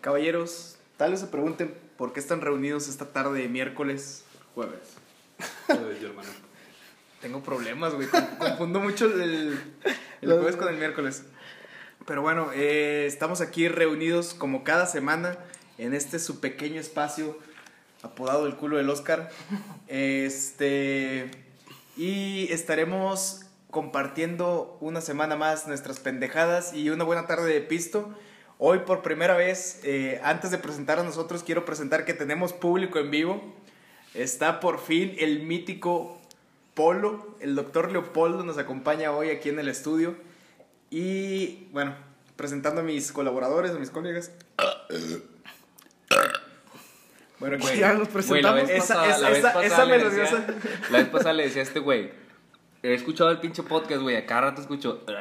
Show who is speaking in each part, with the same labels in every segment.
Speaker 1: Caballeros, tal vez se pregunten por qué están reunidos esta tarde de miércoles.
Speaker 2: Jueves. Jueves, yo, hermano.
Speaker 1: Tengo problemas, güey. con- Confundo mucho el, el jueves con el miércoles. Pero bueno, eh, estamos aquí reunidos como cada semana en este su pequeño espacio apodado el culo del Oscar. Este. Y estaremos compartiendo una semana más nuestras pendejadas y una buena tarde de pisto. Hoy por primera vez, eh, antes de presentar a nosotros, quiero presentar que tenemos público en vivo. Está por fin el mítico Polo, el doctor Leopoldo nos acompaña hoy aquí en el estudio. Y bueno, presentando a mis colaboradores, a mis colegas. Bueno, aquí ya los
Speaker 3: Güey, la
Speaker 1: presentamos.
Speaker 3: vez
Speaker 1: esa
Speaker 3: pasada,
Speaker 1: esa,
Speaker 3: la vez
Speaker 1: esa,
Speaker 3: pasada
Speaker 1: esa
Speaker 3: le
Speaker 1: melodiosa.
Speaker 3: decía- La vez pasada le decía a este güey. He escuchado el pinche podcast, güey. A cada rato escucho.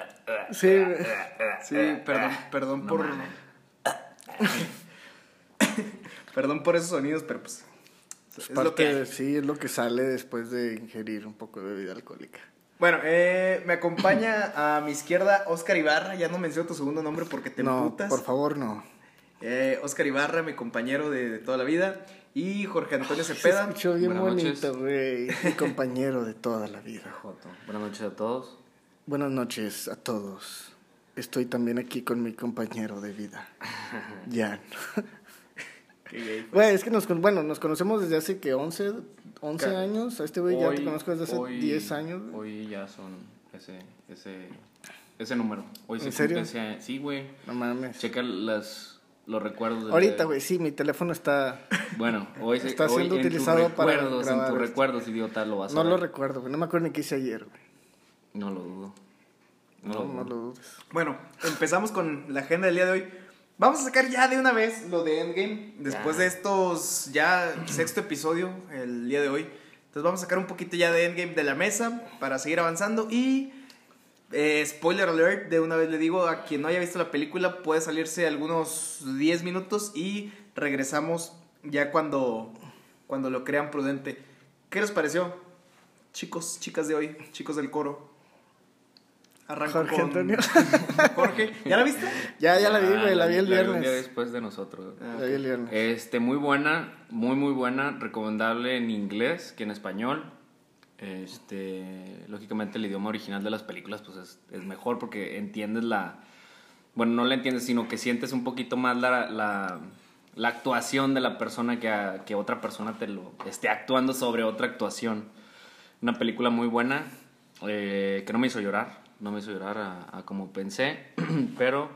Speaker 4: Sí,
Speaker 3: Ah,
Speaker 4: güey.
Speaker 1: Sí,
Speaker 3: Eh,
Speaker 1: perdón, perdón por. perdón por esos sonidos, pero pues. Es lo que
Speaker 4: parte,
Speaker 1: hay.
Speaker 4: de- sí, es lo que sale después de ingerir un poco de bebida alcohólica.
Speaker 1: Bueno, eh, me acompaña a mi izquierda Oscar Ibarra. Ya no menciono tu segundo nombre porque te
Speaker 4: no,
Speaker 1: emputas.
Speaker 4: por favor, no.
Speaker 1: Eh, Oscar Ibarra, mi compañero de, de toda la vida. Y Jorge Antonio
Speaker 4: Se
Speaker 1: Cepeda.
Speaker 4: escuchó bien
Speaker 3: Buenas noches.
Speaker 4: bonito, güey. Mi compañero de toda la vida.
Speaker 3: Joto. Buenas noches a todos.
Speaker 4: Buenas noches a todos. Estoy también aquí con mi compañero de vida, Jan.
Speaker 1: Qué gay, pues.
Speaker 4: Güey, es que nos, con- bueno, nos conocemos desde hace que 11, 11
Speaker 3: Ca-
Speaker 4: años. A este güey ya
Speaker 3: Hoy-
Speaker 4: te conozco desde hace
Speaker 3: hoy-
Speaker 4: 10 años. güey.
Speaker 3: Hoy ya son ese, ese, ese número. Hoy
Speaker 4: ¿En
Speaker 3: se
Speaker 4: serio?
Speaker 3: cumple ese- Sí, güey.
Speaker 4: No mames.
Speaker 3: Checa las, los recuerdos. de-
Speaker 4: Ahorita, güey, sí, mi teléfono está.
Speaker 3: Bueno, hoy se
Speaker 4: Está
Speaker 3: hoy
Speaker 4: siendo
Speaker 3: en tus
Speaker 4: utilizado para
Speaker 3: recuerdos, En
Speaker 4: grabar
Speaker 3: tus
Speaker 4: esto.
Speaker 3: recuerdos, idiota, lo vas a
Speaker 4: No lo
Speaker 3: ver.
Speaker 4: recuerdo, güey. No me acuerdo ni qué hice ayer, güey.
Speaker 3: No lo dudo. No,
Speaker 4: No,
Speaker 3: lo dudo.
Speaker 4: no lo dudes.
Speaker 1: Bueno, empezamos con la agenda del día de hoy. Vamos a sacar ya de una vez lo de Endgame. Después
Speaker 3: Ya.
Speaker 1: de estos ya sexto episodio el día de hoy. Entonces vamos a sacar un poquito ya de Endgame de la mesa para seguir avanzando. Y eh, spoiler alert, de una vez le digo a quien no haya visto la película puede salirse algunos 10 minutos y regresamos ya cuando, cuando lo crean prudente. ¿Qué les pareció? Chicos, chicas de hoy, chicos del coro. Arranco
Speaker 4: Jorge
Speaker 1: con-
Speaker 4: Antonio.
Speaker 1: Jorge, ¿ya la viste?
Speaker 4: Ya, ya la vi,
Speaker 3: Ah,
Speaker 4: güey. La vi el
Speaker 3: la un día
Speaker 4: viernes.
Speaker 3: después de nosotros.
Speaker 1: Ah,
Speaker 4: La vi el viernes.
Speaker 3: Este, muy buena, muy muy buena, recomendable en inglés que en español. Este, lógicamente el idioma original de las películas pues es, es mejor porque entiendes la bueno, no la entiendes, sino que sientes un poquito más la, la, la actuación de la persona que, a- que otra persona te lo esté actuando sobre otra actuación. Una película muy buena eh, que no me hizo llorar, no me hizo llorar a, a como pensé, pero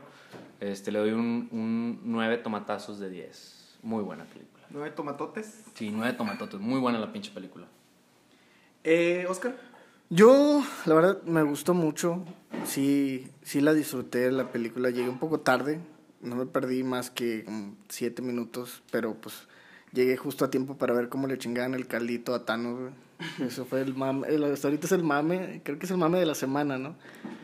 Speaker 3: este, le doy un, un 9 tomatazos de 10. Muy buena película.
Speaker 1: Nueve tomatotes.
Speaker 3: Sí, 9 tomatotos, muy buena la pinche película.
Speaker 1: Eh, Oscar.
Speaker 4: Yo, la verdad, me gustó mucho. Sí, sí la disfruté la película. Llegué un poco tarde. No me perdí más que como siete minutos, pero pues llegué justo a tiempo para ver cómo le chingaban el caldito a Thanos. güey. Eso fue el mame. el- hasta ahorita es el mame. Creo que es el mame de la semana, ¿no?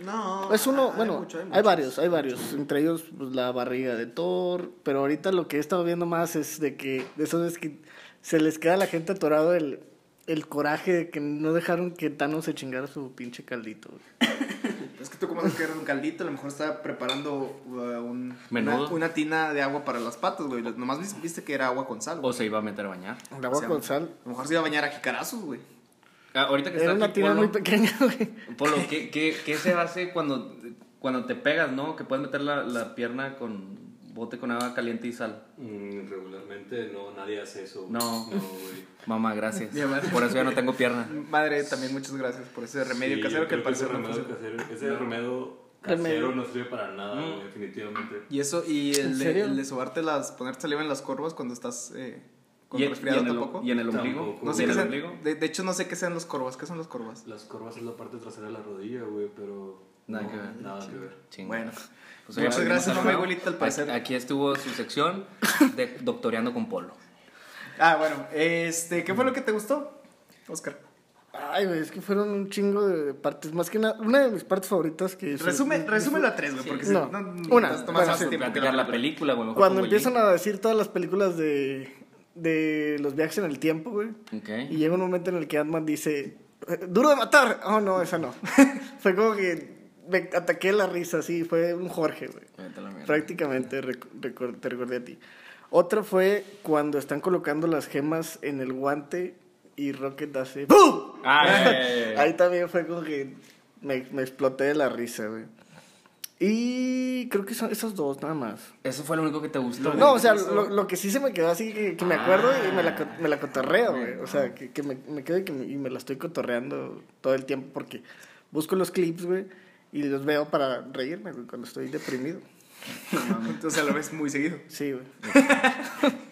Speaker 1: No.
Speaker 4: Es Pues uno,
Speaker 1: Ah, hay
Speaker 4: bueno, hay,
Speaker 1: mucho,
Speaker 4: varios, hay varios. Entre ellos, pues, la barriga de Thor. Pero ahorita lo que he estado viendo más es de que, de eso es que se les queda a la gente atorado el, el coraje de que no dejaron que Thanos se chingara su pinche caldito. güey.
Speaker 1: muchos. Es que tú comes que eres un caldito, a lo mejor estaba preparando uh, un, una,
Speaker 3: Menudo.
Speaker 1: una tina de agua para las patas, güey. Nomás vis- viste que era agua con sal. güey.
Speaker 3: O se iba a meter a bañar.
Speaker 4: El agua
Speaker 1: O sea,
Speaker 4: con sal.
Speaker 1: A lo mejor se iba a bañar a jicarazos, güey.
Speaker 3: Ah, ahorita que
Speaker 4: Era
Speaker 3: está
Speaker 4: una
Speaker 3: aquí
Speaker 4: tira
Speaker 3: Polo-
Speaker 4: muy pequeña, güey.
Speaker 3: Polo, ¿qué, qué, qué se hace cuando, cuando te pegas, no? Que puedes meter la, la pierna con bote con agua caliente y sal.
Speaker 2: Mm, regularmente no, nadie hace eso. güey.
Speaker 3: No.
Speaker 2: No, güey.
Speaker 3: Mamá, gracias.
Speaker 1: Ya, madre.
Speaker 3: Por eso ya no tengo pierna.
Speaker 1: Madre, también muchas gracias por ese remedio
Speaker 2: Sí,
Speaker 1: casero
Speaker 2: yo
Speaker 1: que al
Speaker 2: creo ese
Speaker 1: parecer no
Speaker 2: remedio
Speaker 1: funciona.
Speaker 2: casero, ese remedio casero
Speaker 4: Remedio.
Speaker 2: no sirve para nada,
Speaker 3: Mm.
Speaker 2: güey, definitivamente.
Speaker 1: Y eso, y el
Speaker 4: ¿En
Speaker 1: de,
Speaker 4: serio?
Speaker 1: el de sobarte las, ponerte saliva en las corvas cuando estás eh, con
Speaker 3: ¿Y, en-
Speaker 1: resfriado
Speaker 3: y en el,
Speaker 1: tampoco.
Speaker 3: ¿Y en el ombligo?
Speaker 2: Tampoco.
Speaker 1: no
Speaker 3: ¿Y
Speaker 1: sé
Speaker 3: en
Speaker 1: qué
Speaker 3: el
Speaker 1: sean,
Speaker 3: ombligo?
Speaker 1: de, de hecho, no sé qué sean los corvas. ¿Qué son los corvas?
Speaker 2: Las corvas es la parte trasera de la rodilla, güey, pero.
Speaker 3: Nada
Speaker 2: no,
Speaker 3: que ver.
Speaker 2: Nada que ver.
Speaker 3: Chinga.
Speaker 1: Bueno.
Speaker 3: Pues
Speaker 1: Muchas
Speaker 3: oye,
Speaker 1: gracias,
Speaker 3: ¿no?
Speaker 1: mamá abuelita, al parecer.
Speaker 3: Aquí estuvo su sección de Doctoreando con Polo.
Speaker 1: Ah, bueno, este, ¿qué fue lo que te gustó, Oscar?
Speaker 4: Ay, güey, es que fueron un chingo de partes. Más que nada, una de mis partes favoritas que...
Speaker 1: Resume, resúmelo a tres, güey, porque si
Speaker 4: No,
Speaker 1: no,
Speaker 4: una.
Speaker 1: te has tomado
Speaker 4: Bueno,
Speaker 1: más
Speaker 3: Vamos a
Speaker 1: tiempo que
Speaker 3: platicar la película, güey. mejor
Speaker 4: Cuando
Speaker 3: como el
Speaker 4: empiezan a decir todas las películas de, de los viajes en el tiempo, güey.
Speaker 3: link.
Speaker 4: Y
Speaker 3: Ok.
Speaker 4: llega un momento en el que Ant-Man dice, "Eh, duro de matar. Oh, no, esa no. Fue como que me ataqué la risa, sí, fue un Jorge, güey.
Speaker 3: Vete a la mierda.
Speaker 4: Prácticamente rec- recor- te recordé a ti. Otra fue cuando están colocando las gemas en el guante y Rocket hace ¡Bum!
Speaker 3: Ah, ya, ya, ya.
Speaker 4: Ahí también fue como que me, me exploté de la risa, güey. Y creo que son esos dos nada más.
Speaker 3: Eso fue lo único que te gustó.
Speaker 4: No,
Speaker 3: güey.
Speaker 4: o sea, lo, lo que sí se me quedó así que, que me acuerdo y me la, co- me la
Speaker 3: Ah,
Speaker 4: cotorreo, güey. O sea, que, que me, me quedo y, que me, y me la estoy cotorreando todo el tiempo porque busco los clips, güey, y los veo para reírme, güey, cuando estoy deprimido.
Speaker 1: o sea, lo ves muy seguido.
Speaker 4: Sí, güey.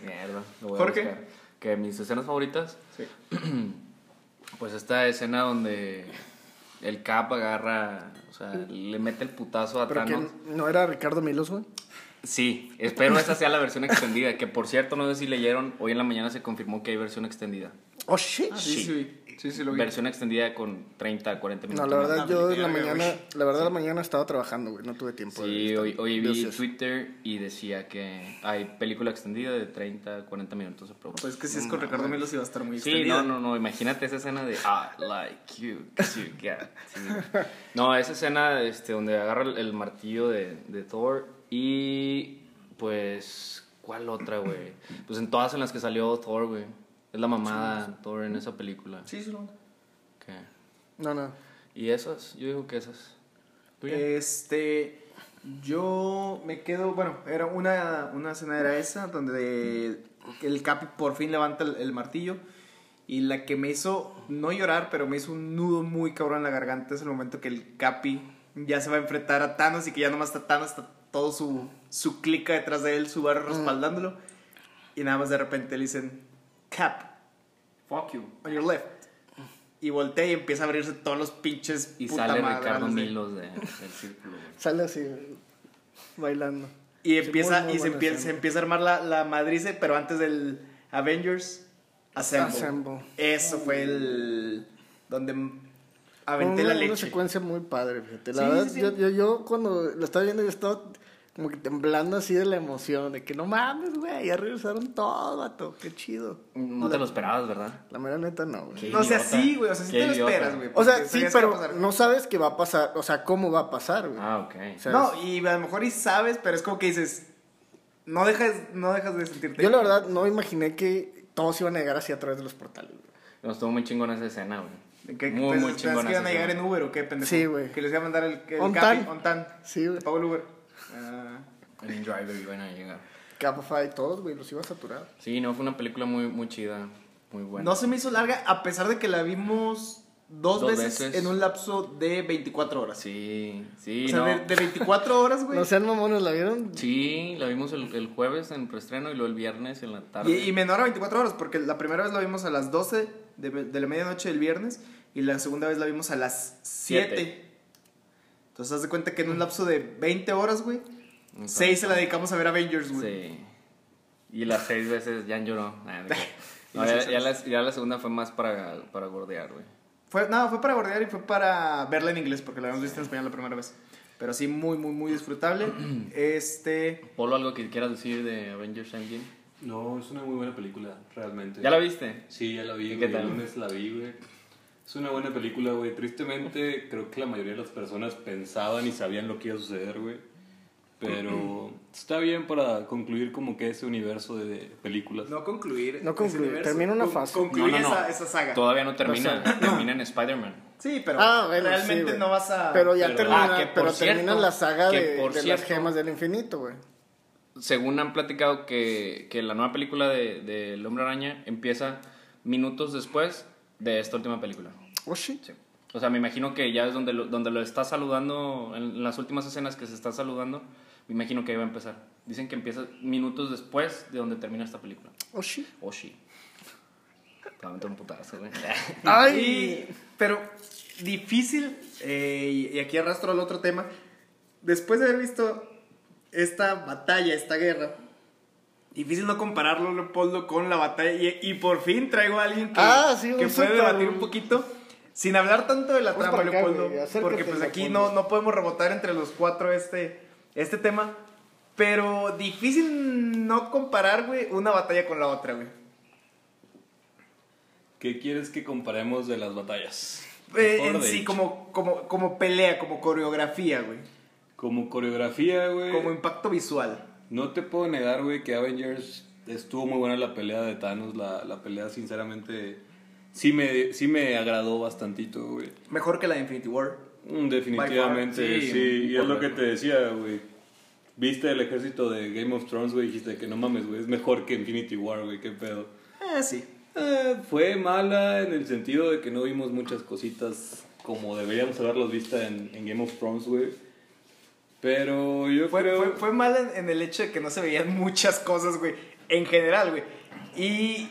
Speaker 3: Mierda, lo voy a
Speaker 1: Jorge.
Speaker 3: buscar. Que mis escenas favoritas,
Speaker 1: Sí.
Speaker 3: pues esta escena donde el Cap agarra, o sea, le mete el putazo a
Speaker 4: Pero que
Speaker 3: Thanos.
Speaker 4: no era Ricardo Milos, güey.
Speaker 3: Sí, espero esa sea la versión extendida, que por cierto, no sé si leyeron, hoy en la mañana se confirmó que hay versión extendida.
Speaker 4: Oh, shit.
Speaker 1: Ah, Sí, sí,
Speaker 3: Sí.
Speaker 1: sí, sí, lo vi.
Speaker 3: Versión extendida con 30, 40
Speaker 4: No,
Speaker 3: minutos.
Speaker 4: la
Speaker 3: más.
Speaker 4: verdad, yo en la
Speaker 1: película,
Speaker 4: mañana,
Speaker 1: güey.
Speaker 4: la verdad, la mañana estaba trabajando, güey. No tuve tiempo. de
Speaker 3: Sí,
Speaker 4: estar-
Speaker 3: hoy, hoy
Speaker 4: de
Speaker 3: vi
Speaker 4: hacer-
Speaker 3: Twitter y decía que hay película extendida de 30, 40 minutos aproximadamente.
Speaker 1: Pues que si es con Ricardo Milos iba a estar muy
Speaker 3: Sí,
Speaker 1: extendida.
Speaker 3: no, no, no, imagínate esa escena de I like you, 'cause you got me". No, esa escena este, donde agarra el, el martillo de, de Thor y pues, ¿cuál otra, güey? Pues en todas en las que salió Thor, güey. Es la mamada Thor en esa película.
Speaker 1: Sí, sí, lo
Speaker 3: ¿Qué?
Speaker 4: No, no.
Speaker 3: ¿Y esas? Yo digo que esas. ¿Tú ya?
Speaker 1: Este, yo me quedo, bueno, era una, una escena era esa, donde el Capi por fin levanta el, el martillo. Y la que me hizo, no llorar, pero me hizo un nudo muy cabrón en la garganta es el momento que el Capi ya se va a enfrentar a Thanos y que ya nomás está Thanos, está todo su, su clica detrás de él, su barro
Speaker 3: Mm.
Speaker 1: respaldándolo. Y nada más de repente le dicen, Cap,
Speaker 3: Fuck you.
Speaker 1: on your left. Y voltea y empieza a abrirse todos los pinches
Speaker 3: Y
Speaker 1: puta
Speaker 3: sale
Speaker 1: madre,
Speaker 3: Ricardo
Speaker 1: no sé.
Speaker 3: Milos de- del círculo, güey.
Speaker 4: Sale así, güey, bailando.
Speaker 1: Y
Speaker 4: Sí,
Speaker 1: empieza,
Speaker 4: muy, muy
Speaker 1: y se
Speaker 4: buena
Speaker 1: empieza, se
Speaker 4: escena.
Speaker 1: empieza a armar la, la madrice, pero antes del Avengers Assemble.
Speaker 4: Assemble.
Speaker 1: Eso fue el. donde m- aventé
Speaker 4: Una-
Speaker 1: la
Speaker 4: Una
Speaker 1: leche.
Speaker 4: secuencia muy padre, fíjate. La
Speaker 1: Sí, sí,
Speaker 4: verdad,
Speaker 1: sí.
Speaker 4: Yo, yo, yo cuando la estaba viendo, yo estaba como que temblando así de la emoción, de que no mames, güey, ya regresaron todo, vato, qué chido.
Speaker 3: No te lo esperabas, ¿verdad?
Speaker 4: La mera neta, no, güey.
Speaker 3: Qué
Speaker 1: No, o sea,
Speaker 3: idiota.
Speaker 1: sí, güey, o sea, sí
Speaker 3: Qué
Speaker 1: te lo
Speaker 3: idiota.
Speaker 1: esperas, güey.
Speaker 4: O sea,
Speaker 1: porque
Speaker 4: sí,
Speaker 1: sabías que iba a
Speaker 4: pero
Speaker 1: pasar.
Speaker 4: no sabes qué va a pasar, o sea, cómo va a pasar, güey.
Speaker 3: Ah, ok.
Speaker 4: O sea,
Speaker 1: No, y a lo mejor y sabes, pero es como que dices. No dejas, no dejas de sentirte.
Speaker 4: Yo la verdad no imaginé que todos iban a llegar así a través de los portales. güey.
Speaker 3: No, estuvo muy chingona esa escena,
Speaker 1: ¿Qué-
Speaker 3: güey.
Speaker 1: qué-
Speaker 3: muy,
Speaker 1: pues,
Speaker 3: muy
Speaker 1: ¿ustedes
Speaker 3: chingona
Speaker 1: que iban
Speaker 3: esa
Speaker 1: a llegar en
Speaker 3: escena.
Speaker 1: Uber o qué, pendejo?
Speaker 4: Sí, güey.
Speaker 1: Que les iba a mandar el, el
Speaker 4: On
Speaker 1: Capi,
Speaker 4: time.
Speaker 1: on time.
Speaker 4: Sí, güey.
Speaker 1: Te pago el Uber. Ah,
Speaker 3: En Driver iban a llegar.
Speaker 4: Capify y todos, güey, los iba a saturar.
Speaker 3: Sí, no, fue una película muy, muy chida. Muy buena.
Speaker 1: No se me hizo larga, a pesar de que la vimos dos,
Speaker 3: Dos
Speaker 1: veces,
Speaker 3: veces.
Speaker 1: en un lapso de 24 horas.
Speaker 3: Sí, sí,
Speaker 1: O sea,
Speaker 3: no.
Speaker 1: de, de 24 horas, güey.
Speaker 4: No sean mamones, ¿la vieron?
Speaker 3: Sí, la vimos el, el jueves en preestreno y luego el viernes en la tarde.
Speaker 1: y, y menor a 24 horas, porque la primera vez la vimos a las 12 de, de la medianoche del viernes y la segunda vez la vimos a las 7.
Speaker 3: Siete. Mm.
Speaker 1: Entonces, haz de cuenta que en un lapso de 20 horas, güey, 6 se la dedicamos a ver Avengers, güey.
Speaker 3: Sí. Y las seis veces ya lloró. Nah, no,
Speaker 1: Y las
Speaker 3: ya,
Speaker 1: seis
Speaker 3: ya la, ya la segunda fue más para, para gordear, güey.
Speaker 1: Fue, no, fue para bordear y fue para verla en inglés, porque la habíamos visto en español la primera vez. Pero sí, muy, muy, muy disfrutable. este.
Speaker 3: Polo, algo que quieras decir de Avengers Endgame.
Speaker 2: No, es una muy buena película, realmente.
Speaker 3: ¿Ya la viste?
Speaker 2: Sí, ya la
Speaker 3: ¿Y
Speaker 2: vi,
Speaker 3: qué
Speaker 2: güey,
Speaker 3: tal?
Speaker 2: El lunes la vi, güey. Es una buena película, güey. Tristemente, creo que la mayoría de las personas pensaban y sabían lo que iba a suceder, güey. Pero está bien para concluir como que ese universo de películas.
Speaker 1: No concluir.
Speaker 4: No
Speaker 1: ese
Speaker 4: concluir,
Speaker 1: universo.
Speaker 4: termina una
Speaker 1: Con-
Speaker 4: fase.
Speaker 1: Concluir
Speaker 3: No, no, no.
Speaker 1: Esa, esa saga.
Speaker 3: Todavía no termina. Termina en Spider-Man.
Speaker 1: Sí, pero
Speaker 4: Ah, bueno, sí,
Speaker 1: realmente
Speaker 4: güey.
Speaker 1: no vas a.
Speaker 4: Pero ya
Speaker 2: pero-
Speaker 4: termina,
Speaker 3: Ah, que por
Speaker 4: pero
Speaker 3: cierto,
Speaker 4: termina la saga
Speaker 3: que
Speaker 4: de,
Speaker 3: por
Speaker 4: de las
Speaker 3: cierto.
Speaker 4: gemas del infinito, güey.
Speaker 3: según han platicado que, que la nueva película de, de El Hombre Araña empieza minutos después de esta última película.
Speaker 4: Oh, shit.
Speaker 3: O sea, me imagino que ya es donde lo, donde lo está saludando, en las últimas escenas que se está saludando, me imagino que ahí va a empezar. Dicen que empieza minutos después de donde termina esta película.
Speaker 4: Oh, shit.
Speaker 3: Oshi. Te va a meter un putazo, güey.
Speaker 4: Ay.
Speaker 1: Y- pero difícil, eh, y- y aquí arrastro al otro tema. Después de haber visto esta batalla, esta guerra, difícil no compararlo, Leopoldo, con la batalla. Y, y por fin traigo a alguien que,
Speaker 4: Ah, sí,
Speaker 1: que
Speaker 4: un
Speaker 1: puede
Speaker 4: súper-
Speaker 1: debatir un poquito. Sin hablar tanto de la
Speaker 4: Vamos
Speaker 1: trama,
Speaker 4: para acá,
Speaker 1: Leopoldo.
Speaker 4: güey, acércate,
Speaker 1: porque pues aquí
Speaker 4: Leopoldo.
Speaker 1: no, no podemos rebotar entre los cuatro este, este tema. Pero difícil no comparar, güey, una batalla con la otra, güey.
Speaker 2: ¿Qué quieres que comparemos de las batallas?
Speaker 1: eh,
Speaker 2: Mejor,
Speaker 1: en
Speaker 2: de
Speaker 1: sí,
Speaker 2: hecho.
Speaker 1: como, como, como pelea, como coreografía, güey.
Speaker 2: Como coreografía, güey.
Speaker 1: Como impacto visual.
Speaker 2: No te puedo negar, güey, que Avengers estuvo muy buena la pelea de Thanos. La, la pelea, sinceramente, sí me, sí me agradó bastantito, güey.
Speaker 1: Mejor que la de Infinity War.
Speaker 2: Mm, Definitivamente,
Speaker 3: By far,
Speaker 2: sí.
Speaker 3: sí,
Speaker 2: Y es
Speaker 3: por
Speaker 2: lo que
Speaker 3: lejos.
Speaker 2: te decía, güey. Viste el ejército de Game of Thrones, güey, y dijiste que no mames, güey, es mejor que Infinity War, güey, qué pedo.
Speaker 1: Eh, sí.
Speaker 2: Eh, fue mala en el sentido de que no vimos muchas cositas como deberíamos haberlas visto en, en Game of Thrones, güey. Pero yo
Speaker 1: Fue,
Speaker 2: creo...
Speaker 1: fue, fue mal en, en el hecho de que no se veían muchas cosas, güey. En general, güey. Y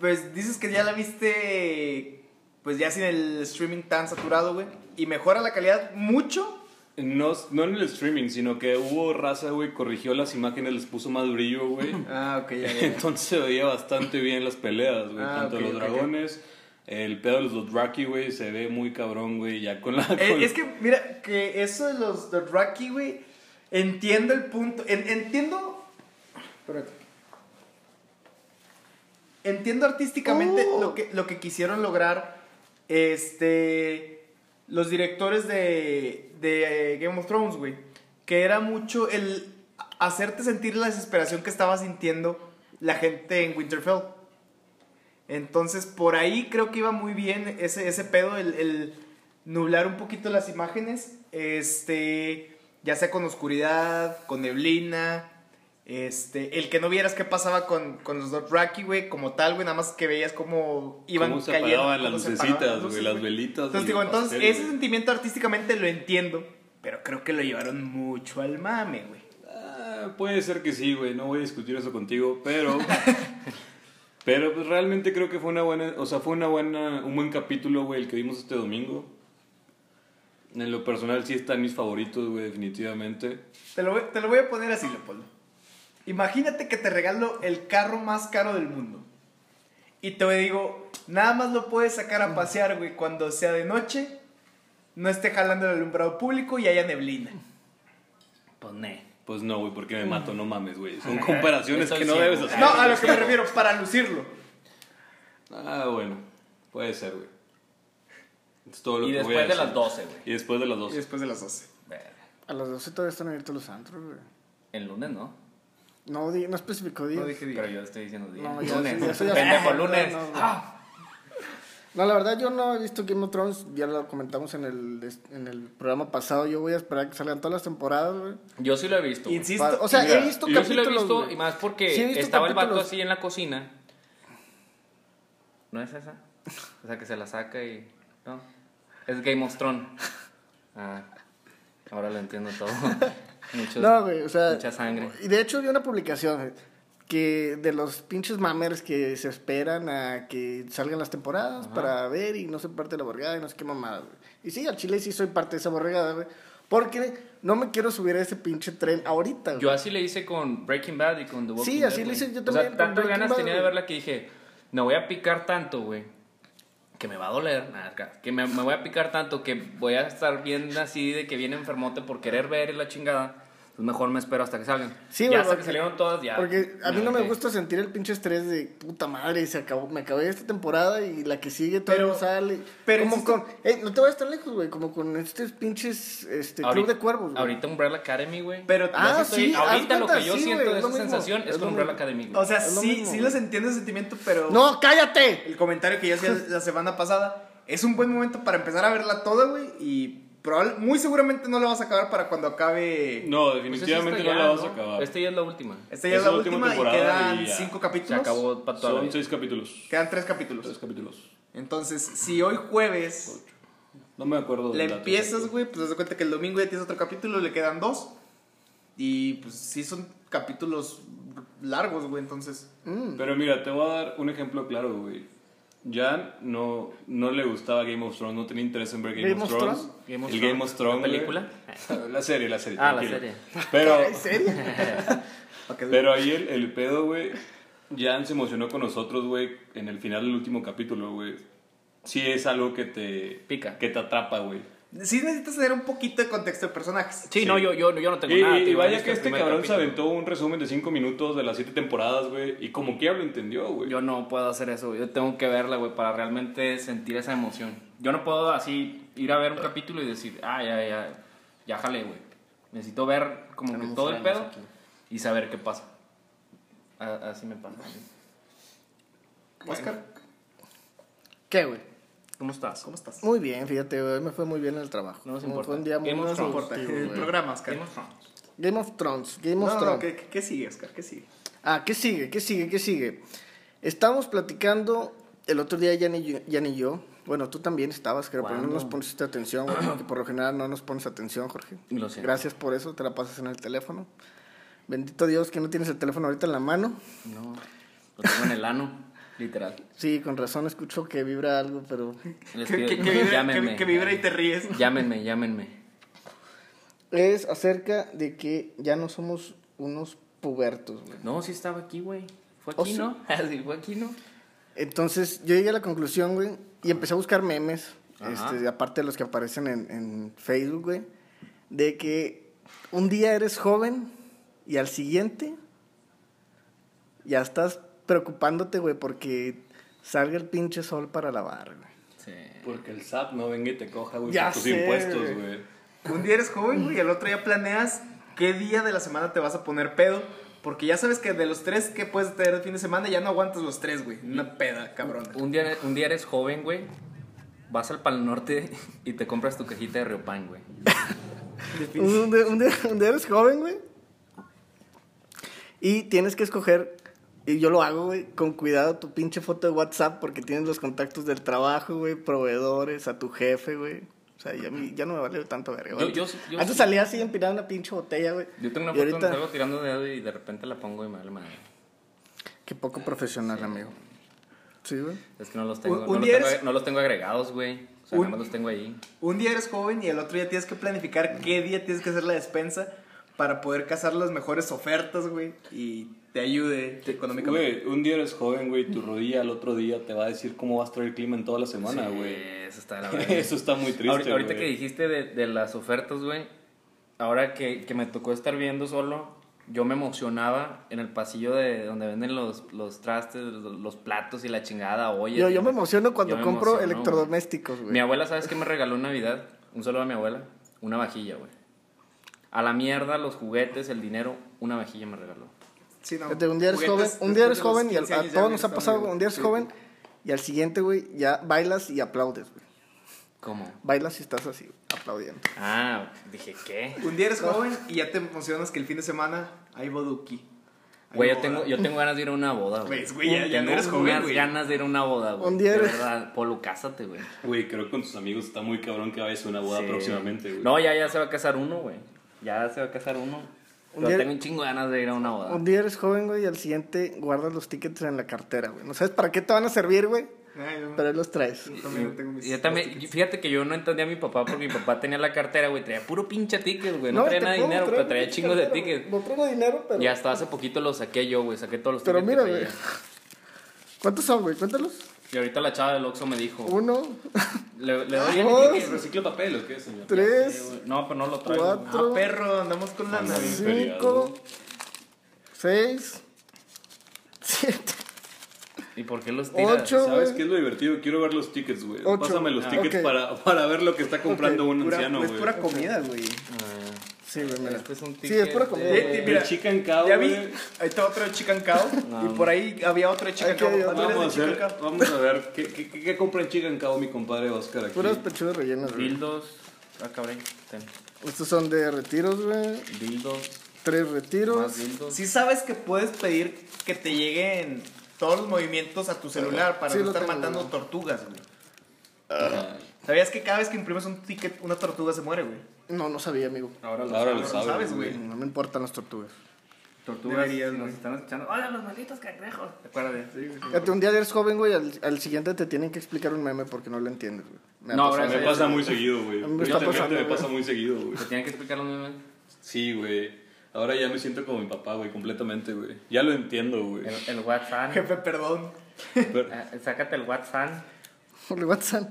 Speaker 1: pues dices que ya la viste, pues ya sin el streaming tan saturado, güey. Y mejora la calidad mucho.
Speaker 2: No, no en el streaming, sino que hubo raza, güey, corrigió las imágenes, les puso más brillo, güey.
Speaker 1: Ah, ok, ya, ya.
Speaker 2: Entonces se veía bastante bien las peleas, güey.
Speaker 1: Ah,
Speaker 2: Tanto
Speaker 1: ok,
Speaker 2: los
Speaker 1: ok, ok.
Speaker 2: dragones, el pedo de los Dothraki, güey, se ve muy cabrón, güey, ya con la...
Speaker 1: Eh,
Speaker 2: con-
Speaker 1: es que, mira, que eso de los de Rocky, güey, entiendo el punto. en- entiendo. espérate. Entiendo artísticamente lo, que, lo que quisieron lograr este, los directores de, de Game of Thrones, güey. Que era mucho el hacerte sentir la desesperación que estaba sintiendo la gente en Winterfell. Entonces, por ahí creo que iba muy bien ese, ese pedo, el, el nublar un poquito las imágenes, este, ya sea con oscuridad, con neblina, este, el que no vieras qué pasaba con, con los Dothraki, güey, como tal, güey, nada más que veías cómo iban
Speaker 2: Cómo se
Speaker 1: cayendo,
Speaker 2: apagaban las
Speaker 1: cómo se
Speaker 2: lucecitas,
Speaker 1: apagaban las
Speaker 2: güey,
Speaker 1: luces,
Speaker 2: las velitas,
Speaker 1: Entonces,
Speaker 2: güey,
Speaker 1: digo,
Speaker 2: los
Speaker 1: entonces,
Speaker 2: pasteles,
Speaker 1: ese
Speaker 2: güey.
Speaker 1: sentimiento artísticamente lo entiendo, pero creo que lo llevaron mucho al mame, güey.
Speaker 2: Ah, puede ser que sí, güey, no voy a discutir eso contigo, pero... pero pues realmente creo que fue una buena... O sea, fue una buena, un buen capítulo, güey, el que vimos este domingo. En lo personal sí están mis favoritos, güey, definitivamente.
Speaker 1: Te lo, voy- te lo voy a poner así, Leopoldo. Imagínate que te regalo el carro más caro del mundo. Y te digo, nada más lo puedes sacar a pasear, güey, cuando sea de noche, no esté jalando el alumbrado público y haya neblina.
Speaker 3: Pues ne.
Speaker 2: Pues no, güey, porque me mato, no mames, güey. Son comparaciones
Speaker 3: Mm. Estoy
Speaker 2: que no
Speaker 3: ciego.
Speaker 2: debes hacer.
Speaker 1: No, a lo que me refiero, para lucirlo.
Speaker 2: Ah, bueno, puede ser, güey. Es todo lo
Speaker 3: Y
Speaker 2: que voy
Speaker 3: después
Speaker 2: a
Speaker 3: de
Speaker 2: decir.
Speaker 3: las 12, güey.
Speaker 2: Y después de las
Speaker 1: Y
Speaker 2: 12.
Speaker 1: después de las 12.
Speaker 3: Verga.
Speaker 4: A las 12 todavía están abiertos los antros, güey.
Speaker 3: El lunes, ¿no?
Speaker 4: No, di- no especificó días.
Speaker 1: No dije
Speaker 3: Pero
Speaker 1: día.
Speaker 3: yo estoy diciendo día.
Speaker 4: No, ya
Speaker 3: lunes.
Speaker 4: sí, eso ya
Speaker 3: Pendejo,
Speaker 4: sí.
Speaker 3: lunes.
Speaker 4: No, no, no.
Speaker 3: Ah,
Speaker 4: No, la verdad yo no he visto Game of Thrones, ya lo comentamos en el, en el programa pasado, yo voy a esperar que salgan todas las temporadas, güey.
Speaker 3: yo sí lo he visto. güey.
Speaker 1: Insisto,
Speaker 4: Para- O sea,
Speaker 2: Mira,
Speaker 4: he visto
Speaker 3: Yo sí lo he
Speaker 4: capítulos,
Speaker 3: visto,
Speaker 4: güey.
Speaker 3: y más porque
Speaker 4: Sí he visto
Speaker 3: estaba el vato
Speaker 4: capítulos.
Speaker 3: así en la cocina. ¿No es esa? O sea, que se la saca y... No. Es Game of Thrones. Ah, ahora lo entiendo todo. Mucho-
Speaker 4: No, güey, o sea...
Speaker 3: Mucha sangre.
Speaker 4: Y de hecho vi una publicación güey, que de los pinches mamers que se esperan a que salgan las temporadas para ver y no ser parte de la borregada y no sé qué mamada, güey. Y sí, al chile sí soy parte de esa borregada, güey. Porque no me quiero subir a ese pinche tren ahorita, güey.
Speaker 3: Yo así le hice con Breaking Bad y con The Walking
Speaker 4: Sí,
Speaker 3: Dead,
Speaker 4: así le
Speaker 3: güey.
Speaker 4: hice yo
Speaker 3: O
Speaker 4: también
Speaker 3: sea,
Speaker 4: con
Speaker 3: tantas
Speaker 4: Breaking
Speaker 3: ganas
Speaker 4: Bad,
Speaker 3: tenía de
Speaker 4: güey.
Speaker 3: verla que dije, me voy a picar tanto, güey, que me va a doler. Nah, acá, que me, me voy a picar tanto que voy a estar bien así de que bien enfermote por querer ver y la chingada. Entonces mejor me espero hasta que salgan.
Speaker 4: Sí,
Speaker 3: ya
Speaker 4: güey,
Speaker 3: hasta
Speaker 4: porque-
Speaker 3: que salieron todas, ya.
Speaker 4: Porque a mí no me
Speaker 3: harté.
Speaker 4: gusta sentir el pinche estrés de puta madre, se acabó, me acabé esta temporada y la que sigue todavía
Speaker 1: Pero-
Speaker 4: no sale.
Speaker 1: pero
Speaker 4: como
Speaker 1: existe-
Speaker 4: con, eh, no te vayas tan lejos, güey, como con estos pinches este
Speaker 3: Ahorita-
Speaker 4: club de cuervos, güey.
Speaker 3: Ahorita Umbrella Academy, güey.
Speaker 1: Pero
Speaker 4: Ah,
Speaker 3: Yo estoy-
Speaker 4: sí, haz
Speaker 3: ahorita lo
Speaker 4: cuenta,
Speaker 3: que yo
Speaker 4: sí,
Speaker 3: siento
Speaker 4: güey,
Speaker 3: de
Speaker 4: es
Speaker 3: esa
Speaker 4: lo mismo,
Speaker 3: sensación
Speaker 4: es
Speaker 3: es
Speaker 4: lo
Speaker 3: con Umbrella
Speaker 4: mismo.
Speaker 3: Academy, güey.
Speaker 1: o sea,
Speaker 4: Es lo
Speaker 1: sí,
Speaker 4: mismo,
Speaker 1: sí
Speaker 4: güey.
Speaker 1: los entiendo ese sentimiento, pero
Speaker 4: No, cállate.
Speaker 1: el comentario que yo hacía la semana pasada es un buen momento para empezar a verla toda, güey, y probable- muy seguramente no la vas a acabar para cuando acabe...
Speaker 2: No,
Speaker 3: Pues es
Speaker 2: definitivamente
Speaker 3: esta
Speaker 2: no
Speaker 3: ya,
Speaker 2: la vas a
Speaker 3: ¿no? Este
Speaker 2: acabar.
Speaker 3: Esta ya es la última.
Speaker 1: Esta ya es
Speaker 2: Es
Speaker 1: la
Speaker 2: la última
Speaker 1: última, y
Speaker 2: temporada
Speaker 1: quedan
Speaker 2: y ya.
Speaker 1: cinco
Speaker 3: Se
Speaker 1: capítulos.
Speaker 3: acabó para toda la
Speaker 2: Son
Speaker 3: vida.
Speaker 2: seis capítulos.
Speaker 1: Quedan tres
Speaker 2: Tres
Speaker 1: capítulos.
Speaker 2: capítulos.
Speaker 1: Entonces, si hoy jueves
Speaker 2: No me acuerdo. del
Speaker 1: le
Speaker 2: dato
Speaker 1: empiezas,
Speaker 2: exacto.
Speaker 1: güey, pues te das cuenta que el domingo ya tienes otro capítulo, le quedan dos. Y pues sí son capítulos largos, güey, entonces.
Speaker 2: Pero mira, te voy a dar un ejemplo claro, güey. Jan no, no le gustaba Game of Thrones, no tenía interés en ver Game,
Speaker 4: ¿Game
Speaker 2: of
Speaker 4: of
Speaker 2: Thrones.
Speaker 4: Thrones?
Speaker 3: Game of
Speaker 2: el
Speaker 3: Thrones.
Speaker 2: Game of Thrones.
Speaker 3: ¿La
Speaker 2: güey.
Speaker 3: película?
Speaker 2: la serie, la serie.
Speaker 3: Ah, la
Speaker 2: tranquilo.
Speaker 3: serie.
Speaker 2: Pero,
Speaker 4: ¿En serio?
Speaker 1: pa' que-
Speaker 2: Pero ahí el, el pedo, güey. Jan se emocionó con nosotros, güey, en el final del último capítulo, güey. Sí es algo que te...
Speaker 3: Pica.
Speaker 2: Que te atrapa, güey.
Speaker 1: Sí necesitas tener un poquito de contexto de personajes.
Speaker 3: Sí, no, yo, yo, yo no tengo
Speaker 2: Y,
Speaker 3: nada.
Speaker 2: y
Speaker 3: te digo, he
Speaker 2: vaya
Speaker 3: visto
Speaker 2: que
Speaker 3: el
Speaker 2: este
Speaker 3: primer
Speaker 2: cabrón se
Speaker 3: capítulo.
Speaker 2: aventó un resumen de 5 minutos de las 7 temporadas, güey. Y como que ya lo entendió, güey.
Speaker 3: Yo no puedo hacer eso, güey. yo tengo que verla, güey, para realmente sentir esa emoción. Yo no puedo así ir a ver un capítulo y decir, ah, ya, ya, ya jale, güey. Necesito ver como que
Speaker 4: Tenemos
Speaker 3: todo el
Speaker 4: frenos
Speaker 3: pedo
Speaker 4: aquí.
Speaker 3: y saber qué pasa. A- así me pasa.
Speaker 1: Oscar,
Speaker 4: ¿Qué, güey?
Speaker 3: ¿Cómo estás?
Speaker 1: ¿cómo estás?
Speaker 4: Muy bien, fíjate, güey, hoy me fue muy bien en el trabajo.
Speaker 3: No nos
Speaker 4: Como
Speaker 3: importa.
Speaker 4: Fue un día muy
Speaker 3: Game of
Speaker 1: No nos importa.
Speaker 4: productivo,
Speaker 1: El
Speaker 4: güey.
Speaker 1: programa, Oscar.
Speaker 3: Game of Thrones.
Speaker 4: Game of Thrones, Game of
Speaker 1: No, no,
Speaker 4: Thrones.
Speaker 1: ¿qué, qué- qué sigue, Oscar? ¿Qué sigue?
Speaker 4: Ah, ¿qué sigue? ¿Qué sigue? ¿Qué sigue? Estábamos platicando el otro día, ya ni yo, Jan y yo. Bueno, tú también estabas, creo, pero no
Speaker 3: ¿Cuándo?
Speaker 4: nos pones atención, güey, porque por lo general no nos pones atención, Jorge.
Speaker 3: Lo siento.
Speaker 4: Gracias por eso, te la pasas en el teléfono. Bendito Dios que no tienes el teléfono ahorita en la mano.
Speaker 3: No, lo tengo en el ano, literal.
Speaker 4: Sí, con razón escucho que vibra algo, pero...
Speaker 3: Les
Speaker 1: Que,
Speaker 3: pido,
Speaker 1: que- que vibra,
Speaker 3: llámenme.
Speaker 1: que- que vibra y te ríes.
Speaker 3: Llámenme, llámenme.
Speaker 4: Es acerca de que ya no somos unos pubertos, güey.
Speaker 3: No, sí estaba aquí, güey. Fue
Speaker 4: Oh,
Speaker 3: aquí,
Speaker 4: sí.
Speaker 3: ¿no? Así, fue aquí, ¿no?
Speaker 4: Entonces yo llegué a la conclusión, güey, y empecé a buscar memes,
Speaker 3: Ajá.
Speaker 4: este, aparte de los que aparecen en, en Facebook, güey, de que un día eres joven y al siguiente ya estás preocupándote, güey, porque salga el pinche sol para lavar, güey.
Speaker 3: Sí.
Speaker 2: Porque el SAT no venga y te coja, güey,
Speaker 4: Ya
Speaker 2: por tus
Speaker 4: sé,
Speaker 2: impuestos,
Speaker 4: güey.
Speaker 2: güey.
Speaker 1: Un día eres joven, güey, y el otro ya planeas qué día de la semana te vas a poner pedo. Porque ya sabes que de los tres que puedes tener el fin de semana, ya no aguantas los tres, güey. Una peda, cabrón.
Speaker 3: Un día, un día eres joven, güey. Vas al Pal Norte y te compras tu cajita de Riopan, güey.
Speaker 4: Un, día- un día, un día eres joven, güey. Y tienes que escoger, y yo lo hago, güey, con cuidado tu pinche foto de WhatsApp porque tienes los contactos del trabajo, güey, proveedores, a tu jefe, güey. O sea, ya, mi- ya no me vale tanto verga, güey.
Speaker 3: Yo- yo sí- yo
Speaker 4: Antes
Speaker 3: sí.
Speaker 4: salía así empinando una pinche botella, güey.
Speaker 3: Yo tengo una
Speaker 4: Y
Speaker 3: foto
Speaker 4: ahorita,
Speaker 3: donde salgo tirando dedo y de repente la pongo y me vale madre.
Speaker 4: Qué poco profesional, amigo. Sí, güey.
Speaker 3: Es que no los tengo,
Speaker 1: Un-
Speaker 3: no,
Speaker 1: un
Speaker 3: los
Speaker 1: día
Speaker 3: tengo
Speaker 1: eres-
Speaker 3: no los tengo agregados, güey. O sea,
Speaker 1: Un-
Speaker 3: nada más los tengo ahí.
Speaker 1: Un día eres joven y el otro día tienes que planificar qué día tienes que hacer la despensa para poder cazar las mejores ofertas, güey, y te ayude económicamente.
Speaker 2: Güey, un día eres joven, güey, tu rodilla al otro día te va a decir cómo va a estar el clima en toda la semana,
Speaker 3: Sí,
Speaker 2: güey.
Speaker 3: Eso está de la verga.
Speaker 2: Eso está muy triste,
Speaker 3: ahorita, ahorita
Speaker 2: güey.
Speaker 3: que dijiste de, de las ofertas, güey, ahora que, que me tocó estar viendo solo, yo me emocionaba en el pasillo de donde venden los, los trastes, los, los platos y la chingada olla.
Speaker 4: Yo, yo me emociono cuando compro
Speaker 3: electrodomésticos.
Speaker 4: electrodomésticos, güey.
Speaker 3: Mi abuela, ¿sabes qué me regaló en Navidad? Un saludo a mi abuela. Una vajilla, güey. A la mierda, los juguetes, el dinero, una vajilla me regaló.
Speaker 1: Sí, no,
Speaker 4: Fíjate, un día eres joven,
Speaker 1: juguetes
Speaker 4: un día eres
Speaker 1: después de los
Speaker 4: joven y al-
Speaker 1: 15
Speaker 4: a
Speaker 1: años ya
Speaker 4: todos
Speaker 1: vienes
Speaker 4: nos ha pasado,
Speaker 1: también.
Speaker 4: un día eres
Speaker 1: Sí.
Speaker 4: joven y al siguiente, güey, ya bailas y aplaudes, güey.
Speaker 3: ¿Cómo?
Speaker 4: Bailas y estás así, aplaudiendo.
Speaker 3: Ah, dije, ¿qué?
Speaker 1: Un día eres joven y ya te emocionas que el fin de semana hay boduki. Hay
Speaker 3: Güey, yo
Speaker 1: boda.
Speaker 3: tengo, yo tengo ganas de ir a una boda, güey.
Speaker 1: Ves, Pues, güey, ya- ya no
Speaker 3: Tengo
Speaker 1: eres joven,
Speaker 3: unas
Speaker 1: güey.
Speaker 3: ganas de ir a una boda, güey.
Speaker 4: Un día
Speaker 3: De
Speaker 4: eres-
Speaker 3: verdad, Polo, cásate, güey.
Speaker 2: Güey, creo que con tus amigos está muy cabrón que vayas a una boda
Speaker 3: Sí.
Speaker 2: próximamente, güey.
Speaker 3: No, ya, ya se va a casar uno, güey. Ya se va a casar uno.
Speaker 4: Un
Speaker 3: Yo
Speaker 4: día-
Speaker 3: tengo un chingo de ganas de ir a una boda.
Speaker 4: Un día eres joven, güey, y al siguiente guardas los tickets en la cartera, güey. No sabes para qué te van a servir, güey,
Speaker 1: Ay, no.
Speaker 4: pero ahí los traes.
Speaker 1: Yo también tengo mis-
Speaker 3: Y yo también, fíjate que yo no entendía a mi papá porque mi papá tenía la cartera, güey, traía puro pinche ticket, güey. No,
Speaker 4: y
Speaker 3: traía
Speaker 4: te
Speaker 3: nada de
Speaker 4: puedo
Speaker 3: dinero,
Speaker 4: traer
Speaker 3: pero
Speaker 4: un
Speaker 3: traía
Speaker 4: pinche
Speaker 3: chingos de
Speaker 4: cartero, güey.
Speaker 3: tickets.
Speaker 4: No traigo dinero, pero...
Speaker 3: Y hasta hace poquito los saqué yo, güey, saqué todos los
Speaker 4: Pero
Speaker 3: tickets.
Speaker 4: mira,
Speaker 3: que
Speaker 4: güey.
Speaker 3: traía.
Speaker 4: ¿Cuántos son, güey? Cuéntalos.
Speaker 3: Y ahorita la chava del Oxxo me dijo,
Speaker 4: Uno,
Speaker 3: le, le doy
Speaker 4: Dos.
Speaker 3: el
Speaker 2: ¿Qué, ¿Recicla papel o qué, señor?
Speaker 4: tres,
Speaker 3: No, pero no lo traigo. güey.
Speaker 1: Ah,
Speaker 4: cuatro,
Speaker 1: perro, andamos con la
Speaker 2: Ándale.
Speaker 1: nariz.
Speaker 4: cinco, seis, siete,
Speaker 3: ¿Y por qué los tiras?
Speaker 4: ocho,
Speaker 2: ¿Sabes
Speaker 4: güey.
Speaker 2: qué es lo divertido? Quiero ver los tickets, güey.
Speaker 4: Ocho.
Speaker 2: Pásame los
Speaker 4: Ah,
Speaker 2: tickets
Speaker 4: ok.
Speaker 2: para, para ver lo que está comprando
Speaker 4: Ok,
Speaker 2: un
Speaker 1: Pura-
Speaker 2: anciano,
Speaker 1: es
Speaker 2: güey.
Speaker 1: pura comida, güey.
Speaker 3: Ah.
Speaker 4: Sí, güey, mira.
Speaker 3: Este es un
Speaker 4: Sí, es pura
Speaker 3: ticket
Speaker 4: comida,
Speaker 3: de-
Speaker 4: güey.
Speaker 1: Mira,
Speaker 2: el chicken cow,
Speaker 1: Ya vi,
Speaker 2: güey.
Speaker 1: ahí está otro de Chicken Cow.
Speaker 3: No.
Speaker 1: y por ahí había otro de Chicken
Speaker 4: Ay,
Speaker 1: Cow.
Speaker 4: qué
Speaker 1: Ah, tú eres
Speaker 2: Vamos a,
Speaker 1: de Chicken
Speaker 2: hacer,
Speaker 1: Cow.
Speaker 2: vamos a ver qué, qué, qué, qué compra en Chicken Cow mi compadre Oscar aquí.
Speaker 4: Puras pechugas rellenas, güey.
Speaker 3: Dildos. Ah, cabrón. Ten.
Speaker 4: Estos son de retiros, güey.
Speaker 3: Dildos.
Speaker 4: Tres
Speaker 3: Más
Speaker 4: retiros.
Speaker 3: dildos.
Speaker 1: Si sabes que puedes pedir que te lleguen todos los movimientos a tu celular para
Speaker 4: Sí,
Speaker 1: no
Speaker 4: lo
Speaker 1: estar
Speaker 4: tengo,
Speaker 1: matando
Speaker 4: güey.
Speaker 1: tortugas, güey.
Speaker 2: Ah,
Speaker 1: ¿Sabías que cada vez que imprimes un ticket, una tortuga se muere, güey?
Speaker 4: No, no sabía, amigo.
Speaker 3: Ahora
Speaker 2: Ahora lo
Speaker 1: No
Speaker 2: sabes, güey.
Speaker 4: No me importan las tortugas.
Speaker 3: Tortugas
Speaker 1: Deberías,
Speaker 3: nos
Speaker 1: güey.
Speaker 3: están escuchando. ¡Hola, los malditos cangrejos!
Speaker 1: Acuérdate. Sí, güey.
Speaker 4: Fíjate, un día eres joven, güey, al, al siguiente te tienen que explicar un meme porque no lo entiendes, güey. ha
Speaker 3: No,
Speaker 4: pasado.
Speaker 3: ahora
Speaker 2: Me
Speaker 3: sí.
Speaker 2: pasa muy seguido, güey.
Speaker 4: A mí me está
Speaker 2: Tristemente
Speaker 4: pasando, ¿eh?
Speaker 2: me
Speaker 4: güey.
Speaker 2: pasa muy seguido, güey.
Speaker 3: ¿Te tienen que explicar los memes?
Speaker 2: Sí, güey. Ahora ya me siento como mi papá, güey, completamente, güey. Ya lo entiendo, güey.
Speaker 3: El, el WhatsApp.
Speaker 1: Jefe, perdón.
Speaker 2: Pero-
Speaker 3: Ah, Sácate el WhatsApp.
Speaker 4: Por el WhatsApp.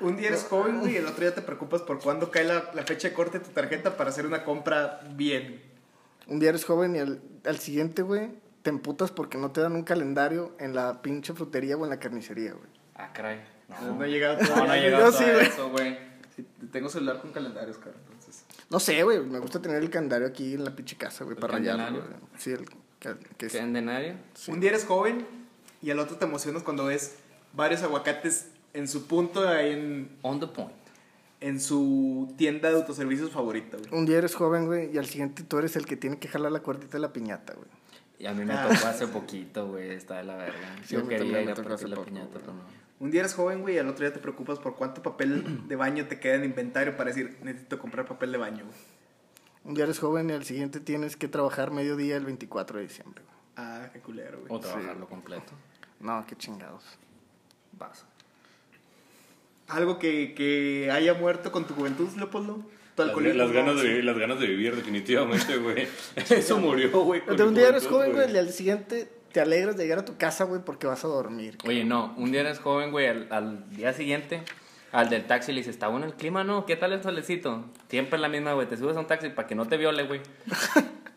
Speaker 1: Un día eres joven, güey, y el otro día te preocupas por cuándo cae la, la fecha de corte de tu tarjeta para hacer una compra bien.
Speaker 4: Un día eres joven y al, al siguiente, güey, te emputas porque no te dan un calendario en la pinche frutería o en la carnicería, güey.
Speaker 3: Ah, caray.
Speaker 1: No,
Speaker 3: No,
Speaker 1: no he llegado
Speaker 3: No, no he llegado
Speaker 1: Yo
Speaker 4: todavía
Speaker 1: sí,
Speaker 4: a
Speaker 1: güey. eso, güey. Sí, Tengo celular con calendarios, cabrón. Entonces,
Speaker 4: No sé, güey, me gusta tener el calendario aquí en la pinche casa, güey,
Speaker 3: ¿El
Speaker 4: para rayarlo.
Speaker 3: calendario?
Speaker 4: güey. Sí, el cal- que es-
Speaker 3: ¿Calendario?
Speaker 4: Sí.
Speaker 1: Un día eres joven y al otro te emocionas cuando ves varios aguacates en su punto, ahí en,
Speaker 3: On the point.
Speaker 1: en su tienda de autoservicios favorita, güey.
Speaker 4: Un día eres joven, güey, y al siguiente tú eres el que tiene que jalar la cuerdita de la piñata, güey.
Speaker 3: Y a mí me
Speaker 1: Ah.
Speaker 3: tocó hace poquito, güey, está de la verga.
Speaker 4: Sí, a
Speaker 3: Yo
Speaker 4: mí
Speaker 3: quería
Speaker 4: también
Speaker 3: ir
Speaker 4: me
Speaker 3: a
Speaker 4: tocó
Speaker 3: partir
Speaker 4: hace
Speaker 3: la
Speaker 4: poco,
Speaker 3: piñata,
Speaker 4: güey.
Speaker 3: pero no.
Speaker 1: Un día eres joven, güey, y al otro día te preocupas por cuánto papel de baño te queda en inventario para decir, necesito comprar papel de baño, güey.
Speaker 4: Un día eres joven y al siguiente tienes que trabajar mediodía el 24 de diciembre, güey.
Speaker 1: Ah, qué culero, güey.
Speaker 3: O trabajarlo completo.
Speaker 4: No, qué chingados.
Speaker 3: Vas.
Speaker 1: Algo que, que haya muerto con tu juventud, Leopoldo. Tu
Speaker 2: Las,
Speaker 1: alcoholismo,
Speaker 2: las ganas
Speaker 1: ¿no?
Speaker 2: de vivir, las ganas de vivir, definitivamente, güey. Eso murió, güey. con
Speaker 4: De un día
Speaker 2: mi
Speaker 4: eres
Speaker 2: juventud,
Speaker 4: joven, güey, y al siguiente te alegras de llegar a tu casa, güey, porque vas a dormir.
Speaker 3: Oye, no, un día eres joven, güey, al, al día siguiente, al del taxi le dices, ¿está bueno el clima? No, ¿qué tal el solecito? Siempre es la misma, güey, te subes a un taxi para que no te viole, güey.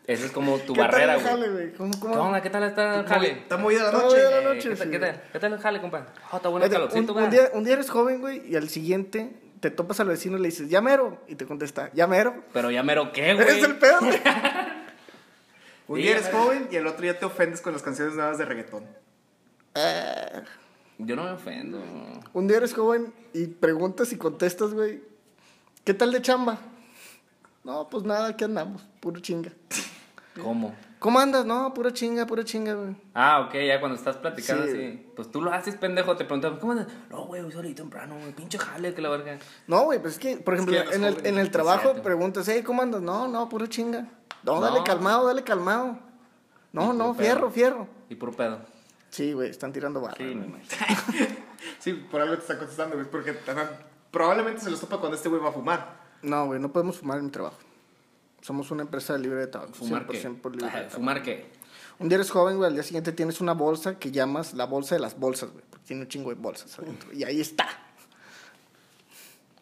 Speaker 3: Esa es como tu
Speaker 4: ¿Qué tal
Speaker 3: barrera,
Speaker 4: el jale,
Speaker 3: güey.
Speaker 4: güey? ¿Cómo,
Speaker 3: ¿Qué
Speaker 4: cómo?
Speaker 3: onda? ¿Qué tal está el jale?
Speaker 1: Está movida la
Speaker 4: Está
Speaker 1: noche.
Speaker 4: movida la
Speaker 3: Eh,
Speaker 4: noche,
Speaker 3: ¿qué, tal,
Speaker 4: sí,
Speaker 3: qué,
Speaker 4: güey.
Speaker 3: tal, ¿Qué tal el jale, compa? Ah, está bueno el
Speaker 4: Oye, un,
Speaker 3: calorcito,
Speaker 4: un
Speaker 3: güey.
Speaker 4: día, un día eres joven, güey, y al siguiente te topas al vecino y le dices, ya mero, y te contesta, ya mero.
Speaker 3: Pero ya mero qué, güey.
Speaker 4: Eres el peor, güey.
Speaker 1: Un
Speaker 3: Sí,
Speaker 1: día eres
Speaker 3: madre.
Speaker 1: joven y al otro día te ofendes con las canciones nuevas de reggaetón.
Speaker 3: Yo no me ofendo.
Speaker 4: Un día eres joven y preguntas y contestas, güey, ¿qué tal de chamba? No, pues nada, aquí andamos, puro chinga.
Speaker 3: ¿Cómo?
Speaker 4: ¿Cómo andas? No, pura chinga, pura chinga, güey.
Speaker 3: Ah, ok, ya cuando estás platicando
Speaker 4: Sí,
Speaker 3: así. Pues tú lo haces, pendejo, te preguntan, ¿cómo andas? No, güey, hoy salí temprano, güey, pinche jale, que la verga.
Speaker 4: No, güey, pues es que, por
Speaker 1: Es
Speaker 4: ejemplo,
Speaker 1: que eres
Speaker 4: en, el,
Speaker 1: joven,
Speaker 4: en el
Speaker 1: es
Speaker 4: trabajo
Speaker 3: cierto.
Speaker 4: preguntas, hey, ¿cómo andas? No, no, pura chinga. No,
Speaker 3: No.
Speaker 4: dale calmado, dale calmado. No,
Speaker 3: Y
Speaker 4: no,
Speaker 3: puro
Speaker 4: fierro,
Speaker 3: pedo.
Speaker 4: fierro.
Speaker 3: Y puro pedo. Ah,
Speaker 4: Sí, güey, están tirando barra.
Speaker 3: Sí,
Speaker 4: güey.
Speaker 3: me imagino.
Speaker 1: Sí, por algo te está contestando, güey, porque ajá, probablemente se los topa cuando este güey va a fumar.
Speaker 4: No, güey, no podemos fumar en mi trabajo. Somos una empresa libre de tabaco.
Speaker 3: ¿Fumar
Speaker 4: 100%
Speaker 3: qué?
Speaker 4: por libre de
Speaker 3: Ah,
Speaker 4: tabaco.
Speaker 3: ¿Fumar qué?
Speaker 4: Un día eres joven, güey, al día siguiente tienes una bolsa que llamas la bolsa de las bolsas, güey. Porque tiene un chingo de bolsas adentro. Y ahí está.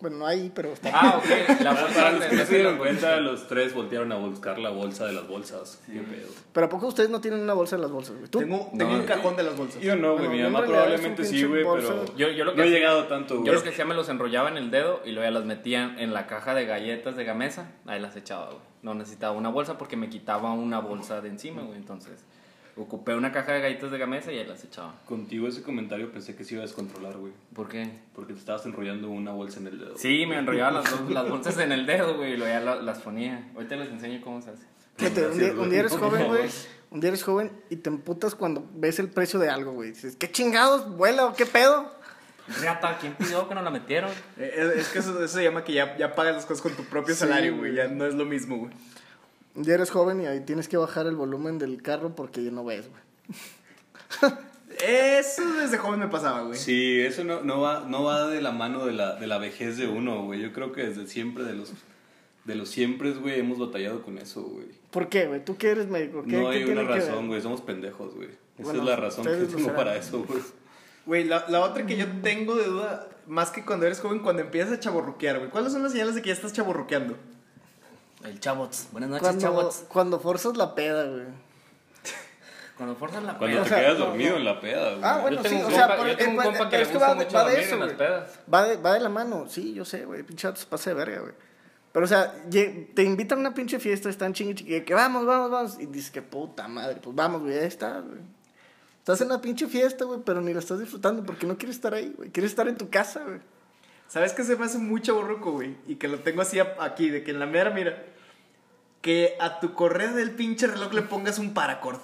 Speaker 4: Bueno, no ahí, pero está.
Speaker 3: Ah, ok, la
Speaker 2: Para, para
Speaker 3: bolsa
Speaker 2: los
Speaker 3: de-
Speaker 2: que no
Speaker 3: de-
Speaker 2: se dieron cuenta, los tres voltearon a buscar la bolsa de las bolsas. Qué pedo.
Speaker 4: Pero ¿a poco ustedes no tienen una bolsa de las bolsas, güey? ¿Tú?
Speaker 1: Tengo, tengo un cajón de las bolsas.
Speaker 2: Yo no, güey.
Speaker 4: Bueno,
Speaker 2: mi
Speaker 4: yo en
Speaker 2: mamá
Speaker 4: realidad
Speaker 2: probablemente
Speaker 4: es un
Speaker 2: sí, güey,
Speaker 4: pinche
Speaker 2: pero.
Speaker 4: bolso.
Speaker 3: Yo- yo lo que
Speaker 2: no he
Speaker 3: hacía-
Speaker 2: llegado tanto, güey.
Speaker 3: Yo lo que hacía me los enrollaba en el dedo y luego ya las metía en la caja de galletas de gamesa. Ahí las echaba, güey. No necesitaba una bolsa porque me quitaba una bolsa de encima, güey. Entonces, ocupé una caja de galletas de gamesa y ahí las echaba.
Speaker 2: Contigo ese comentario pensé que se iba a descontrolar, güey.
Speaker 3: ¿Por qué?
Speaker 2: Porque te estabas enrollando una bolsa en el dedo.
Speaker 3: Sí, me enrollaba las, dos- las bolsas en el dedo, güey, y luego ya la- las ponía. Ahorita les enseño cómo se hace.
Speaker 4: Fíjate, un,
Speaker 2: Gracias,
Speaker 4: día, un
Speaker 2: güey.
Speaker 4: día eres
Speaker 2: No,
Speaker 4: joven,
Speaker 2: no,
Speaker 4: güey.
Speaker 2: güey.
Speaker 4: Un día eres joven y te emputas cuando ves el precio de algo, güey. Dices, ¿qué chingados? ¿Vuela o qué pedo?
Speaker 3: Rata, ¿quién pidió que no la metieron?
Speaker 1: Eh, Es, es que eso, eso se llama que ya, ya pagas las cosas con tu propio
Speaker 4: Sí,
Speaker 1: salario,
Speaker 4: güey.
Speaker 1: güey. Ya no es lo mismo, güey.
Speaker 4: Un día eres joven y ahí tienes que bajar el volumen del carro porque ya no ves, güey.
Speaker 1: Eso desde joven me pasaba, güey.
Speaker 2: Sí, eso no, no, va, no va de la mano de la, de la vejez de uno, güey. Yo creo que desde siempre, de los, de los siempre, güey, hemos batallado con eso, güey.
Speaker 4: ¿Por qué, güey? ¿Tú qué eres médico? ¿Qué,
Speaker 2: No
Speaker 4: qué
Speaker 2: hay una
Speaker 4: tiene que ver?
Speaker 2: razón, güey. Somos pendejos, güey. Esa
Speaker 4: Bueno,
Speaker 2: es la razón que
Speaker 4: ustedes lo
Speaker 2: tengo
Speaker 4: serán.
Speaker 2: para eso, güey.
Speaker 1: Güey, la, la otra que yo tengo de duda, más que cuando eres joven, cuando empiezas a chaborruquear, güey. ¿Cuáles son las señales de que ya estás chaborruqueando?
Speaker 3: El chabots. Buenas noches,
Speaker 4: Cuando,
Speaker 3: chabots.
Speaker 4: cuando forzas la peda, güey.
Speaker 3: Cuando forzan la
Speaker 2: Cuando
Speaker 3: peda.
Speaker 4: O
Speaker 2: te
Speaker 4: sea,
Speaker 2: quedas
Speaker 4: no,
Speaker 2: dormido
Speaker 4: no.
Speaker 2: en la peda, güey.
Speaker 4: Ah, bueno,
Speaker 3: Yo tengo
Speaker 4: sí, o
Speaker 3: un
Speaker 4: sea,
Speaker 3: compa-
Speaker 4: por-
Speaker 3: yo tengo un
Speaker 4: eh,
Speaker 3: compa que
Speaker 4: es
Speaker 3: le
Speaker 4: que
Speaker 3: gusta
Speaker 4: va de,
Speaker 3: mucho
Speaker 4: va de
Speaker 3: dormir en
Speaker 4: eso,
Speaker 3: las
Speaker 4: güey.
Speaker 3: pedas.
Speaker 4: Va de, va de la mano, sí, yo sé, güey, pinche vato se pasa de verga, güey. Pero, o sea, lle- te invitan a una pinche fiesta, están chingue chingue, que vamos, vamos, vamos. Y dices que puta madre, pues vamos, güey, ahí está, güey. Estás en la pinche fiesta, güey, pero ni la estás disfrutando porque no quieres estar ahí, güey. Quieres estar en tu casa, güey.
Speaker 1: ¿Sabes qué se me hace muy chaborruco, güey? Y que lo tengo así a- aquí, de que en la mera, mira. Que a tu correa del pinche reloj le pongas un paracord.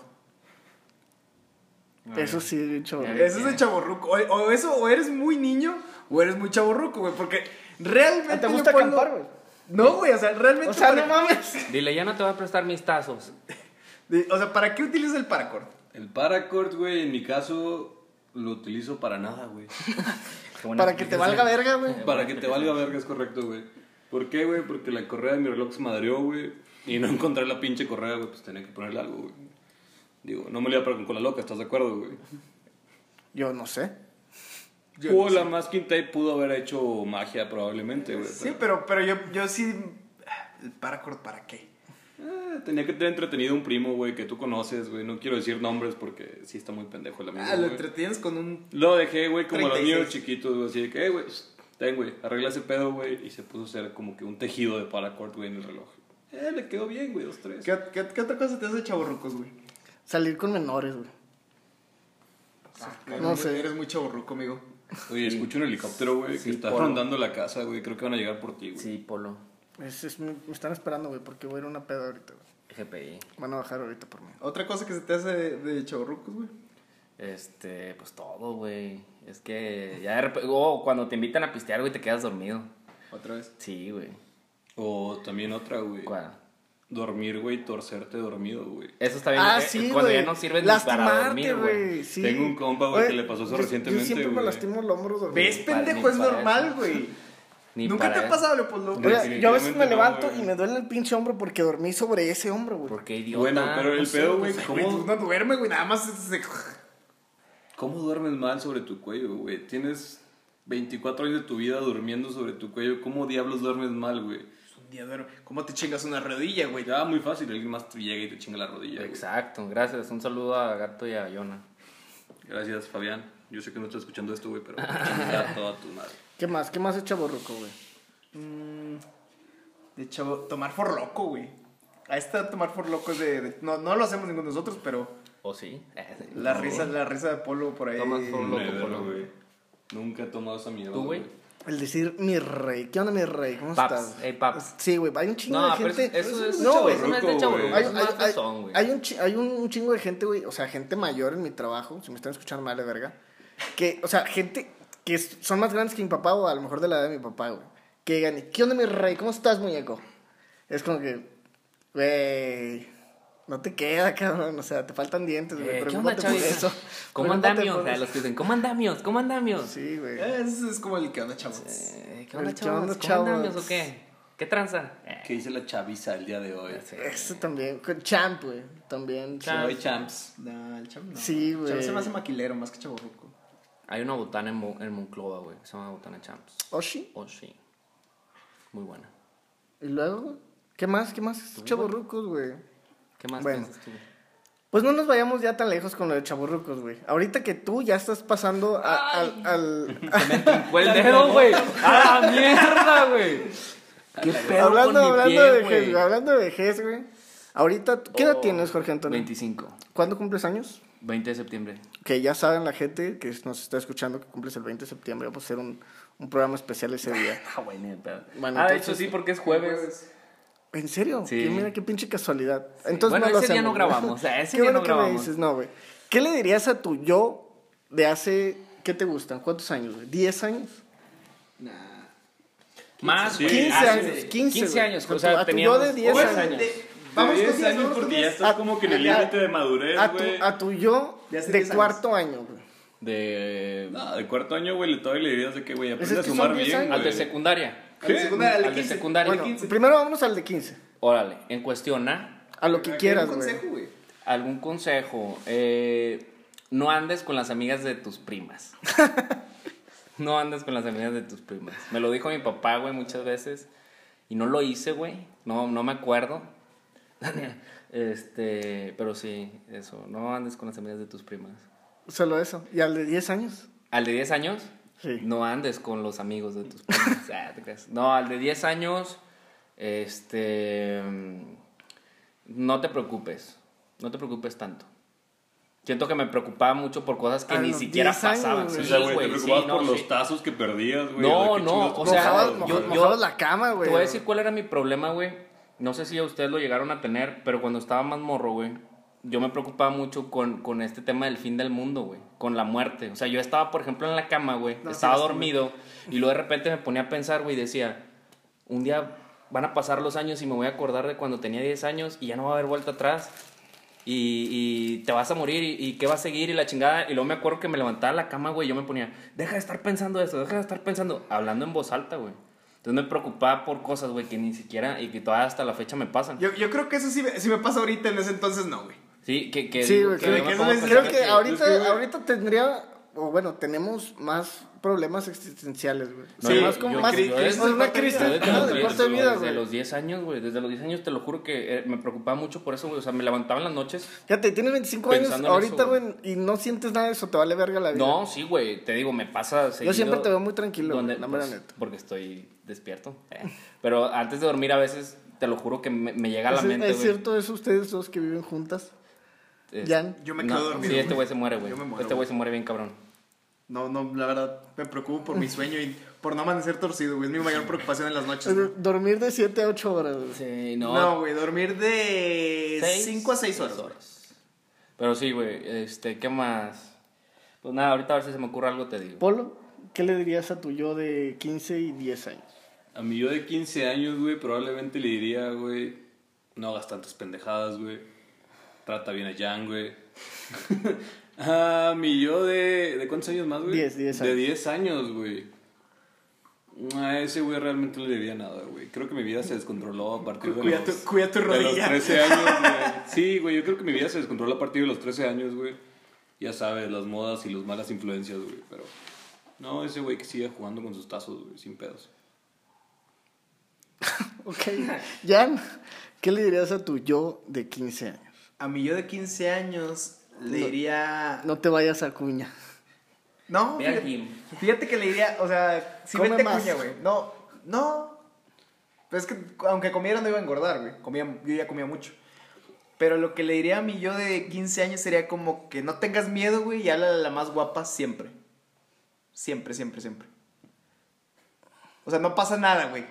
Speaker 4: Eso sí, dicho,
Speaker 3: Ah, Ya
Speaker 4: güey.
Speaker 1: Eso es de chaborruco. O, o eso, o eres muy niño, o eres muy chaborruco, güey. Porque realmente.
Speaker 4: Ah, ¿Te
Speaker 1: yo
Speaker 4: gusta
Speaker 1: cuando-
Speaker 4: acampar, güey?
Speaker 1: No, güey, o sea, realmente.
Speaker 4: O sea,
Speaker 1: para-
Speaker 4: no mames.
Speaker 3: Dile, ya no te voy a prestar mis tazos.
Speaker 1: de- o sea, ¿para qué utilizas el paracord?
Speaker 2: El paracord, güey, en mi caso, lo utilizo para nada, güey.
Speaker 3: Qué buena
Speaker 4: Para que te
Speaker 3: explicación.
Speaker 4: valga verga, güey.
Speaker 2: Para que te valga verga, es correcto, güey. ¿Por qué, güey? Porque la correa de mi reloj se madreó, güey. Y no encontré la pinche correa, güey. Pues tenía que ponerle algo, güey. Digo, no me lo iba a parar con la loca, ¿estás de acuerdo, güey?
Speaker 4: Yo no sé.
Speaker 1: Yo no
Speaker 2: Hubo la
Speaker 1: sé.
Speaker 2: Masking Tape pudo haber hecho magia probablemente, güey.
Speaker 1: Sí, pero, pero yo, yo sí. ah, El paracord, ¿para qué?
Speaker 2: Eh, tenía que tener entretenido un primo, güey, que tú conoces, güey. No quiero decir nombres porque sí está muy pendejo el amigo.
Speaker 1: Ah, lo
Speaker 2: güey.
Speaker 1: entretienes con un.
Speaker 2: Lo dejé, güey, como los
Speaker 1: 36.
Speaker 2: niños chiquitos, güey, así de que, "Eh, güey, pss, ten, güey, arregla ese pedo, güey. Y se puso a hacer como que un tejido de paracord, güey, en el reloj. Eh, le quedó bien, güey, dos, tres.
Speaker 1: ¿Qué, qué, qué otra cosa te hace chaborrucos, güey?
Speaker 4: Salir con menores, güey.
Speaker 1: Ah,
Speaker 4: no sé.
Speaker 1: Eres muy chaborruco, amigo.
Speaker 2: Oye, escucho un helicóptero, güey,
Speaker 3: Sí,
Speaker 2: que está
Speaker 3: por-
Speaker 2: rondando la casa, güey. Creo que van a llegar por ti, güey.
Speaker 3: Sí, Polo.
Speaker 4: Es- es- me me están esperando, güey, porque voy a ir a una peda ahorita, güey.
Speaker 3: GPI.
Speaker 4: Van a bajar ahorita por mí.
Speaker 1: Otra cosa que se te hace de, de chavorrucos, güey.
Speaker 3: Este, pues todo, güey. Es que ya de repente. Oh, cuando te invitan a pistear, güey, te quedas dormido.
Speaker 1: Otra vez.
Speaker 3: Sí, güey.
Speaker 2: O también otra, güey.
Speaker 3: ¿Cuál?
Speaker 2: Dormir, güey, torcerte dormido, güey.
Speaker 3: Eso está bien.
Speaker 4: Ah,
Speaker 3: eh,
Speaker 4: sí,
Speaker 3: Cuando
Speaker 4: güey.
Speaker 3: ya no sirven ni para
Speaker 4: Lastimarte,
Speaker 3: dormir, güey.
Speaker 4: güey. sí.
Speaker 2: Tengo un compa, güey, que le pasó eso
Speaker 4: yo-
Speaker 2: recientemente,
Speaker 4: Yo siempre me
Speaker 2: güey.
Speaker 4: lastimo el hombro dormido.
Speaker 1: ¿Ves,
Speaker 3: Ni pa-
Speaker 1: pendejo?
Speaker 3: ni
Speaker 1: es
Speaker 3: para
Speaker 1: normal,
Speaker 3: eso.
Speaker 1: güey.
Speaker 3: Ni
Speaker 1: Nunca te
Speaker 3: para
Speaker 1: ha
Speaker 3: eso.
Speaker 1: pasado, Leopoldo.
Speaker 4: Mira, yo a veces
Speaker 2: Definitivamente
Speaker 4: me
Speaker 2: no,
Speaker 4: levanto
Speaker 2: güey.
Speaker 4: y me duele el pinche hombro porque dormí sobre ese hombro, güey.
Speaker 3: ¿Por qué idiota?
Speaker 2: Bueno, pero el
Speaker 3: No sé,
Speaker 2: pedo,
Speaker 3: güey.
Speaker 2: güey,
Speaker 1: pues, Güey, tú
Speaker 2: ¿cómo,
Speaker 1: no duerme, güey. Nada más se- se-
Speaker 2: ¿cómo duermes mal sobre tu cuello, güey? Tienes 24 años de tu vida durmiendo sobre tu cuello. ¿Cómo diablos duermes mal, güey?
Speaker 1: Un día duerme. ¿Cómo te chingas una rodilla, güey?
Speaker 2: Ya, muy fácil. Alguien más te llega y te chinga la rodilla. güey.
Speaker 3: Exacto, gracias. Un saludo a Gato y a Yona.
Speaker 2: Gracias, Fabián. Yo sé que no estás escuchando esto, güey, pero chinga toda tu madre.
Speaker 4: ¿Qué más? ¿Qué más es chaborruco, güey?
Speaker 1: Mm, de chavo, tomar forloco, güey. A esta tomar forloco es de, de- No, no lo hacemos ninguno de nosotros, pero
Speaker 3: ¿O sí?
Speaker 1: la risa, la risa de Polo por ahí.
Speaker 3: Tomas forloco.
Speaker 2: Never,
Speaker 3: Polo.
Speaker 2: güey. Nunca he tomado esa mierda,
Speaker 3: ¿Tú, güey?
Speaker 4: El decir mi rey. ¿Qué onda, mi rey? ¿Cómo
Speaker 3: Paps,
Speaker 4: estás?
Speaker 3: ey, paps.
Speaker 4: Sí, güey, hay un chingo
Speaker 3: No,
Speaker 4: de
Speaker 3: pero
Speaker 4: gente.
Speaker 3: eso, eso es
Speaker 4: no,
Speaker 3: chavo,
Speaker 4: güey.
Speaker 3: eso no es de chavo,
Speaker 2: güey.
Speaker 3: eso
Speaker 4: Hay,
Speaker 3: es
Speaker 4: hay-
Speaker 3: más
Speaker 4: hay-
Speaker 3: razón, güey.
Speaker 4: hay un, chi- hay un, un chingo de gente, güey, o sea, gente mayor en mi trabajo, si me están escuchando mal de verga, que, o sea, gente que es- son más grandes que mi papá o a lo mejor de la edad de mi papá, güey, que digan, ¿qué onda mi rey? ¿Cómo estás, muñeco? Es como que, güey, no te queda, cabrón, o sea, te faltan dientes, güey,
Speaker 3: Eh, ¿Qué onda,
Speaker 4: preocúpate por
Speaker 3: chavita?
Speaker 4: eso.
Speaker 3: ¿Cómo
Speaker 4: Preocúpate
Speaker 3: andamios?
Speaker 4: por
Speaker 3: O sea,
Speaker 4: eso.
Speaker 3: los que dicen, ¿cómo andamios? ¿Cómo andamios?
Speaker 4: Sí, güey.
Speaker 1: Ese Eh, es como el que onda, chavos.
Speaker 3: Eh, ¿Qué onda,
Speaker 4: El que
Speaker 3: chavos?
Speaker 4: onda,
Speaker 3: ¿Cómo
Speaker 4: chavos.
Speaker 3: andamios o qué? ¿Qué tranza? Eh,
Speaker 2: ¿Qué dice la chaviza el día de hoy?
Speaker 3: sí.
Speaker 4: Eso también, con champ, güey, también.
Speaker 3: Champ.
Speaker 2: Soy champs.
Speaker 1: No, el chavo no.
Speaker 4: Sí,
Speaker 1: El chavo
Speaker 4: güey.
Speaker 1: se me hace maquilero más que chaborruco.
Speaker 3: Hay una botana en, Mo- en Monclova, güey, que se llama Botana Champs.
Speaker 4: Oshi.
Speaker 3: Oh, sí. Muy buena.
Speaker 4: Y luego, ¿qué más? ¿Qué más?
Speaker 3: Pues
Speaker 4: Chaborrucos, güey.
Speaker 3: ¿Qué más
Speaker 4: Bueno.
Speaker 3: piensas tú?
Speaker 4: Pues no nos vayamos ya tan lejos con lo de chaborrucos, güey. Ahorita que tú ya estás pasando a- al, al-
Speaker 3: Fue el dedo, güey. ¡A la mierda, güey! ¿Qué pedo
Speaker 4: hablando,
Speaker 3: con mi
Speaker 4: hablando
Speaker 3: pie,
Speaker 4: de
Speaker 3: güey?
Speaker 4: vejez, güey, hablando de vejez, güey. Ahorita, ¿qué edad
Speaker 3: Oh,
Speaker 4: tienes, Jorge Antonio?
Speaker 3: 25.
Speaker 4: ¿Cuándo cumples años?
Speaker 3: 20 de septiembre.
Speaker 4: Que ya saben la gente que nos está escuchando que cumples el 20 de septiembre. Vamos a hacer un, un programa especial ese día.
Speaker 3: Ah, güey, ni de pedo.
Speaker 4: Bueno,
Speaker 3: ah, de
Speaker 4: entonces-
Speaker 3: hecho sí, porque es jueves.
Speaker 4: ¿En serio?
Speaker 3: Sí.
Speaker 4: Que mira qué pinche casualidad. Entonces
Speaker 3: Bueno,
Speaker 4: no lo
Speaker 3: ese día
Speaker 4: hacemos,
Speaker 3: no
Speaker 4: güey.
Speaker 3: grabamos, o sea, ese
Speaker 4: Qué
Speaker 3: día
Speaker 4: bueno
Speaker 3: no
Speaker 4: que me
Speaker 3: grabamos.
Speaker 4: dices, no, güey. ¿Qué le dirías a tu yo de hace, ¿qué te gustan? ¿Cuántos años, güey? ¿10 años?
Speaker 3: Más, güey.
Speaker 4: 15
Speaker 3: Ah,
Speaker 4: años,
Speaker 3: sí.
Speaker 4: 15,
Speaker 3: 15
Speaker 4: güey.
Speaker 3: años.
Speaker 4: A
Speaker 3: O
Speaker 4: tu-
Speaker 3: sea,
Speaker 4: a tu yo
Speaker 3: teníamos
Speaker 4: de 10
Speaker 1: Pues,
Speaker 3: ocho
Speaker 4: años.
Speaker 1: Vamos
Speaker 2: Vamos
Speaker 1: con
Speaker 2: 10
Speaker 1: diez,
Speaker 2: años
Speaker 1: vamos con
Speaker 2: porque ya
Speaker 1: diez.
Speaker 2: estás como que en el
Speaker 4: a-
Speaker 2: límite de madurez,
Speaker 4: A tu,
Speaker 2: güey.
Speaker 4: a tu yo
Speaker 1: De hace
Speaker 4: de
Speaker 1: 10 años.
Speaker 4: cuarto año, güey.
Speaker 3: De...
Speaker 2: No, de cuarto año, güey, le todavía le dirías de que, güey,
Speaker 4: Pues
Speaker 2: aprende
Speaker 4: es
Speaker 2: a
Speaker 4: que son
Speaker 2: sumar
Speaker 4: 10
Speaker 2: bien,
Speaker 4: años.
Speaker 3: Al de
Speaker 2: güey.
Speaker 3: secundaria.
Speaker 1: Al de secundaria,
Speaker 3: Al de
Speaker 1: 15.
Speaker 3: secundaria.
Speaker 1: Bueno,
Speaker 3: Al de 15.
Speaker 4: Primero vámonos al de 15.
Speaker 3: Órale, en cuestión A,
Speaker 4: A lo que
Speaker 1: Aquí
Speaker 4: quieras,
Speaker 1: un
Speaker 4: güey.
Speaker 1: consejo, güey.
Speaker 3: algún consejo. Eh, no andes con las amigas de tus primas. no andes con las amigas de tus primas. Me lo dijo mi papá, güey, muchas veces. Y no lo hice, güey. No, no me acuerdo. este, pero sí, eso. No andes con las amigas de tus primas.
Speaker 4: Solo eso. ¿Y al de 10 años?
Speaker 3: Al de 10 años,
Speaker 4: Sí.
Speaker 3: no andes con los amigos de tus primos. Ah, te creas. no, al de 10 años, este. mm, No te preocupes. No te preocupes tanto. Siento que me preocupaba mucho por cosas que
Speaker 4: A
Speaker 3: ni
Speaker 4: los
Speaker 3: siquiera
Speaker 4: 10 Ah, años,
Speaker 3: pasaban.
Speaker 4: güey.
Speaker 2: O
Speaker 3: Sí,
Speaker 2: sea, güey,
Speaker 3: güey,
Speaker 2: te
Speaker 3: sí,
Speaker 2: preocupabas por
Speaker 3: no,
Speaker 2: los
Speaker 3: sí.
Speaker 2: tazos que perdías, güey.
Speaker 3: No,
Speaker 2: de que
Speaker 3: no,
Speaker 2: chingados
Speaker 3: o
Speaker 2: tú
Speaker 3: sea,
Speaker 4: Mojabas-
Speaker 2: pasabas,
Speaker 3: yo-
Speaker 4: moja-
Speaker 2: güey.
Speaker 4: mojabas la cama, güey.
Speaker 3: Te voy a decir cuál era mi problema, güey. No sé si ustedes lo llegaron a tener, pero cuando estaba más morro, güey, yo me preocupaba mucho con, con este tema del fin del mundo, güey. Con la muerte. O sea, yo estaba, por ejemplo, en la cama, güey.
Speaker 4: No,
Speaker 3: estaba
Speaker 4: sí, sí,
Speaker 3: dormido. Y luego de repente me ponía a pensar, güey, y decía, un día van a pasar los años y me voy a acordar de cuando tenía 10 años y ya no va a haber vuelta atrás. Y, y te vas a morir y, y qué va a seguir y la chingada. Y luego me acuerdo que me levantaba de la cama, güey, y yo me ponía, deja de estar pensando eso, deja de estar pensando, hablando en voz alta, güey. Entonces me preocupaba por cosas, güey, que ni siquiera y que todavía hasta la fecha me pasan.
Speaker 1: Yo, yo creo que eso sí, me- si me pasa ahorita, en ese entonces no, güey.
Speaker 3: Sí, que, que,
Speaker 4: Sí,
Speaker 3: digo
Speaker 4: güey.
Speaker 3: que
Speaker 4: creo
Speaker 3: no me
Speaker 1: que
Speaker 3: puedo
Speaker 1: eso es-
Speaker 3: pensar
Speaker 4: creo
Speaker 1: que-
Speaker 4: que
Speaker 1: es que,
Speaker 4: ahorita,
Speaker 1: güey.
Speaker 4: ahorita tendría o bueno, tenemos más problemas existenciales, güey.
Speaker 3: No,
Speaker 4: sí,
Speaker 3: yo-
Speaker 4: más como
Speaker 3: yo-
Speaker 4: más
Speaker 3: yo desde-
Speaker 4: no, una crisis
Speaker 3: Yo desde
Speaker 4: ajá,
Speaker 3: los
Speaker 4: de
Speaker 3: diez-
Speaker 4: corte de vida,
Speaker 3: Desde
Speaker 4: güey.
Speaker 3: los 10 años, güey. Desde los 10 años te lo juro que eh, me preocupaba mucho por eso, güey. O sea, me levantaba en las noches
Speaker 4: Fíjate, tienes 25 años
Speaker 3: Pensando en
Speaker 4: ahorita,
Speaker 3: eso, güey.
Speaker 4: güey, y no sientes nada de eso, te vale verga la vida.
Speaker 3: No, sí, güey, te digo, me pasa seguido pues,
Speaker 4: siempre te veo muy tranquilo, güey, la mera neta.
Speaker 3: Porque estoy despierto. eh. Pero antes de dormir a veces, te lo juro que me, me llega a la
Speaker 4: ¿Es,
Speaker 3: mente,
Speaker 4: es
Speaker 3: güey.
Speaker 4: cierto eso ustedes dos que viven juntas?
Speaker 3: Es-
Speaker 4: Jan.
Speaker 1: Yo me quedo dormido.
Speaker 3: Sí, este güey se muere, güey.
Speaker 1: Yo me muero,
Speaker 3: Este güey
Speaker 1: güey.
Speaker 3: se muere bien cabrón.
Speaker 1: No, no, la verdad, me preocupo por mi sueño y por no amanecer torcido, güey. Es mi mayor preocupación en las noches. güey.
Speaker 4: Dormir de 7 a 8 horas. güey.
Speaker 3: Sí,
Speaker 1: No, güey, dormir de
Speaker 3: Seis,
Speaker 1: 5 a 6 horas.
Speaker 3: seis Pero sí, güey, este, ¿qué más? Pues nada, ahorita a ver si se me ocurre algo te digo.
Speaker 4: Polo, ¿qué le dirías a tu yo de 15 y 10 años?
Speaker 2: A mi yo de 15 años, güey, probablemente le diría, güey, no hagas tantas pendejadas, güey. Trata bien a Jan, güey. a mi yo de... ¿De cuántos años más, güey?
Speaker 4: Diez, diez
Speaker 2: De
Speaker 4: años.
Speaker 2: 10 años, güey. A ese güey realmente no le diría nada, güey. Creo que mi vida se descontroló a partir de
Speaker 1: Cuida
Speaker 2: los...
Speaker 1: tu, cuida tu
Speaker 2: De los
Speaker 1: rodilla.
Speaker 2: 13 años, güey. Sí, güey, yo creo que mi vida se descontroló a partir de los 13 años, güey. Ya sabes, las modas y las malas influencias, güey. Pero no, ese güey que sigue jugando con sus tazos, güey, sin pedos.
Speaker 4: Ok. Jan, ¿qué le dirías a tu yo de 15 años?
Speaker 1: A mi yo de 15 años le
Speaker 4: No.
Speaker 1: diría.
Speaker 4: No te vayas a cuña.
Speaker 1: No,
Speaker 3: Ve al
Speaker 1: fíjate,
Speaker 3: gym.
Speaker 1: fíjate que le diría, o sea, si
Speaker 4: Come
Speaker 1: vente
Speaker 4: más.
Speaker 1: cuña, güey. No, no. Pues es que aunque comiera no iba a engordar, güey. Comía, yo ya comía mucho. Pero lo que le diría a mi yo de 15 años sería como que no tengas miedo, güey, y habla a la más guapa siempre. Siempre, siempre, siempre. O sea, no pasa nada, güey.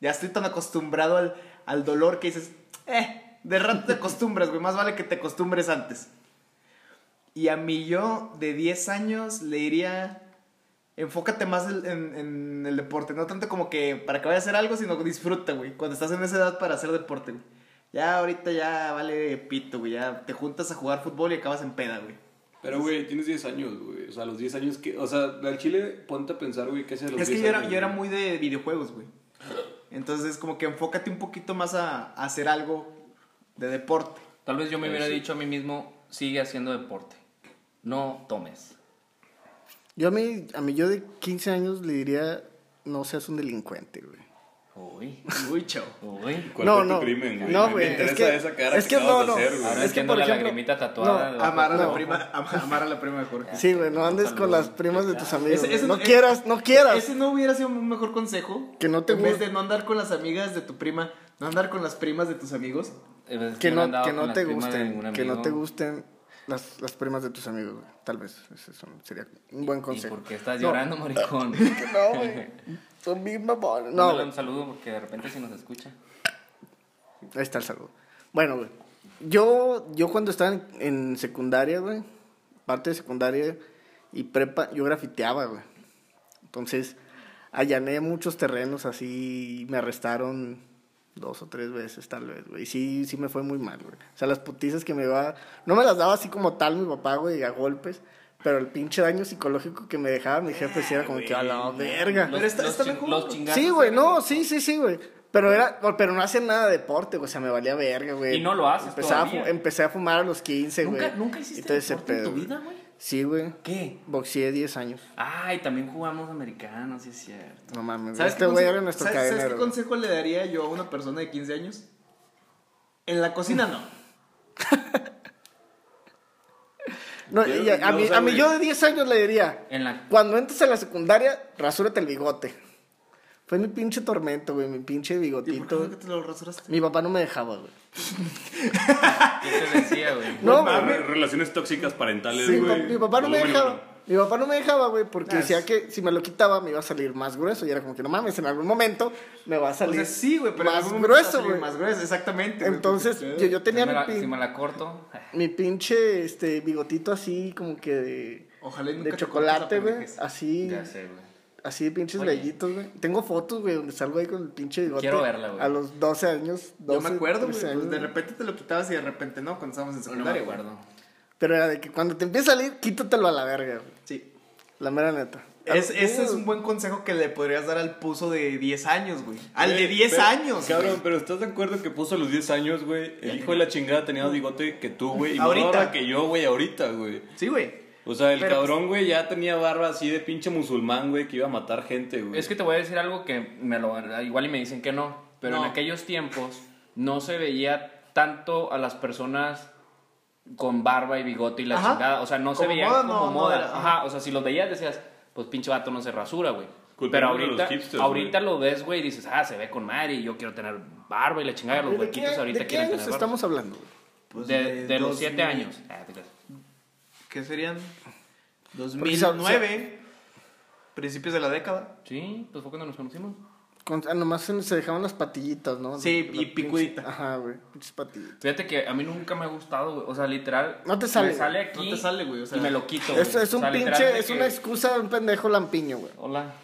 Speaker 1: Ya estoy tan acostumbrado al, al dolor que dices, eh, de rato te acostumbras, güey. Más vale que te acostumbres antes. Y a mi yo de 10 años le diría, enfócate más en, en- en el deporte, no tanto como que para que vayas a hacer algo, sino disfruta, güey, cuando estás en esa edad para hacer deporte, güey. Ya ahorita ya vale pito, güey, ya te juntas a jugar fútbol y acabas en peda, güey.
Speaker 2: Pero, güey, tienes 10 años, güey. O sea, a los 10 años que... O sea, al chile, ponte a pensar, güey, qué haces a los
Speaker 1: Es
Speaker 2: 10
Speaker 1: que yo era,
Speaker 2: años,
Speaker 1: yo era
Speaker 2: güey?
Speaker 1: muy de videojuegos, güey. Entonces como que enfócate un poquito más a, a hacer algo de deporte.
Speaker 3: Tal vez yo me
Speaker 2: Pero
Speaker 3: hubiera
Speaker 2: sí.
Speaker 3: dicho a mí mismo, sigue haciendo deporte. No tomes.
Speaker 4: Yo a mí, a mi yo de 15 años le diría, no seas un delincuente, güey.
Speaker 3: Uy,
Speaker 1: Uy, chao.
Speaker 3: uy.
Speaker 2: ¿Cuál
Speaker 4: no,
Speaker 2: fue tu
Speaker 4: no,
Speaker 2: crimen, güey?
Speaker 4: no,
Speaker 2: Me
Speaker 4: güey, es
Speaker 2: interesa
Speaker 4: que-
Speaker 2: esa cara
Speaker 4: es
Speaker 2: que
Speaker 4: que
Speaker 2: acabas
Speaker 4: no,
Speaker 2: de
Speaker 4: no.
Speaker 2: hacer,
Speaker 4: Ahora
Speaker 2: güey.
Speaker 3: Ahora
Speaker 4: es que,
Speaker 3: entiendo
Speaker 4: por
Speaker 3: la
Speaker 4: ejemplo,
Speaker 3: lagrimita tatuada.
Speaker 4: no,
Speaker 3: debajo.
Speaker 1: Amar a la
Speaker 4: No.
Speaker 1: prima, am- amar a la prima mejor.
Speaker 4: Sí, güey, no andes con las primas de tus amigos.
Speaker 1: Ese-
Speaker 4: güey.
Speaker 1: ese-
Speaker 4: no
Speaker 1: eh,
Speaker 4: quieras, no quieras.
Speaker 1: Ese no hubiera sido un mejor consejo.
Speaker 4: Que no te
Speaker 1: En vez
Speaker 4: guste.
Speaker 1: de no andar con las amigas de tu prima, no andar con las primas de tus amigos.
Speaker 4: Este
Speaker 3: Eh, pues,
Speaker 4: que
Speaker 3: yo
Speaker 4: no,
Speaker 3: andaba
Speaker 4: que
Speaker 3: con
Speaker 4: no
Speaker 3: las
Speaker 4: te
Speaker 3: primas de
Speaker 4: gusten,
Speaker 3: ningún
Speaker 4: que no
Speaker 3: amigo.
Speaker 4: te gusten las, las primas de tus amigos, güey. Tal vez, ese es un- sería un buen
Speaker 3: ¿Y
Speaker 4: consejo.
Speaker 3: por qué estás
Speaker 4: No.
Speaker 3: llorando, maricón?
Speaker 4: No, güey, son bien mamones. No,
Speaker 3: No,
Speaker 4: güey.
Speaker 3: un saludo porque de repente si nos escucha.
Speaker 4: Ahí está el saludo. Bueno, güey. Yo, yo cuando estaba en, en secundaria, güey, parte de secundaria y prepa, yo grafiteaba, güey. Entonces, allané muchos terrenos así, me arrestaron dos o tres veces tal vez, güey. Y sí, sí me fue muy mal, güey. O sea, las putizas que me daba, no me las daba así como tal mi papá, güey, a golpes. Pero el pinche daño psicológico que me dejaba mi jefe sí era como que a la verga.
Speaker 1: Pero está- está mejor,
Speaker 3: los
Speaker 1: güey.
Speaker 3: chingazos
Speaker 4: Sí, güey,
Speaker 3: eran-
Speaker 4: no, sí, sí, sí, güey. Pero, era, pero no hacía nada de deporte, güey. O sea, me valía verga, güey.
Speaker 3: Y no lo haces
Speaker 4: empecé a, fu-
Speaker 3: todavía.
Speaker 4: empecé a fumar a los 15, güey.
Speaker 3: ¿Nunca, nunca hiciste
Speaker 4: Y todo ese
Speaker 3: deporte en tu
Speaker 4: pedo,
Speaker 3: vida, güey?
Speaker 4: Sí, güey.
Speaker 3: ¿Qué?
Speaker 4: Boxeé 10 años.
Speaker 3: Ay, también jugamos americanos, sí es cierto.
Speaker 4: No mames, güey.
Speaker 1: ¿Sabes
Speaker 4: Este
Speaker 1: qué
Speaker 4: güey
Speaker 1: conse-
Speaker 4: era nuestro
Speaker 1: ¿sabes, sabes qué
Speaker 4: cadenero. güey.
Speaker 1: consejo le daría yo a una persona de 15 años? En la cocina no.
Speaker 4: No,
Speaker 2: Yo-
Speaker 4: y a, a
Speaker 2: no,
Speaker 4: mí,
Speaker 2: o sea,
Speaker 4: a mí
Speaker 2: güey.
Speaker 4: yo de 10 años le diría,
Speaker 3: En la...
Speaker 4: cuando entres a la secundaria, rasúrate el bigote. Fue mi pinche tormento, güey, mi pinche
Speaker 1: ¿Y por qué fue
Speaker 4: bigotito.
Speaker 1: que te lo rasuraste?
Speaker 4: Mi papá no me dejaba, güey.
Speaker 3: ¿Qué te decía, güey?
Speaker 4: No,
Speaker 2: Ah,
Speaker 4: güey.
Speaker 2: re- Relaciones tóxicas parentales,
Speaker 4: Sí,
Speaker 2: güey.
Speaker 4: pa- mi papá no me
Speaker 2: Volumen
Speaker 4: dejaba.
Speaker 2: uno.
Speaker 4: Mi papá no me dejaba, güey, porque
Speaker 1: Ah,
Speaker 4: decía
Speaker 1: es-
Speaker 4: que si me lo quitaba me iba a salir más grueso. Y era como que no mames, en algún momento me va a
Speaker 1: O sea,
Speaker 4: salir.
Speaker 1: sí, güey, pero en
Speaker 4: más
Speaker 1: algún momento te va a
Speaker 4: grueso,
Speaker 1: salir
Speaker 4: güey.
Speaker 1: Más grueso, exactamente. güey,
Speaker 4: Entonces,
Speaker 1: porque-
Speaker 4: yo, yo tenía
Speaker 3: si, me
Speaker 4: mi,
Speaker 3: la,
Speaker 4: pin-
Speaker 3: si me la corto,
Speaker 4: mi pinche este, bigotito así, como que de,
Speaker 1: Ojalá y nunca
Speaker 4: de
Speaker 1: te cortes
Speaker 4: chocolate,
Speaker 1: la
Speaker 4: güey.
Speaker 1: pendejez.
Speaker 4: Así,
Speaker 3: ya sé, güey.
Speaker 4: así de pinches
Speaker 3: Oye.
Speaker 4: vellitos, güey. Tengo fotos, güey, donde salgo ahí con el pinche bigote.
Speaker 3: Quiero verla, güey.
Speaker 4: A los 12 años. 12,
Speaker 1: Yo me acuerdo, güey.
Speaker 4: 13 años,
Speaker 1: pues, de
Speaker 4: güey.
Speaker 1: repente te lo quitabas y de repente no, cuando estábamos en
Speaker 3: No me
Speaker 1: secundaria, güey.
Speaker 3: acuerdo.
Speaker 4: Pero era de que cuando te empieza a salir, quítatelo a la verga, güey.
Speaker 1: Sí.
Speaker 4: La mera neta.
Speaker 1: Es-
Speaker 4: A-
Speaker 1: ese es un buen consejo que le podrías dar al puso de 10 años, güey. Al
Speaker 2: Güey,
Speaker 1: de 10
Speaker 2: pero-
Speaker 1: años.
Speaker 2: Cabrón,
Speaker 1: güey.
Speaker 2: pero ¿estás de acuerdo que puso a los 10 años, güey? El hijo de la chingada tenía más bigote que tú, güey. Y más
Speaker 1: Ahorita.
Speaker 2: ahora que yo, güey, ahorita, güey.
Speaker 1: Sí, güey.
Speaker 2: O sea, el
Speaker 1: Pero,
Speaker 2: cabrón, güey, ya tenía barba así de pinche musulmán, güey, que iba a matar gente, güey.
Speaker 3: Es que te voy a decir algo que me lo, igual y me dicen que no, pero
Speaker 2: No.
Speaker 3: en aquellos tiempos no se veía tanto a las personas con barba y bigote y la
Speaker 1: Ajá.
Speaker 3: chingada, o sea, no se
Speaker 1: Como
Speaker 3: veían
Speaker 1: moda,
Speaker 3: como
Speaker 1: no, no
Speaker 3: moda.
Speaker 1: era, ajá.
Speaker 3: Ajá, o sea, si los veías decías, pues pinche vato no se rasura, güey.
Speaker 2: Culpemos
Speaker 3: Pero
Speaker 2: a
Speaker 3: ahorita,
Speaker 2: los hipsters,
Speaker 3: ahorita lo ves, güey, y dices, ah, se ve con madre y yo quiero tener barba y la chingada, los
Speaker 4: ¿De qué,
Speaker 3: huequitos ahorita
Speaker 4: de qué
Speaker 3: quieren
Speaker 4: años
Speaker 3: tener barba.
Speaker 4: estamos hablando? güey?
Speaker 1: Pues,
Speaker 3: de,
Speaker 1: de
Speaker 3: de los
Speaker 1: 2000.
Speaker 3: siete años. Ah, te creas.
Speaker 1: ¿Qué serían?
Speaker 4: Porque sa-
Speaker 1: 2009, principios de la década.
Speaker 3: Sí, pues fue cuando nos conocimos.
Speaker 4: Con- ah, nomás se, se dejaban las patillitas, ¿no?
Speaker 1: Sí,
Speaker 4: La
Speaker 1: y picudita.
Speaker 4: pinche- Ajá, güey. Pinches patillitas.
Speaker 3: Fíjate que a mí nunca me ha gustado, güey. O sea, literal.
Speaker 4: No te
Speaker 3: me
Speaker 4: sale.
Speaker 3: sale aquí.
Speaker 1: No te sale, güey, o sea.
Speaker 3: y me lo quito. güey.
Speaker 4: Es, es
Speaker 3: O
Speaker 4: un
Speaker 3: sea, literal
Speaker 4: pinche,
Speaker 3: de
Speaker 4: es
Speaker 3: que,
Speaker 4: una excusa de un pendejo lampiño, güey.
Speaker 3: Hola.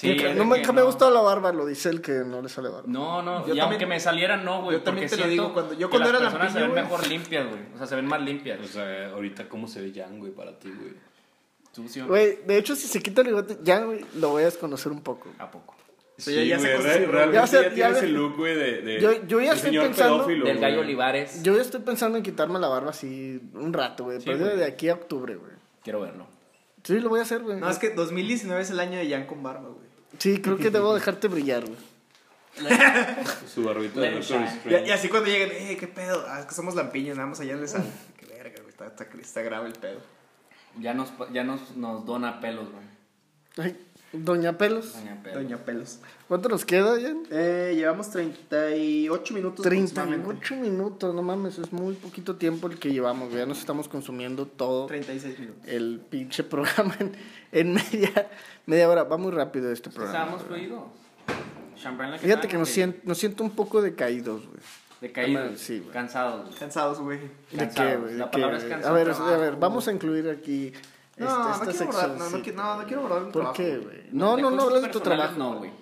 Speaker 4: Yo creo-
Speaker 3: es
Speaker 4: no
Speaker 3: de
Speaker 4: me,
Speaker 3: que
Speaker 4: nunca me ha gustado la barba, lo dice el que no le sale barba.
Speaker 3: No, no,
Speaker 1: Yo
Speaker 3: y
Speaker 1: también-
Speaker 3: aunque me saliera, no, güey.
Speaker 1: yo también te
Speaker 3: porque
Speaker 1: lo
Speaker 3: siento
Speaker 1: digo, cuando- yo
Speaker 3: que
Speaker 1: cuando
Speaker 3: las
Speaker 1: era
Speaker 3: personas se ven
Speaker 1: lampiño, güey.
Speaker 3: mejor limpias, güey. O sea, se ven más limpias.
Speaker 2: O sea, ahorita, ¿cómo se ve Jan, güey, para ti, güey?
Speaker 3: Sucio.
Speaker 4: Güey, de hecho, si se quita el bigote, ya, güey, lo voy a desconocer un poco.
Speaker 3: ¿A poco?
Speaker 1: O sea, ya- ya se
Speaker 2: güey,
Speaker 1: acostumbró.
Speaker 2: re- realmente
Speaker 4: Ya
Speaker 2: ya,
Speaker 4: se- ya
Speaker 2: tiene
Speaker 4: ve-
Speaker 2: ese look, güey, de, de-
Speaker 4: Yo- yo ya
Speaker 2: de
Speaker 4: estoy
Speaker 2: señor
Speaker 4: pensando-
Speaker 2: pedófilo,
Speaker 3: Del gallo
Speaker 2: güey.
Speaker 3: Olivares.
Speaker 4: Yo estoy pensando en quitarme la barba así un rato, güey.
Speaker 3: Sí,
Speaker 4: pero
Speaker 3: güey.
Speaker 4: de aquí a octubre, güey.
Speaker 3: Quiero verlo.
Speaker 4: Sí, lo voy a hacer, güey.
Speaker 1: No, es que 2019 es el año de Jan con barba, güey.
Speaker 4: Sí, creo que debo dejarte brillar, güey.
Speaker 2: Su barbita
Speaker 3: Let
Speaker 2: de
Speaker 3: it
Speaker 2: Doctor
Speaker 3: shine.
Speaker 1: Y, y
Speaker 2: Strange.
Speaker 1: así cuando llegan, eh, qué pedo. Ah, es que somos lampiños, nada más allá les sale. Qué verga, güey. Está, está, está grave el pedo.
Speaker 3: Ya nos, ya nos, nos dona pelos, güey.
Speaker 4: Ay, Doña Pelos.
Speaker 3: Doña Pelos.
Speaker 1: Doña Pelos.
Speaker 4: ¿Cuánto nos queda, Jan?
Speaker 1: Eh, llevamos 38 minutos. 38.
Speaker 4: 38 minutos, no mames, es muy poquito tiempo el que llevamos, güey. Ya nos estamos consumiendo todo
Speaker 1: 36 minutos.
Speaker 4: el pinche programa en, en media, media hora. Va muy rápido este
Speaker 3: Es que
Speaker 4: programa.
Speaker 3: Estábamos fluidos. Champagne en la
Speaker 4: Fíjate que
Speaker 3: nos
Speaker 4: nos siento, nos siento un poco decaídos, güey.
Speaker 3: Decaídos.
Speaker 4: Sí, güey.
Speaker 3: Cansados, güey.
Speaker 1: Cansados, güey.
Speaker 4: ¿De
Speaker 3: Cansados.
Speaker 4: qué, güey?
Speaker 3: La
Speaker 4: ¿De qué,
Speaker 3: palabra es
Speaker 4: güey? A
Speaker 3: cansado
Speaker 4: ver,
Speaker 3: trabajo,
Speaker 4: a ver,
Speaker 3: güey.
Speaker 4: vamos a incluir aquí
Speaker 1: No,
Speaker 4: este-
Speaker 1: no
Speaker 4: esta
Speaker 1: quiero
Speaker 4: sección.
Speaker 1: borrar, no, no
Speaker 4: sí.
Speaker 1: qui- no, no quiero borrar mi
Speaker 4: ¿Por
Speaker 1: trabajo,
Speaker 4: qué,
Speaker 1: güey.
Speaker 4: güey? No, no,
Speaker 3: cosas
Speaker 4: no hablas de tu
Speaker 3: personales,
Speaker 4: trabajo.
Speaker 3: No, güey.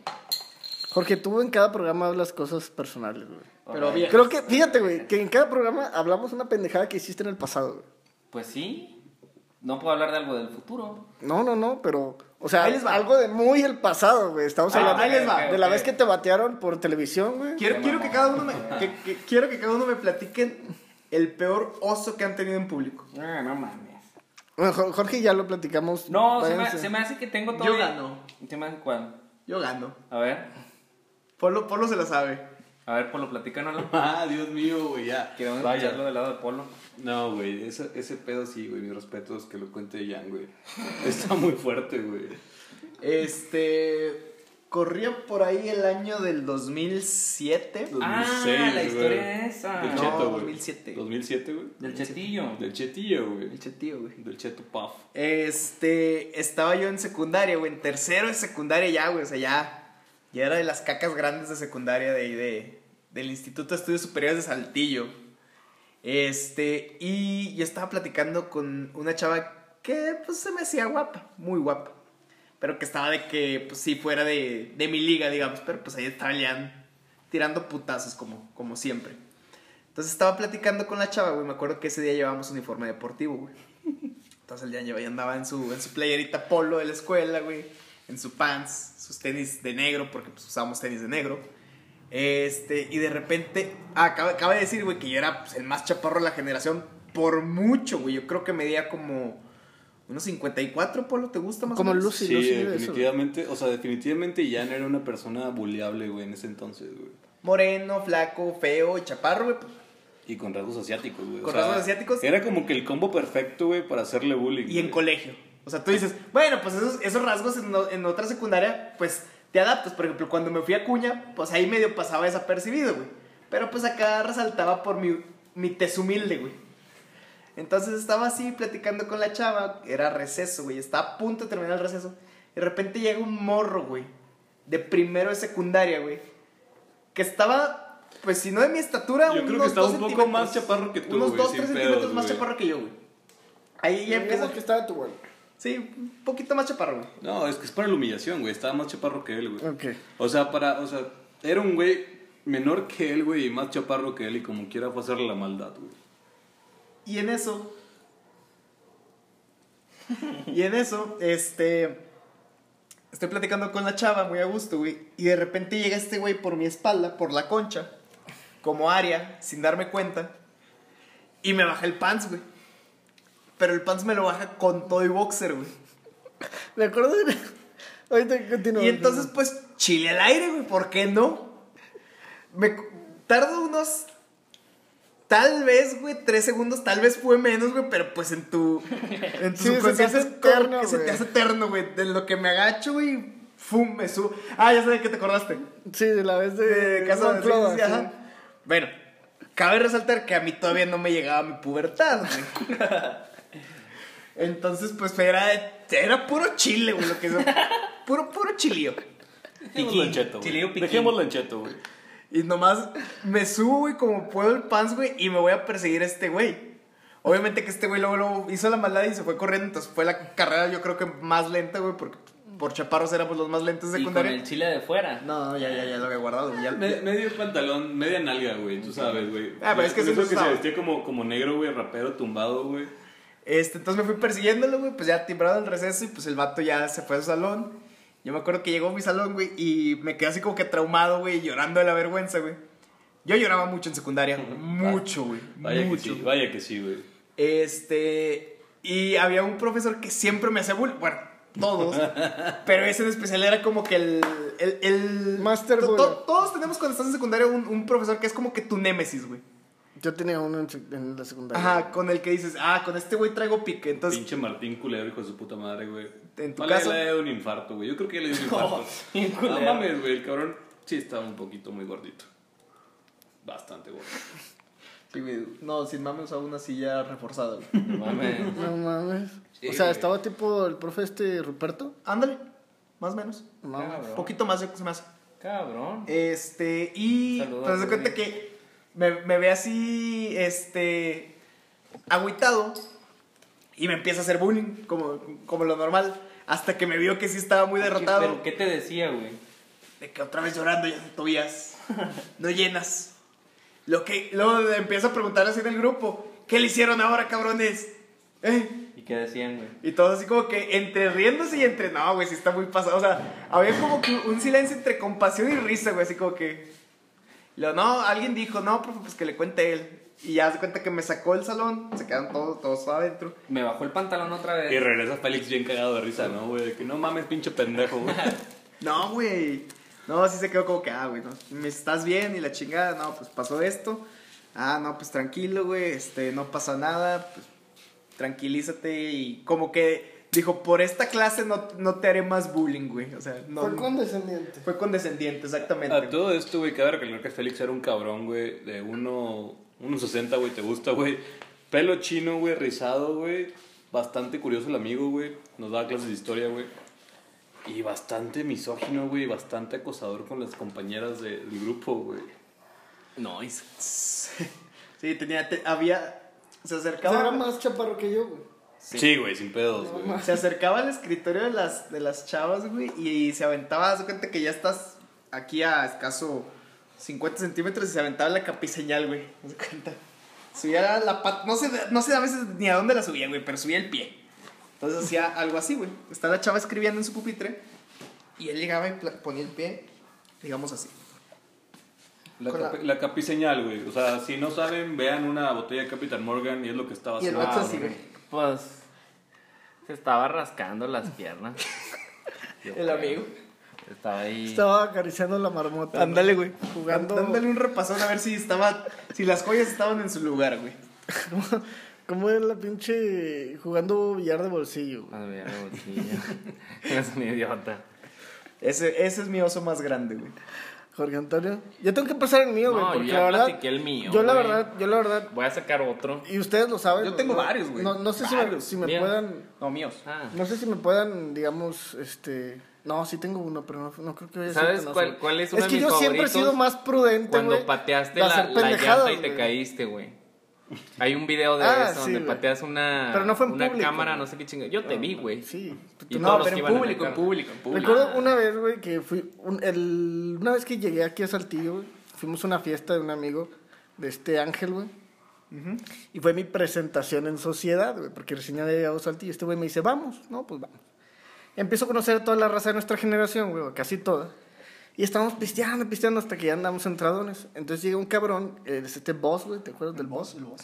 Speaker 4: Jorge, tú en cada programa hablas cosas personales, güey.
Speaker 1: Pero
Speaker 3: Alright.
Speaker 1: bien.
Speaker 4: Creo que, fíjate, güey, que en cada programa hablamos una pendejada que hiciste en el pasado, güey.
Speaker 3: Pues sí. No puedo hablar de algo del futuro.
Speaker 4: No, no, no, pero. O sea,
Speaker 1: Ahí les va.
Speaker 4: algo de muy el pasado, güey. Estamos
Speaker 1: Ah,
Speaker 4: hablando
Speaker 1: ahí les va.
Speaker 4: de la
Speaker 3: Ok,
Speaker 4: vez
Speaker 3: ok.
Speaker 4: que te batearon por televisión, güey.
Speaker 1: Quiero,
Speaker 3: Qué
Speaker 1: quiero que
Speaker 3: mamón.
Speaker 1: cada uno me, que- que- quiero que cada uno me platiquen el peor oso que han tenido en público.
Speaker 3: Ah, no mames.
Speaker 4: Bueno, Jo- Jorge ya lo platicamos.
Speaker 3: No, se me,
Speaker 4: váyanse.
Speaker 3: se me hace que tengo
Speaker 1: Yo
Speaker 3: todo.
Speaker 1: gano.
Speaker 3: ¿Se me hace cuál?
Speaker 1: Yo gano.
Speaker 3: A ver.
Speaker 1: Polo, Polo se la sabe.
Speaker 3: A ver, Polo, platícanoslo.
Speaker 2: Ah, Dios mío, güey, ya.
Speaker 3: Queremos
Speaker 2: Vaya.
Speaker 3: escucharlo del lado de Polo.
Speaker 2: No, güey, ese, ese pedo sí, güey, mis respetos que lo cuente Jan, güey. Está muy fuerte, güey.
Speaker 1: Este. Corría por ahí el año del 2007.
Speaker 3: Ah,
Speaker 2: 2006,
Speaker 3: la
Speaker 2: güey.
Speaker 3: historia esa.
Speaker 2: Del
Speaker 1: No,
Speaker 2: Cheto, güey.
Speaker 1: 2007.
Speaker 2: 2007, güey.
Speaker 3: Del Chetillo.
Speaker 2: Del Chetillo, güey.
Speaker 1: El chetío, güey.
Speaker 2: Del Cheto Puff.
Speaker 1: Este. Estaba yo en secundaria, güey. En tercero de secundaria ya, güey. O sea, ya. Ya era de las cacas grandes de secundaria de ahí de, del Instituto de Estudios Superiores de Saltillo. Este. Y yo estaba platicando con una chava que, pues, se me hacía guapa. Muy guapa. Pero que estaba de que, pues, sí, fuera de, de mi liga, digamos. Pero pues ahí estaba ya tirando putazos, como, como siempre. Entonces estaba platicando con la chava, güey. Me acuerdo que ese día llevábamos uniforme deportivo, güey. Entonces el Jan ya andaba en su, en su playerita polo de la escuela, güey. En su pants, sus tenis de negro, porque pues, usábamos tenis de negro. Este, y de repente, ah, acaba, acaba de decir, güey, que yo era pues, el más chaparro de la generación por mucho, güey. Yo creo que medía como unos 54, Polo, ¿te gusta más? o
Speaker 4: Como
Speaker 1: menos?
Speaker 4: Lucy,
Speaker 2: sí,
Speaker 4: Lucy, de eso. güey.
Speaker 2: definitivamente, o sea, definitivamente Jan era una persona buleable, güey, en ese entonces, güey.
Speaker 1: Moreno, flaco, feo y chaparro, güey. pues,
Speaker 2: Y con rasgos asiáticos, güey. o
Speaker 1: Con
Speaker 2: sea,
Speaker 1: rasgos asiáticos.
Speaker 2: Era como que el combo perfecto, güey, para hacerle bullying.
Speaker 1: Y en
Speaker 2: güey.
Speaker 1: colegio. O sea, tú dices, bueno, pues esos, esos rasgos en, o- en otra secundaria, pues te adaptas. Por ejemplo, cuando me fui a Cuña, pues ahí medio pasaba desapercibido, güey. Pero pues acá resaltaba por mi, mi tez humilde, güey. Entonces estaba así platicando con la chava, era receso, güey. Estaba a punto de terminar el receso. Y de repente llega un morro, güey, de primero de secundaria, güey. Que estaba, pues si no de mi estatura,
Speaker 2: Yo creo que
Speaker 1: unos
Speaker 2: estaba
Speaker 1: dos
Speaker 2: un poco
Speaker 1: centímetros.
Speaker 2: más chaparro que tú,
Speaker 1: Unos
Speaker 2: güey,
Speaker 1: 2-3
Speaker 2: sin pedos,
Speaker 1: centímetros más
Speaker 2: güey.
Speaker 1: chaparro que yo, güey. Ahí ya empieza
Speaker 4: Piensas que estaba tu güey.
Speaker 1: Sí, un poquito más chaparro, güey.
Speaker 2: No, es que es para la humillación, güey. Estaba más chaparro que él, güey.
Speaker 4: Ok.
Speaker 2: O sea, para, o sea, era un güey menor que él, güey, y más chaparro que él, y como quiera fue a hacerle la maldad, güey.
Speaker 1: Y en eso. y en eso, este. Estoy platicando con la chava muy a gusto, güey. Y de repente llega este güey por mi espalda, por la concha, como área, sin darme cuenta. Y me baja el pants, güey. Pero el pants me lo baja con todo y boxer, güey.
Speaker 4: Me acuerdo de... Ahorita continúo.
Speaker 1: Y entonces, pues, chile al aire, güey, ¿por qué no? Me cu- tardo unos. Tal vez, güey, tres segundos, tal vez fue menos, güey, pero pues en tu. En tu
Speaker 4: Sí, se te
Speaker 1: subconsciente
Speaker 4: hace
Speaker 1: es como
Speaker 4: eterno,
Speaker 1: que Se te
Speaker 4: güey.
Speaker 1: hace eterno, güey. De lo que me agacho, güey, fum, me subo. Ah, ya sabes que te acordaste.
Speaker 4: Sí, de la vez de...
Speaker 1: De casa de
Speaker 4: Monclova,
Speaker 1: sí, sí,
Speaker 4: sí.
Speaker 1: ajá. Bueno, cabe resaltar que a mí todavía no me llegaba mi pubertad, güey. Entonces, pues era, era puro chile, güey, lo que es. Puro, puro chilío.
Speaker 2: Dejémoslo en cheto,
Speaker 5: Chileo
Speaker 2: güey.
Speaker 5: piquín.
Speaker 2: Dejémoslo en cheto, güey.
Speaker 1: Y nomás me subo, güey, como puedo el pants, güey, y me voy a perseguir a este güey. Obviamente que este güey luego, luego hizo la maldad y se fue corriendo, entonces fue la carrera yo creo que más lenta, güey, porque por chaparros éramos los más lentos de
Speaker 5: Y con
Speaker 1: secundaria.
Speaker 5: el chile de fuera.
Speaker 1: No, ya, ya, ya lo había guardado. güey, ya-
Speaker 2: Me- medio pantalón, media nalga, güey, tú sabes, güey.
Speaker 1: Ah, pero es que
Speaker 2: Con
Speaker 1: eso
Speaker 2: eso
Speaker 1: no
Speaker 2: que se
Speaker 1: sabe.
Speaker 2: vestía como, como negro, güey, rapero tumbado, güey.
Speaker 1: Este, entonces me fui persiguiéndolo, güey, pues ya timbrado el receso y pues el vato ya se fue a su salón. Yo me acuerdo que llegó a mi salón, güey, y me quedé así como que traumado, güey, llorando de la vergüenza, güey. Yo lloraba mucho en secundaria, mucho, güey.
Speaker 2: Vaya
Speaker 1: mucho.
Speaker 2: que sí, vaya que sí, güey.
Speaker 1: Este. Y había un profesor que siempre me hacía bullying. Bueno, todos. pero ese en especial era como que el. El. el-
Speaker 4: Master
Speaker 1: to-
Speaker 4: bully.
Speaker 1: to- Todos tenemos cuando estás en secundaria un, un profesor que es como que tu némesis, güey.
Speaker 4: Yo tenía uno en, sec- en la secundaria.
Speaker 1: Ajá, con el que dices, ah, con este güey traigo pique. Entonces,
Speaker 2: Pinche Martín culero, hijo de su puta madre, güey.
Speaker 1: En tu
Speaker 2: Ojalá
Speaker 1: caso-
Speaker 2: le haya dado un infarto, güey. Yo creo que ya le dio un infarto.
Speaker 5: bien
Speaker 2: no
Speaker 5: culero.
Speaker 2: mames, güey, el cabrón sí estaba un poquito muy gordito. Bastante gordo.
Speaker 1: Sí, güey, No, sin mames usaba una silla reforzada, güey.
Speaker 5: No mames.
Speaker 4: No mames.
Speaker 5: Sí,
Speaker 4: o sea,
Speaker 5: güey.
Speaker 4: estaba tipo el profe este Ruperto.
Speaker 1: Ándale, más o menos.
Speaker 4: Mames.
Speaker 1: Un
Speaker 5: Cabrón.
Speaker 1: poquito más, yo creo que se me hace.
Speaker 5: Cabrón.
Speaker 1: Este, y
Speaker 5: Saludos,
Speaker 1: pues de
Speaker 5: Rudy.
Speaker 1: cuenta que me, me ve así, este, agüitado y me empieza a hacer bullying, como, como lo normal, hasta que me vio que sí estaba muy derrotado,
Speaker 5: Pero, ¿qué te decía, güey?
Speaker 1: de que otra vez llorando, ya, Tobías, no llenas. Lo que, luego le empieza a preguntar así en el grupo, ¿qué le hicieron ahora, cabrones? ¿Eh?
Speaker 5: ¿Y qué decían, güey?
Speaker 1: Y todos así como que entre riéndose y entre, no, güey, sí está muy pasado. O sea, había como que un silencio entre compasión y risa, güey, así como que... Lo, no, alguien dijo, no, profe, pues que le cuente él. Y ya se cuenta que me sacó el salón, se quedaron todos, todos adentro.
Speaker 5: Me bajó el pantalón otra
Speaker 3: Eh.
Speaker 2: Y
Speaker 5: vez.
Speaker 2: regresa Félix bien cagado de risa, ¿no, güey? De Que no mames, pinche pendejo, güey.
Speaker 1: No, güey. No, sí se quedó como que, ah, güey, no, me estás bien y la chingada, no, pues pasó esto. Ah, no, pues tranquilo, güey, este, no pasa nada, pues tranquilízate y como que dijo, por esta clase no, no te haré más bullying, güey. O sea, no.
Speaker 4: Fue condescendiente.
Speaker 1: Fue condescendiente, exactamente.
Speaker 2: A todo esto, güey, cabe recalcar que Félix era un cabrón, güey, de uno, 1.60, güey, te gusta, güey. Pelo chino, güey, rizado, güey. Bastante curioso el amigo, güey. Nos daba clases de historia, güey. Y bastante misógino, güey. Bastante acosador con las compañeras de- del grupo, güey.
Speaker 5: No, y-
Speaker 1: Sí, tenía, te- había, se
Speaker 4: O sea, era
Speaker 1: acercaba,
Speaker 4: más chaparro que yo, güey.
Speaker 2: Sí, güey, sin pedos, güey.
Speaker 1: se acercaba al escritorio de las, de las chavas, güey, y, se aventaba, haz de cuenta que ya estás aquí a escaso 50 centímetros y se aventaba la capiseñal, güey, haz de cuenta. Subía la, la pata, no sé, no sé a veces ni a dónde la subía, güey, pero subía el pie. Entonces hacía algo así, güey. Está la chava escribiendo en su pupitre y él llegaba y pla- ponía el pie, digamos así.
Speaker 2: La,
Speaker 1: Con la-
Speaker 2: capi- la capi señal, güey. O sea, si no saben, vean una botella de Capitán Morgan y es lo que estaba
Speaker 1: Y el
Speaker 2: haciendo.
Speaker 1: vato
Speaker 5: Ah,
Speaker 1: así, güey.
Speaker 5: pues. Se estaba rascando las piernas. Yo
Speaker 1: El
Speaker 5: creo.
Speaker 1: amigo.
Speaker 5: Estaba ahí.
Speaker 4: Estaba acariciando la marmota. ¿no?
Speaker 1: Ándale, güey.
Speaker 4: Jugando-
Speaker 1: Dándole un repasón a ver si estaba. Si las joyas estaban en su lugar, güey.
Speaker 4: ¿Cómo es la pinche jugando billar de bolsillo, güey?
Speaker 5: Más bien, de bolsillo. oh, Eres un idiota.
Speaker 1: Ese, ese es mi oso más grande, güey.
Speaker 4: Jorge Antonio. Yo tengo que pasar el mío, güey,
Speaker 5: No, yo
Speaker 4: porque
Speaker 5: ya
Speaker 4: la verdad.
Speaker 5: platiqué el mío,
Speaker 4: yo la
Speaker 5: güey.
Speaker 4: verdad, yo la verdad.
Speaker 5: Voy a sacar otro.
Speaker 4: Y ustedes lo saben.
Speaker 1: Yo tengo
Speaker 4: ¿no?
Speaker 1: varios, güey.
Speaker 4: No, no sé si me,
Speaker 1: Varios.
Speaker 4: si me
Speaker 5: Bien.
Speaker 4: puedan.
Speaker 1: No, míos.
Speaker 5: Ah.
Speaker 4: No sé si me puedan, digamos, este. No, sí tengo uno, pero no, no creo que vaya a ser
Speaker 5: ¿Sabes
Speaker 4: que no,
Speaker 5: cuál-
Speaker 4: güey.
Speaker 5: cuál es uno
Speaker 4: Es
Speaker 5: de
Speaker 4: que
Speaker 5: mis
Speaker 4: yo siempre he
Speaker 5: favoritos?
Speaker 4: sido más prudente,
Speaker 5: Cuando
Speaker 4: güey,
Speaker 5: pateaste
Speaker 4: de
Speaker 5: la,
Speaker 4: hacer
Speaker 5: la llanta
Speaker 4: pendejadas,
Speaker 5: y te
Speaker 4: güey.
Speaker 5: caíste, güey. Hay un video de
Speaker 4: Ah,
Speaker 5: eso
Speaker 4: sí,
Speaker 5: donde
Speaker 4: güey.
Speaker 5: pateas una,
Speaker 4: Pero no fue en
Speaker 5: una
Speaker 4: público,
Speaker 5: cámara,
Speaker 4: güey.
Speaker 5: no sé qué chinga. Yo te vi, güey.
Speaker 4: Sí. tú-
Speaker 5: Y
Speaker 4: tú-
Speaker 5: todos
Speaker 1: No,
Speaker 5: los
Speaker 1: pero
Speaker 5: que
Speaker 1: en
Speaker 5: iban en
Speaker 1: público,
Speaker 5: el
Speaker 1: en
Speaker 5: carro.
Speaker 1: público, en público.
Speaker 4: Recuerdo una vez, güey, que fui. un- el- una vez que llegué aquí a Saltillo, güey, fuimos a una fiesta de un amigo de este Ángel, güey. Y fue mi presentación en sociedad, güey, porque recién había llegado a Saltillo. Este güey me dice, vamos, no, pues vamos. Empiezo a conocer a toda la raza de nuestra generación, güey, casi toda. Y estábamos pisteando, pisteando hasta que ya andamos entradones. Entonces llega un cabrón, eh, es este boss, güey, ¿te acuerdas del boss?
Speaker 1: el boss.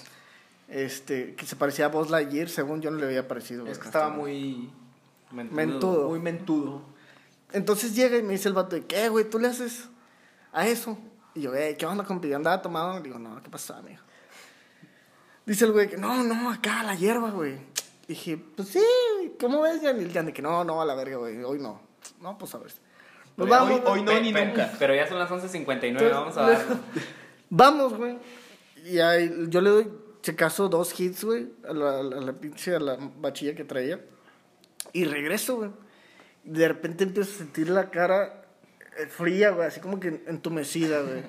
Speaker 4: Este, que se parecía a Buzz Lightyear, según yo no le había parecido.
Speaker 1: Es que
Speaker 4: güey.
Speaker 1: estaba muy.
Speaker 4: Mentudo.
Speaker 1: Muy mentudo.
Speaker 4: Entonces llega y me dice el vato de, ¿qué, güey? ¿Tú le haces a eso? Y yo, "Ey, ¿qué onda, compi? Yo andaba tomado. Digo, no, ¿qué pasó, amigo? Dice el güey que, no, no, acá la hierba, güey. Dije, pues sí, ¿cómo ves, Jan? Y el Jan de que, no, no, a la verga, güey, hoy no. No, pues a ver. Nos
Speaker 1: Hoy-
Speaker 4: vamos,
Speaker 1: hoy-
Speaker 4: güey.
Speaker 1: hoy no ni
Speaker 5: Pe- pe-
Speaker 1: nunca.
Speaker 5: Pero ya son las 11.59,
Speaker 4: Entonces,
Speaker 5: vamos a dar.
Speaker 4: Vamos, güey. Y ahí, yo le doy, si acaso, dos hits, güey, a la, a la- a la pinche, a la bachilla que traía. Y regreso, güey. Y De repente empiezo a sentir la cara eh, fría, güey, así como que entumecida, güey.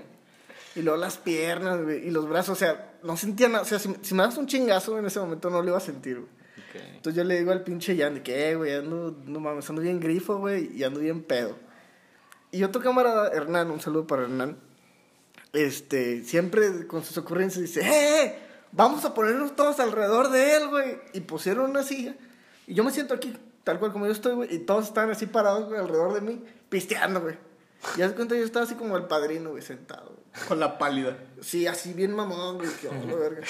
Speaker 4: Y luego las piernas, güey, y los brazos, o sea, no sentía nada. O sea, si, si me das un chingazo güey, en ese momento no lo iba a sentir, güey.
Speaker 5: Ok.
Speaker 4: Entonces yo le digo al pinche Jan de que, "Eh, güey, ando, no mames, ando bien grifo, güey, y ando bien pedo. Y otro camarada, Hernán, un saludo para Hernán, este, siempre con sus ocurrencias dice, ¡eh! Vamos a ponernos todos alrededor de él, güey. Y pusieron una silla. Y yo me siento aquí, tal cual como yo estoy, güey, y todos están así parados güey, alrededor de mí, pisteando, güey. Y haz cuenta, yo estaba así como el padrino, güey, sentado, güey.
Speaker 1: Con la pálida.
Speaker 4: Sí, así bien mamón, güey. que, oh, la verga.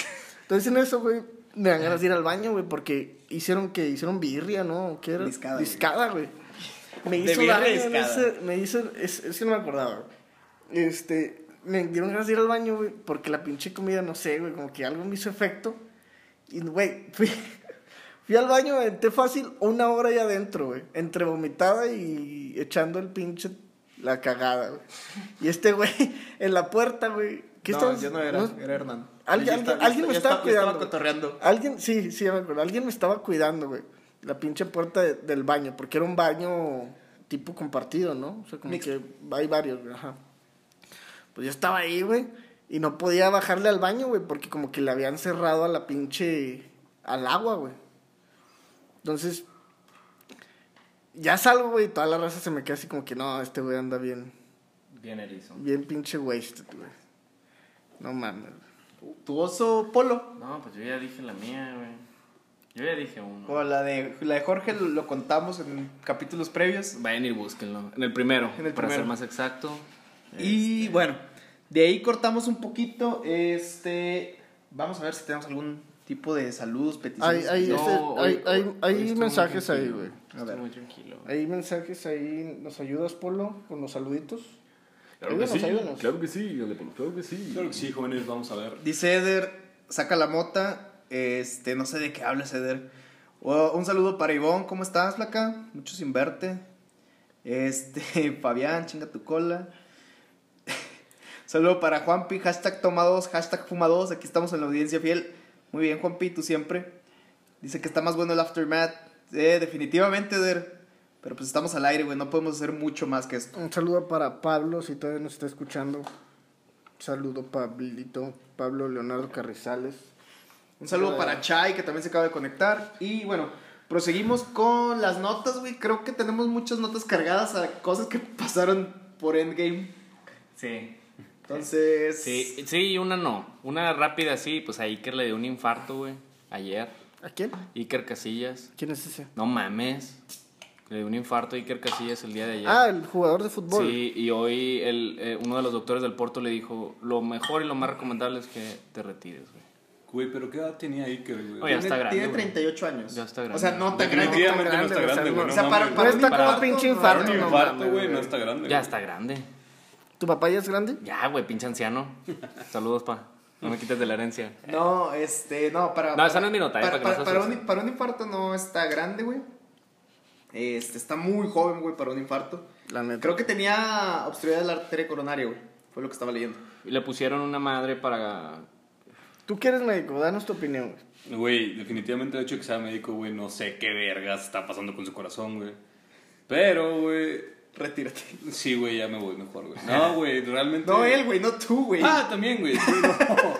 Speaker 4: Entonces en eso, güey, me dan ganas de ir al baño, güey, porque hicieron que hicieron birria, ¿no? ¿Qué era?
Speaker 1: Discada, güey.
Speaker 4: Discada, güey. Me
Speaker 1: De
Speaker 4: hizo
Speaker 1: birria
Speaker 4: daño en
Speaker 1: discada.
Speaker 4: ese- me hizo, es, es que no me acordaba, güey. Este, me dieron ganas de ir al baño, güey, porque la pinche comida, no sé, güey, como que algo me hizo efecto. Y, güey, fui, fui al baño, me aventé fácil una hora ahí adentro, güey. Entre vomitada y echando el pinche la cagada, güey. Y este güey en la puerta, güey. ¿Qué
Speaker 1: no,
Speaker 4: estabas-
Speaker 1: yo no era,
Speaker 4: no-
Speaker 1: era Hernán.
Speaker 4: Alguien-
Speaker 1: Yo
Speaker 4: alguien- alguien me
Speaker 1: yo
Speaker 4: estaba
Speaker 1: yo
Speaker 4: cuidando.
Speaker 1: cotorreando.
Speaker 4: Alguien, sí, sí, ya me acuerdo. Alguien me estaba cuidando, güey. La pinche puerta de- del baño, porque era un baño tipo compartido, ¿no? O sea, como
Speaker 1: Mixto.
Speaker 4: que hay varios, güey, ajá. Pues yo estaba ahí, güey, y no podía bajarle al baño, güey, porque como que le habían cerrado a la pinche. al agua, güey. Entonces, ya salgo, güey, y toda la raza se me queda así como que no, este güey anda bien,
Speaker 5: Bien erizo.
Speaker 4: bien pinche wasted, güey. No mames.
Speaker 1: Tu oso polo.
Speaker 5: No, pues yo ya dije la mía, güey. Yo ya dije uno.
Speaker 1: O la de, la de Jorge lo, lo contamos en capítulos previos.
Speaker 5: Vayan y búsquenlo. En el primero,
Speaker 1: En el
Speaker 5: para
Speaker 1: primero.
Speaker 5: ser más exacto.
Speaker 1: Y bueno, de ahí cortamos un poquito. Este. Vamos a ver si tenemos algún tipo de saludos,
Speaker 4: Hay,
Speaker 1: peticiones.
Speaker 4: hay,
Speaker 5: No,
Speaker 4: este-
Speaker 5: hoy-
Speaker 4: hay, hay,
Speaker 5: hoy- hoy
Speaker 4: hay
Speaker 5: estoy muy
Speaker 4: mensajes ahí,
Speaker 5: tranquilo.
Speaker 4: güey.
Speaker 1: A ver.
Speaker 5: Estoy muy tranquilo.
Speaker 4: Hay mensajes ahí. ¿Nos ayudas, Polo, con los saluditos? Ayúdanos, ayúdanos.
Speaker 3: que sí, dale, Polo, claro que sí.
Speaker 2: Claro que sí, jóvenes, vamos a ver.
Speaker 1: Dice Eder, saca la mota. Este, no sé de qué hablas, Eder. Oh, un saludo para Ivonne, ¿cómo estás, flaca? Mucho sin verte. Este, Fabián, chinga tu cola. saludo para Juanpi, hashtag tomados, hashtag fumados. Aquí estamos en la audiencia fiel. Muy bien, Juanpi, tú siempre. Dice que está más bueno el aftermath. Eh, definitivamente, Eder. Pero pues estamos al aire, güey. No podemos hacer mucho más que esto.
Speaker 4: Un saludo para Pablo, si todavía nos está escuchando. Saludo, Pablito. Pablo Leonardo Carrizales.
Speaker 1: Un saludo
Speaker 2: Ah.
Speaker 1: para Chai, que también se acaba de conectar. Y bueno, proseguimos con las notas, güey. Creo que tenemos muchas notas cargadas a cosas que pasaron por Endgame.
Speaker 5: Sí.
Speaker 1: Entonces.
Speaker 5: Sí, sí, y una no. Una rápida sí, pues a Iker le dio un infarto, güey. Ayer.
Speaker 4: ¿A quién?
Speaker 5: Iker Casillas.
Speaker 4: ¿Quién es ese?
Speaker 5: No mames. Le dio un infarto a Iker Casillas el día de ayer.
Speaker 4: Ah, el jugador de fútbol.
Speaker 5: Sí, y hoy el, eh, uno de los doctores del Porto le dijo, lo mejor y lo más recomendable es que te retires, güey.
Speaker 2: Güey, pero ¿qué edad tenía Iker, güey?
Speaker 5: Oye, ya está grande,
Speaker 1: Tiene
Speaker 5: güey.
Speaker 1: 38 años.
Speaker 5: Ya está grande.
Speaker 1: O sea, no tan grande.
Speaker 2: Definitivamente no está
Speaker 1: o sea,
Speaker 2: grande, güey,
Speaker 1: O
Speaker 2: no
Speaker 1: sea, para,
Speaker 2: mames,
Speaker 1: para
Speaker 4: güey. No está como pinche infarto,
Speaker 2: Para un
Speaker 4: no
Speaker 2: infarto,
Speaker 4: mames,
Speaker 2: güey, no
Speaker 4: güey.
Speaker 2: está grande.
Speaker 5: Ya
Speaker 2: güey.
Speaker 5: está grande.
Speaker 4: ¿Tu papá ya es grande?
Speaker 5: Ya, güey, pinche anciano. Saludos, pa. No me quites de la herencia.
Speaker 1: No, este, no, para.
Speaker 5: No, esa no es mi nota, eh,
Speaker 1: Para,
Speaker 5: para que no se
Speaker 1: para- para un,
Speaker 5: asusten.
Speaker 1: para un infarto no está grande, güey. Este, está muy joven, güey, para un infarto.
Speaker 4: La neta.
Speaker 1: Creo que tenía obstruida la arteria coronaria, güey. Fue lo que estaba leyendo.
Speaker 5: Y le pusieron una madre para...
Speaker 4: Tú que eres médico, danos tu opinión, güey.
Speaker 2: Güey, definitivamente, de hecho, que sea médico, güey, no sé qué vergas está pasando con su corazón, güey. Pero, güey,
Speaker 1: Retírate.
Speaker 2: sí, güey, ya me voy mejor, güey. No, güey, realmente...
Speaker 1: No él, güey, no tú, güey.
Speaker 2: Ah, también, güey. sí, no.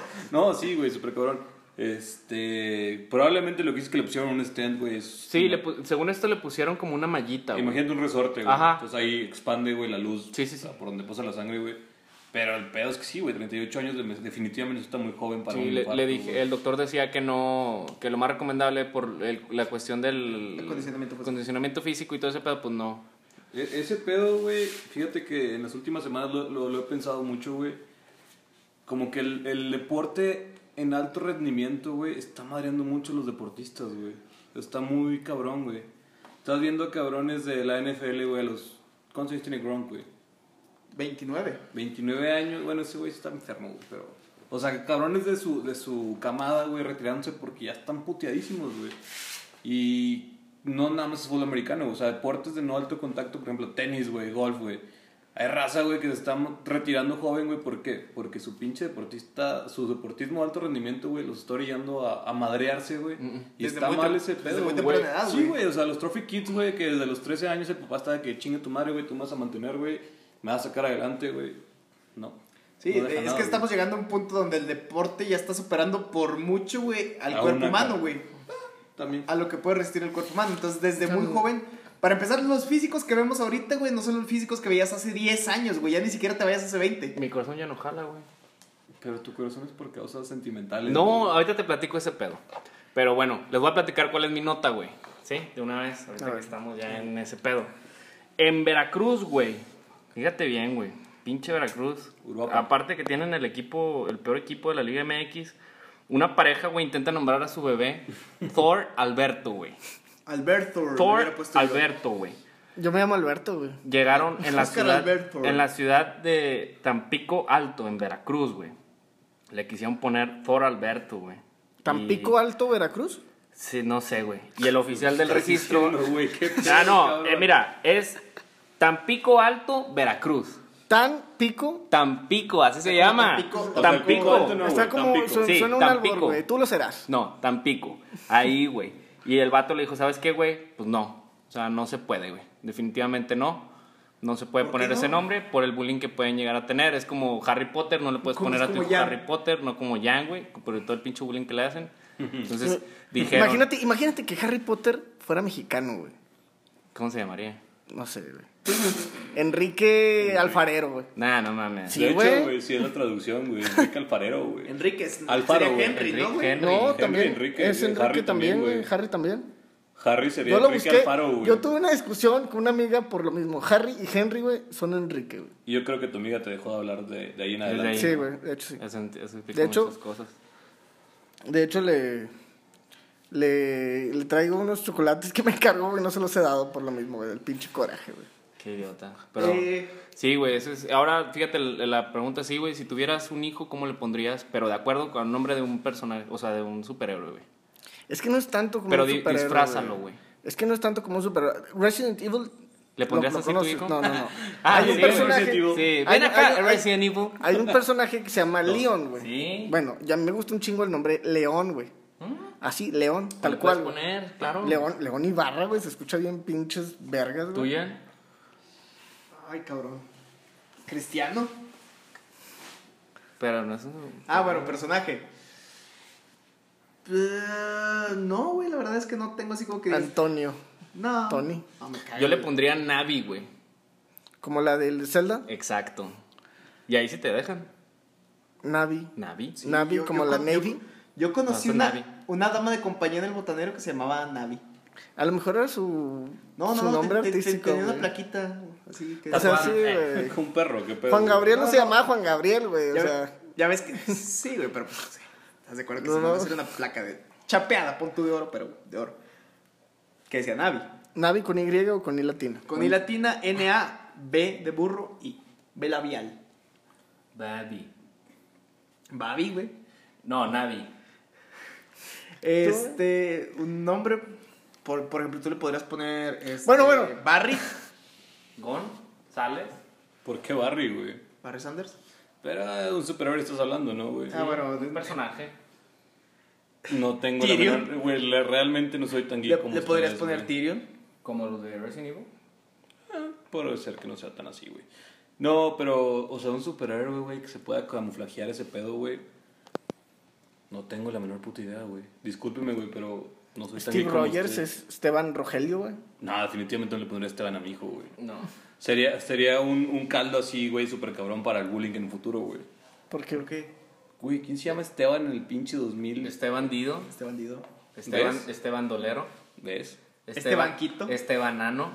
Speaker 2: No, sí, güey, súper cabrón. Este, probablemente lo que hizo es que le pusieron un stand, güey. es-
Speaker 5: Sí, le pu- según esto le pusieron como una mallita, güey.
Speaker 2: Imagínate un resorte, güey.
Speaker 5: Ajá.
Speaker 2: Entonces ahí expande, güey, la luz.
Speaker 5: Sí, sí, sí.
Speaker 2: o sea, Por donde pasa la sangre, güey. Pero el pedo es que sí, güey, 38 años de- definitivamente está muy joven para
Speaker 5: Sí,
Speaker 2: un
Speaker 5: le,
Speaker 2: infarto,
Speaker 5: le dije,
Speaker 2: güey.
Speaker 5: el doctor decía que no, que lo más recomendable por el- la cuestión del
Speaker 1: Acondicionamiento físico.
Speaker 5: condicionamiento físico y todo ese pedo, pues no.
Speaker 2: E- Ese pedo, güey, fíjate que en las últimas semanas lo, lo- lo he pensado mucho, güey. Como que el, el deporte en alto rendimiento, güey, está madreando mucho a los deportistas, güey. Está muy cabrón, güey. Estás viendo cabrones de la NFL, güey, a los... ¿Cuántos años tiene Gronk, güey?
Speaker 1: 29.
Speaker 2: 29 años, bueno, ese güey está enfermo, güey, pero... O sea, cabrones de su, de su camada, güey, retirándose porque ya están puteadísimos, güey. Y no nada más es fútbol americano, o sea, deportes de no alto contacto, por ejemplo, tenis, güey, golf, güey. Hay raza, güey, que se está retirando joven, güey, ¿por qué? Porque su pinche deportista, su deportismo de alto rendimiento, güey, los está orillando a, a madrearse, güey. Y
Speaker 1: Desde
Speaker 2: está
Speaker 1: muy
Speaker 2: mal
Speaker 1: tem-
Speaker 2: ese
Speaker 1: desde
Speaker 2: pedo,
Speaker 1: muy
Speaker 2: güey.
Speaker 1: temprana edad,
Speaker 2: Sí,
Speaker 1: güey.
Speaker 2: güey, o sea, los Trophy Kids, güey, que desde los 13 años el papá está de que chingue tu madre, güey, tú me vas a mantener, güey, me vas a sacar adelante, güey. No.
Speaker 1: Sí,
Speaker 2: No deja
Speaker 1: es
Speaker 2: nada,
Speaker 1: que
Speaker 2: güey.
Speaker 1: estamos llegando a un punto donde el deporte ya está superando por mucho, güey, al
Speaker 2: A
Speaker 1: cuerpo
Speaker 2: una
Speaker 1: humano,
Speaker 2: ca-
Speaker 1: güey.
Speaker 2: También.
Speaker 1: A lo que puede resistir el cuerpo humano. Entonces, desde muy joven, para empezar, los físicos que vemos ahorita, güey, no son los físicos que veías hace 10 años, güey, ya ni siquiera te vayas hace 20.
Speaker 3: Mi corazón ya no jala, güey.
Speaker 2: Pero tu corazón es por causas sentimentales.
Speaker 3: No,
Speaker 2: güey.
Speaker 3: ahorita te platico ese pedo. Pero bueno, les voy a platicar cuál es mi nota, güey. ¿Sí? De una vez,
Speaker 4: A
Speaker 3: ahorita
Speaker 4: ver.
Speaker 3: que estamos ya en ese pedo. En Veracruz, güey. Fíjate bien, güey. Pinche Veracruz.
Speaker 2: Uruapan.
Speaker 3: Aparte que tienen el equipo, el peor equipo de la Liga MX. Una pareja, güey, intenta nombrar a su bebé Thor Alberto, güey.
Speaker 1: Alberto. le
Speaker 3: Thor
Speaker 1: hubiera puesto yo.
Speaker 3: Alberto, güey.
Speaker 4: Yo me llamo Alberto, güey.
Speaker 3: Llegaron en la
Speaker 1: Oscar
Speaker 3: ciudad
Speaker 1: Alberto.
Speaker 3: en la ciudad de Tampico Alto, en Veracruz, güey. Le quisieron poner Thor Alberto, güey.
Speaker 4: Tampico
Speaker 3: Y-
Speaker 4: Alto, Veracruz.
Speaker 3: Sí, no sé, güey. Y el oficial del
Speaker 2: Estás
Speaker 3: registro.
Speaker 2: diciendo, güey, qué
Speaker 3: Ah,
Speaker 2: pedo,
Speaker 3: no,
Speaker 2: cabrón.
Speaker 3: eh, mira, es Tampico Alto, Veracruz.
Speaker 4: Tan pico.
Speaker 3: Tampico, así se llama.
Speaker 1: Tampico,
Speaker 3: Tampico.
Speaker 1: o
Speaker 2: Tampico Alto, No,
Speaker 4: está
Speaker 2: güey,
Speaker 4: como.
Speaker 2: Tampico.
Speaker 4: su-
Speaker 3: Sí,
Speaker 4: suena un albor,
Speaker 3: Tampico.
Speaker 4: güey. Tú lo serás.
Speaker 3: No, Tampico. Ahí, güey. Y el vato le dijo, ¿sabes qué, güey? Pues no. O sea, no se puede, güey. Definitivamente no. No se puede
Speaker 1: ¿Por qué
Speaker 3: poner ese
Speaker 1: no?
Speaker 3: nombre por el bullying que pueden llegar a tener. Es como Harry Potter, no le puedes
Speaker 1: Como-
Speaker 3: poner
Speaker 1: es
Speaker 3: a tu
Speaker 1: como
Speaker 3: hijo
Speaker 1: Jan.
Speaker 3: Harry Potter, no como Jan, güey, por todo el pinche bullying que le hacen. Entonces dijeron,
Speaker 4: Imagínate, imagínate que Harry Potter fuera mexicano, güey.
Speaker 3: ¿cómo se llamaría?
Speaker 4: No sé, güey. Enrique Alfarero, güey.
Speaker 3: Nah, no mames.
Speaker 4: Sí,
Speaker 2: de
Speaker 4: güey.
Speaker 2: hecho, güey, sí es la traducción, güey. Enrique Alfarero, güey.
Speaker 1: Enríquez.
Speaker 2: Alfaro,
Speaker 1: sería
Speaker 2: güey,
Speaker 1: Henry, ¿no,
Speaker 3: Enrique
Speaker 1: güey?
Speaker 3: Henry.
Speaker 4: No,
Speaker 2: Henry,
Speaker 4: también.
Speaker 2: Enrique,
Speaker 4: es
Speaker 2: güey.
Speaker 4: Enrique
Speaker 2: Harry
Speaker 4: también,
Speaker 2: también,
Speaker 4: güey.
Speaker 2: güey.
Speaker 4: Harry también.
Speaker 2: Harry sería
Speaker 4: Yo lo
Speaker 2: Enrique
Speaker 4: busqué.
Speaker 2: Alfaro, güey.
Speaker 4: Yo tuve una discusión con una amiga por lo mismo. Harry y Henry, güey, son Enrique, güey.
Speaker 2: Y yo creo que tu amiga te dejó de hablar de, de ahí en
Speaker 3: Desde
Speaker 2: adelante.
Speaker 3: ahí.
Speaker 4: Sí, güey, de hecho sí.
Speaker 3: Eso, ent- eso explica
Speaker 4: De hecho-
Speaker 3: muchas cosas.
Speaker 4: De hecho, le, le, le traigo unos chocolates que me encargó, güey. No se los he dado por lo mismo, güey. El pinche coraje, güey.
Speaker 3: Qué idiota. Pero,
Speaker 1: Eh.
Speaker 3: sí, güey, eso es... Ahora, fíjate, l- la pregunta sí, güey, si tuvieras un hijo, ¿cómo le pondrías? Pero de acuerdo con el nombre de un personaje, o sea, de un superhéroe, güey.
Speaker 4: Es que no es tanto como
Speaker 3: Pero
Speaker 4: un
Speaker 3: di-
Speaker 4: superhéroe.
Speaker 3: disfrázalo, güey.
Speaker 4: Es que no es tanto como un superhéroe. Resident Evil.
Speaker 3: ¿Le
Speaker 4: lo-
Speaker 3: pondrías
Speaker 4: lo
Speaker 3: así a tu
Speaker 4: conoces.
Speaker 3: hijo?
Speaker 4: No, no, no.
Speaker 3: Ah,
Speaker 4: hay un
Speaker 3: sí,
Speaker 4: personaje.
Speaker 2: Resident Evil.
Speaker 3: Sí,
Speaker 4: hay-
Speaker 3: ven acá,
Speaker 4: hay- hay-
Speaker 3: Resident Evil.
Speaker 4: Hay un personaje que se llama Leon, güey.
Speaker 3: Sí. ¿Mm?
Speaker 4: Bueno, ya me gusta un chingo el nombre León, güey. Así, León, tal
Speaker 3: ¿Le
Speaker 4: cual.
Speaker 3: puedes
Speaker 4: güey.
Speaker 3: poner? Claro.
Speaker 4: León, León Ibarra, güey, se escucha bien pinches vergas, güey.
Speaker 3: ¿Tuya?
Speaker 1: Ay, cabrón. Cristiano.
Speaker 3: Pero no es un...
Speaker 1: Ah, bueno, personaje. Eh, no, güey, la verdad es que no tengo así como que.
Speaker 4: Antonio,
Speaker 1: No.
Speaker 4: Tony.
Speaker 1: No, me cago,
Speaker 3: Yo le
Speaker 1: güey.
Speaker 3: pondría Navi, güey.
Speaker 4: como la del Zelda,
Speaker 3: Exacto. Y ahí sí te dejan.
Speaker 4: Navi.
Speaker 3: Navi.
Speaker 1: Sí,
Speaker 4: Navi, como la
Speaker 1: con-
Speaker 4: Navy.
Speaker 1: Yo, yo conocí
Speaker 3: No, son
Speaker 1: una,
Speaker 3: Navi.
Speaker 1: una dama de compañía en el botanero que se llamaba Navi.
Speaker 4: A lo mejor era su,
Speaker 1: No, no,
Speaker 4: su
Speaker 1: no,
Speaker 4: nombre
Speaker 1: te- te- te-
Speaker 4: artístico.
Speaker 1: tenía una
Speaker 4: güey.
Speaker 1: plaquita. Así que.
Speaker 4: O sea,
Speaker 3: Juan,
Speaker 4: sí,
Speaker 3: eh,
Speaker 4: güey.
Speaker 2: Un perro, qué pedo.
Speaker 4: Juan
Speaker 2: güey.
Speaker 4: Gabriel no,
Speaker 1: No,
Speaker 4: se
Speaker 1: no.
Speaker 4: llamaba Juan Gabriel, güey. O
Speaker 1: ya,
Speaker 4: sea,
Speaker 1: ya ves que. Sí, güey, pero pues. sí. ¿Estás de acuerdo que
Speaker 4: No,
Speaker 1: se me va a
Speaker 4: no.
Speaker 1: hacer una placa de. Chapeada, pon tú de oro, pero de oro. Que decía Navi.
Speaker 4: Navi con Y o con I latina.
Speaker 1: Con I latina, N-A, B de burro y B labial.
Speaker 3: Babi.
Speaker 1: Babi, güey.
Speaker 3: No, Navi.
Speaker 1: Este, un nombre, por, por ejemplo, tú le podrías poner. este,
Speaker 4: Bueno, bueno.
Speaker 1: Barry.
Speaker 3: ¿Gon? ¿Sales?
Speaker 2: ¿Por qué Barry, güey?
Speaker 1: Barry Sanders.
Speaker 2: Pero eh, un superhéroe estás hablando, ¿no, güey?
Speaker 1: Ah, bueno,
Speaker 3: Un personaje.
Speaker 2: No tengo la
Speaker 1: Tyrion.
Speaker 2: menor- Güey, le- realmente no soy tan
Speaker 1: le,
Speaker 2: geek como
Speaker 1: le podrías
Speaker 2: ustedes,
Speaker 1: poner
Speaker 2: güey.
Speaker 1: Tyrion.
Speaker 3: Como los de Resident Evil.
Speaker 2: Puede ser que no sea tan así, güey. No, pero, o sea, un superhéroe, güey, que se pueda camuflajear ese pedo, güey. No tengo la menor puta idea, güey. Discúlpeme, güey, pero no soy tan
Speaker 4: Steve
Speaker 2: geek como
Speaker 4: Rogers
Speaker 3: este.
Speaker 2: usted.
Speaker 4: es Esteban Rogelio, güey.
Speaker 2: No, definitivamente no le pondría Esteban a mi hijo, güey.
Speaker 3: No.
Speaker 2: Sería, sería un, un caldo así, güey, súper cabrón para el bullying en el futuro, güey.
Speaker 4: Porque,
Speaker 1: ¿Por qué?
Speaker 2: Güey, ¿quién se llama Esteban en el pinche 2000?
Speaker 3: Este bandido. este
Speaker 1: Este bandido.
Speaker 3: Esteban,
Speaker 2: ¿Ves?
Speaker 3: Esteban Dolero.
Speaker 2: ¿Ves?
Speaker 1: Este banquito.
Speaker 3: este Esteban Ano.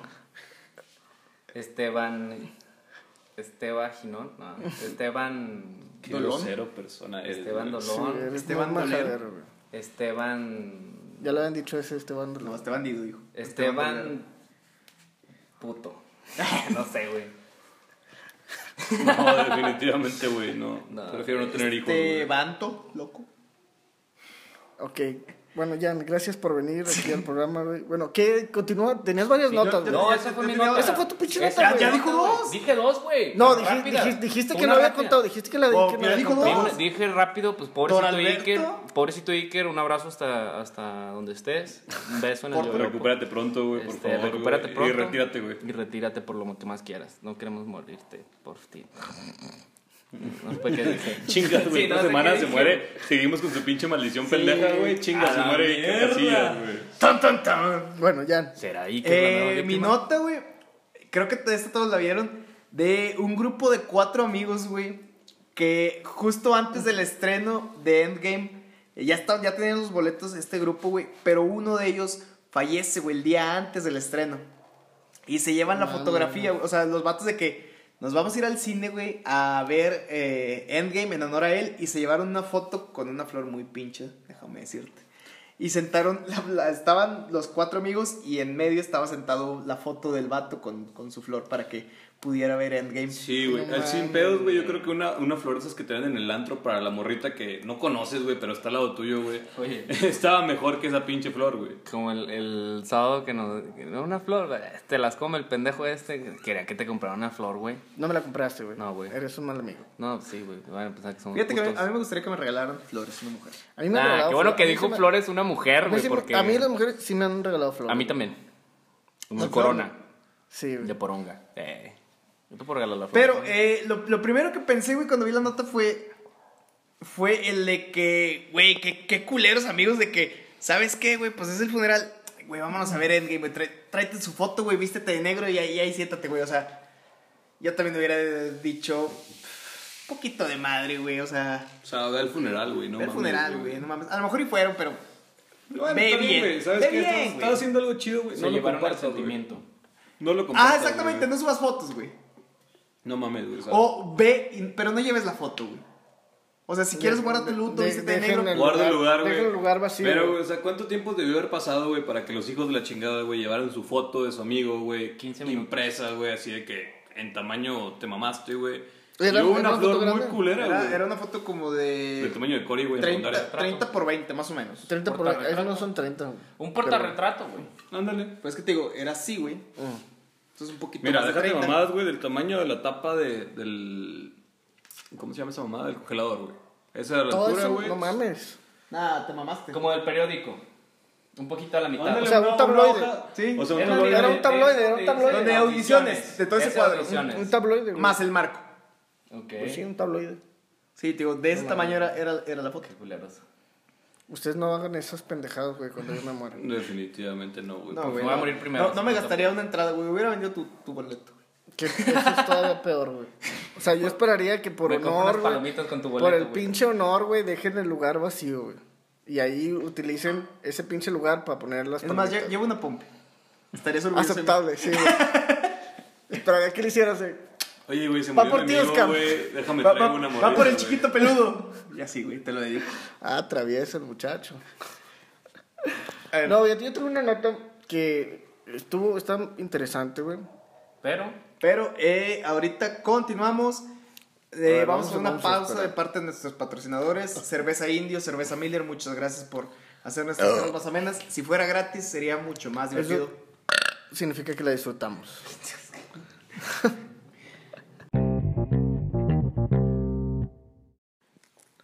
Speaker 3: Esteban. Esteban Ginón, este no, este Esteban,
Speaker 2: Qué
Speaker 1: Dolón.
Speaker 2: grosero persona eres,
Speaker 3: Esteban
Speaker 2: güey.
Speaker 3: Dolón,
Speaker 4: eres
Speaker 1: Esteban
Speaker 4: más
Speaker 1: Dolero.
Speaker 4: majadero, güey.
Speaker 3: este Esteban,
Speaker 4: Ya lo habían dicho ese Esteban
Speaker 1: No,
Speaker 4: Dolero.
Speaker 1: este bandido, dijo.
Speaker 3: Esteban, puto, no sé, güey.
Speaker 2: No, definitivamente, güey, no.
Speaker 3: No.
Speaker 2: Prefiero no tener hijos.
Speaker 1: Este
Speaker 2: güey.
Speaker 1: banto, loco.
Speaker 4: Ok. Bueno, Jan, gracias por venir aquí al programa, güey. Bueno, ¿qué? Continúa. Tenías varias
Speaker 1: Sí, yo-
Speaker 4: notas,
Speaker 1: yo-
Speaker 4: güey.
Speaker 1: yo-
Speaker 3: No,
Speaker 1: ya-
Speaker 3: esa
Speaker 1: ya
Speaker 3: fue mi
Speaker 1: tenía
Speaker 3: nota.
Speaker 1: otra.
Speaker 4: Esa fue tu pinche
Speaker 3: Esa es
Speaker 4: nota, güey.
Speaker 3: mi
Speaker 1: Ya
Speaker 3: nota,
Speaker 1: dijo
Speaker 3: güey.
Speaker 1: dos.
Speaker 3: Dije dos, güey.
Speaker 4: No, dij-
Speaker 3: dijiste
Speaker 4: dijiste, dijiste que no había contado. Dijiste que la
Speaker 1: Oh,
Speaker 4: que no
Speaker 1: mira,
Speaker 4: había
Speaker 1: dijo
Speaker 4: contado.
Speaker 1: dos.
Speaker 3: Dije rápido, pues
Speaker 1: ¿Don
Speaker 3: pobrecito
Speaker 1: Alberto?
Speaker 3: Iker, pobrecito Iker, un abrazo hasta, hasta donde estés, un beso en el
Speaker 2: Pero
Speaker 3: yogur.
Speaker 2: recupérate pronto, güey, por
Speaker 3: Este,
Speaker 2: favor. güey,
Speaker 3: recupérate pronto.
Speaker 2: Y retírate, güey.
Speaker 3: Y retírate por lo que más quieras. No queremos morirte por ti. No sé qué dice.
Speaker 2: Chingas, güey.
Speaker 3: Sí, no
Speaker 2: Esta
Speaker 3: sé
Speaker 2: semana
Speaker 3: qué
Speaker 2: se
Speaker 3: dije.
Speaker 2: muere. Seguimos con su pinche maldición pendeja, güey. Chingas,
Speaker 3: a
Speaker 2: se
Speaker 3: la
Speaker 2: muere Iker
Speaker 3: mierda.
Speaker 2: Casillas, güey.
Speaker 1: Tan, tan, tan.
Speaker 4: Bueno, Jan.
Speaker 3: ¿Será Iker la nueva
Speaker 1: Eh, mi
Speaker 3: víctima?
Speaker 1: nota, güey. Creo que esta todos la vieron. De un grupo de cuatro amigos, güey. Que justo antes del estreno de Endgame. eh, Ya, estaban, ya tenían los boletos este grupo, güey. Pero uno de ellos fallece, güey, el día antes del estreno. Y se llevan la fotografía, güey. O sea, los vatos de que nos vamos a ir al cine, güey, a ver eh, Endgame en honor a él. Y se llevaron una foto con una flor muy pinche, déjame decirte. Y sentaron, la- la- estaban los cuatro amigos y en medio estaba sentado la foto del vato con, con su flor para que pudiera ver Endgame.
Speaker 2: Sí, güey.
Speaker 4: No
Speaker 2: al sin
Speaker 4: mames,
Speaker 2: pedos, güey. Yo creo que una, una flor de esas que te dan en el antro para la morrita que no conoces, güey, pero está al lado tuyo, güey.
Speaker 3: Oye.
Speaker 2: Estaba mejor que esa pinche flor, güey.
Speaker 3: Como el, el sábado que nos... que no, Una flor, güey, te las come el pendejo este. Quería que te comprara una flor, güey.
Speaker 4: No me la compraste, güey.
Speaker 3: No, güey.
Speaker 4: Eres un mal amigo.
Speaker 3: No, sí, güey. Van a pensar que somos
Speaker 1: Fíjate que a mí-
Speaker 3: putos.
Speaker 1: a mí me gustaría que me regalaran flores, una mujer.
Speaker 4: A mí me
Speaker 3: Nah,
Speaker 4: han regalado
Speaker 3: Ah, qué bueno
Speaker 4: flores.
Speaker 3: que
Speaker 4: A mí
Speaker 3: dijo
Speaker 4: sí me-
Speaker 3: Flores una mujer,
Speaker 4: a mí
Speaker 3: güey,
Speaker 4: sí me-
Speaker 3: porque...
Speaker 4: A mí las mujeres sí me han regalado flores.
Speaker 3: a mí también. Una
Speaker 4: ¿Una
Speaker 3: corona
Speaker 4: Sí,
Speaker 3: de
Speaker 4: güey.
Speaker 3: poronga. Eh. Yo te puedo regalar la flor.
Speaker 1: Pero eh, lo, lo primero que pensé, güey, cuando vi la nota fue. Fue el de que, güey, qué, qué culeros amigos de que, ¿sabes qué, güey? Pues es el funeral. Güey, vámonos a ver Endgame, güey. Trae- Tráete su foto, güey, vístete de negro y ahí, ahí siéntate, güey. O sea, yo también hubiera dicho. Poquito de madre, güey, o sea.
Speaker 2: O sea, ve al funeral, güey. No
Speaker 1: ver el
Speaker 2: mames,
Speaker 1: funeral, güey, no mames. A lo mejor y fueron, pero.
Speaker 2: Bueno,
Speaker 1: Ve
Speaker 2: está
Speaker 1: bien,
Speaker 2: güey. ¿Sabes
Speaker 1: ve
Speaker 2: qué?
Speaker 1: bien,
Speaker 2: Estás-
Speaker 1: güey.
Speaker 2: Estás haciendo algo chido, güey.
Speaker 3: Se
Speaker 2: No lo
Speaker 3: llevaron el
Speaker 2: compartas, güey.
Speaker 3: sentimiento.
Speaker 2: No lo
Speaker 1: Ah,
Speaker 2: compartas.
Speaker 1: exactamente, no Oh,
Speaker 2: güey.
Speaker 1: subas fotos, güey.
Speaker 2: No mames, güey. o sea,
Speaker 1: O ve, y- pero no lleves la foto, güey. O sea, si quieres,
Speaker 4: De-
Speaker 1: guarda tu luto,
Speaker 4: de-
Speaker 1: vístete de
Speaker 4: dejen
Speaker 1: negro.
Speaker 4: el
Speaker 2: Guarda el
Speaker 4: lugar-
Speaker 2: lugar, güey.
Speaker 4: deja el lugar vacío,
Speaker 2: Pero,
Speaker 4: güey.
Speaker 2: güey, o sea, ¿cuánto tiempo debió haber pasado, güey, para que los hijos de la chingada, güey, llevaran su foto de su amigo, güey?
Speaker 3: 15 minutos.
Speaker 2: Impresa, güey, así de que en tamaño te mamaste, güey. Y
Speaker 4: Era-
Speaker 2: hubo
Speaker 4: era
Speaker 2: una
Speaker 4: una
Speaker 2: flor
Speaker 4: foto
Speaker 2: muy
Speaker 4: grande.
Speaker 2: culera,
Speaker 1: Era,
Speaker 2: güey.
Speaker 1: era una foto como de.
Speaker 2: Del tamaño de Cory, güey, en
Speaker 1: 30,
Speaker 2: secundaria.
Speaker 1: 30 por 20, más o menos.
Speaker 4: 30 por...
Speaker 3: Portarretrato.
Speaker 4: Esos no son 30. güey.
Speaker 3: Un
Speaker 4: Pero- mm.
Speaker 3: portarretrato, güey.
Speaker 2: Ándale.
Speaker 1: Pues es que te digo, era así, güey. Entonces un poquito
Speaker 2: Mira,
Speaker 1: más de
Speaker 2: déjate
Speaker 1: 30.
Speaker 2: mamadas, güey, del tamaño de la tapa de, del... ¿Cómo se llama esa mamada? Del congelador, güey. Esa de la
Speaker 4: Todo
Speaker 2: altura,
Speaker 4: eso,
Speaker 2: güey.
Speaker 4: no mames.
Speaker 1: Nah, te mamaste.
Speaker 3: Como del periódico. Un poquito a la mitad.
Speaker 2: Ándale,
Speaker 4: O sea,
Speaker 2: una-
Speaker 4: un
Speaker 2: una
Speaker 4: tabloide.
Speaker 2: hoja.
Speaker 1: Sí.
Speaker 2: O sea, un
Speaker 3: Era
Speaker 2: tabloide.
Speaker 4: Era pues, un tabloide, era un tabloide.
Speaker 1: Donde audiciones, de todo ese
Speaker 3: Es
Speaker 1: cuadro.
Speaker 3: audiciones.
Speaker 4: Un tabloide, güey.
Speaker 1: Más el marco.
Speaker 3: Ok.
Speaker 4: Pues sí, un tabloide.
Speaker 1: Sí, te digo, de ese tamaño era, era, era la foto.
Speaker 3: Qué culeros.
Speaker 4: Ustedes no hagan esas pendejadas, güey, cuando yo me muera.
Speaker 2: Definitivamente no, güey.
Speaker 1: No, güey.
Speaker 3: me voy a morir
Speaker 1: no.
Speaker 3: primero.
Speaker 1: No, no me gastaría una entrada, güey. Hubiera vendido tu, tu boleto.
Speaker 4: Que eso es todavía peor, güey. O sea, yo esperaría que por
Speaker 3: Me compro
Speaker 4: honor,
Speaker 3: unas
Speaker 4: güey,
Speaker 3: palomitas con tu
Speaker 4: por
Speaker 3: boleto,
Speaker 4: el
Speaker 3: güey.
Speaker 4: pinche honor, güey, dejen el lugar vacío, güey. Y ahí utilicen ese pinche lugar para poner las
Speaker 1: Es más, lle-
Speaker 4: palomitas.
Speaker 1: llevo una pompe. Estaría orgulloso. de mí.
Speaker 4: Aceptable, sí, güey. Esperaría que le hicieras, güey.
Speaker 2: Oye, güey, se
Speaker 4: Va
Speaker 2: murió
Speaker 4: por
Speaker 2: mi
Speaker 4: ti,
Speaker 2: amigo,
Speaker 4: Oscar.
Speaker 2: güey. Déjame
Speaker 1: Va,
Speaker 2: traer
Speaker 1: va-
Speaker 2: una
Speaker 1: va
Speaker 2: morrita,
Speaker 1: por el
Speaker 2: güey.
Speaker 1: chiquito peludo. Ya sí, güey, te lo dedico.
Speaker 4: Ah, travieso el muchacho.
Speaker 1: A ver.
Speaker 4: No, yo, yo tuve una nota que estuvo, está interesante, güey.
Speaker 3: Pero,
Speaker 1: Pero eh, ahorita continuamos. Eh,
Speaker 4: A ver,
Speaker 1: vamos,
Speaker 4: vamos
Speaker 1: a
Speaker 4: a-
Speaker 1: una
Speaker 4: vamos a
Speaker 1: pausa
Speaker 4: esperar.
Speaker 1: de parte de nuestros patrocinadores. Cerveza Indio, Cerveza Miller, muchas gracias por hacer nuestras
Speaker 2: Oh.
Speaker 1: cosas más amenas. Si fuera gratis, sería mucho más
Speaker 4: Eso-
Speaker 1: divertido.
Speaker 4: Significa que la disfrutamos.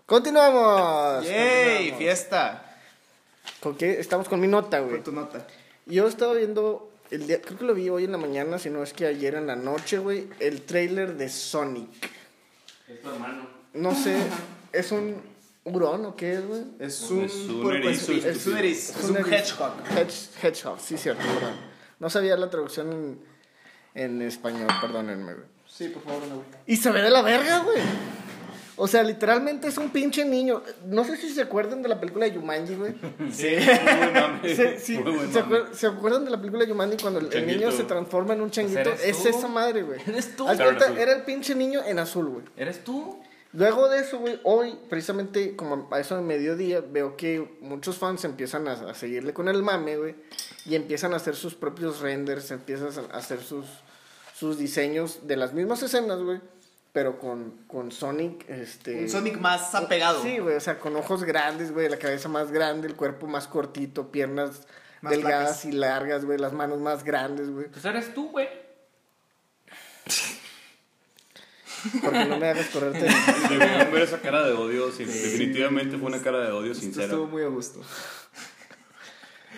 Speaker 4: Continuamos.
Speaker 1: ¡Yay!
Speaker 4: Continuamos.
Speaker 1: ¡Fiesta!
Speaker 4: ¿Con qué? Estamos con mi nota, güey.
Speaker 1: Con tu nota.
Speaker 4: Yo estaba viendo, el día, creo que lo vi hoy en la mañana, si no es que ayer en la noche, güey, el tráiler de Sonic.
Speaker 3: es tu hermano.
Speaker 4: No sé, ¿es un hurón o qué es, güey?
Speaker 1: Es un,
Speaker 2: Es un
Speaker 1: puerco- es-
Speaker 2: erizo,
Speaker 1: es un
Speaker 2: estúpido.
Speaker 1: erizo, es un
Speaker 4: erizo.
Speaker 1: hedgehog.
Speaker 4: Hedge- hedgehog, sí, cierto, hurón. No sabía la traducción en, en español, perdónenme, güey.
Speaker 1: Sí, por favor, no, güey.
Speaker 4: Y se ve de la verga, güey. O sea, literalmente es un pinche niño. No sé si se acuerdan de la película de Yumanji, güey.
Speaker 1: Sí.
Speaker 4: Se, sí, ¿se, acuer- se acuerdan de la película de Yumanji cuando el, el niño
Speaker 2: Changuito.
Speaker 4: se transforma en un changuito?
Speaker 3: Pues, ¿Eres
Speaker 4: Es
Speaker 3: tú?
Speaker 4: esa madre, güey.
Speaker 3: ¿Eres tú?
Speaker 4: Haz
Speaker 2: Pero en
Speaker 4: cuenta,
Speaker 2: azul.
Speaker 4: era el pinche niño en azul, güey.
Speaker 3: ¿Eres tú?
Speaker 4: Luego de eso, güey, hoy, precisamente como a eso de mediodía, veo que muchos fans empiezan a, a seguirle con el mame, güey, y empiezan a hacer sus propios renders, empiezan a hacer sus, sus diseños de las mismas escenas, güey, pero con, con Sonic, este...
Speaker 1: Un Sonic más apegado.
Speaker 4: Sí, güey, o sea, con ojos grandes, güey, la cabeza más grande, el cuerpo más cortito, piernas
Speaker 1: Más
Speaker 4: delgadas
Speaker 1: flacas.
Speaker 4: y largas, güey, las manos más grandes, güey,
Speaker 3: Pues eres tú, güey.
Speaker 4: porque no me hagas correrte.
Speaker 2: Deberían ver esa cara de odio. sí, definitivamente fue una cara de odio
Speaker 1: Esto
Speaker 2: sincera.
Speaker 1: estuvo muy a gusto.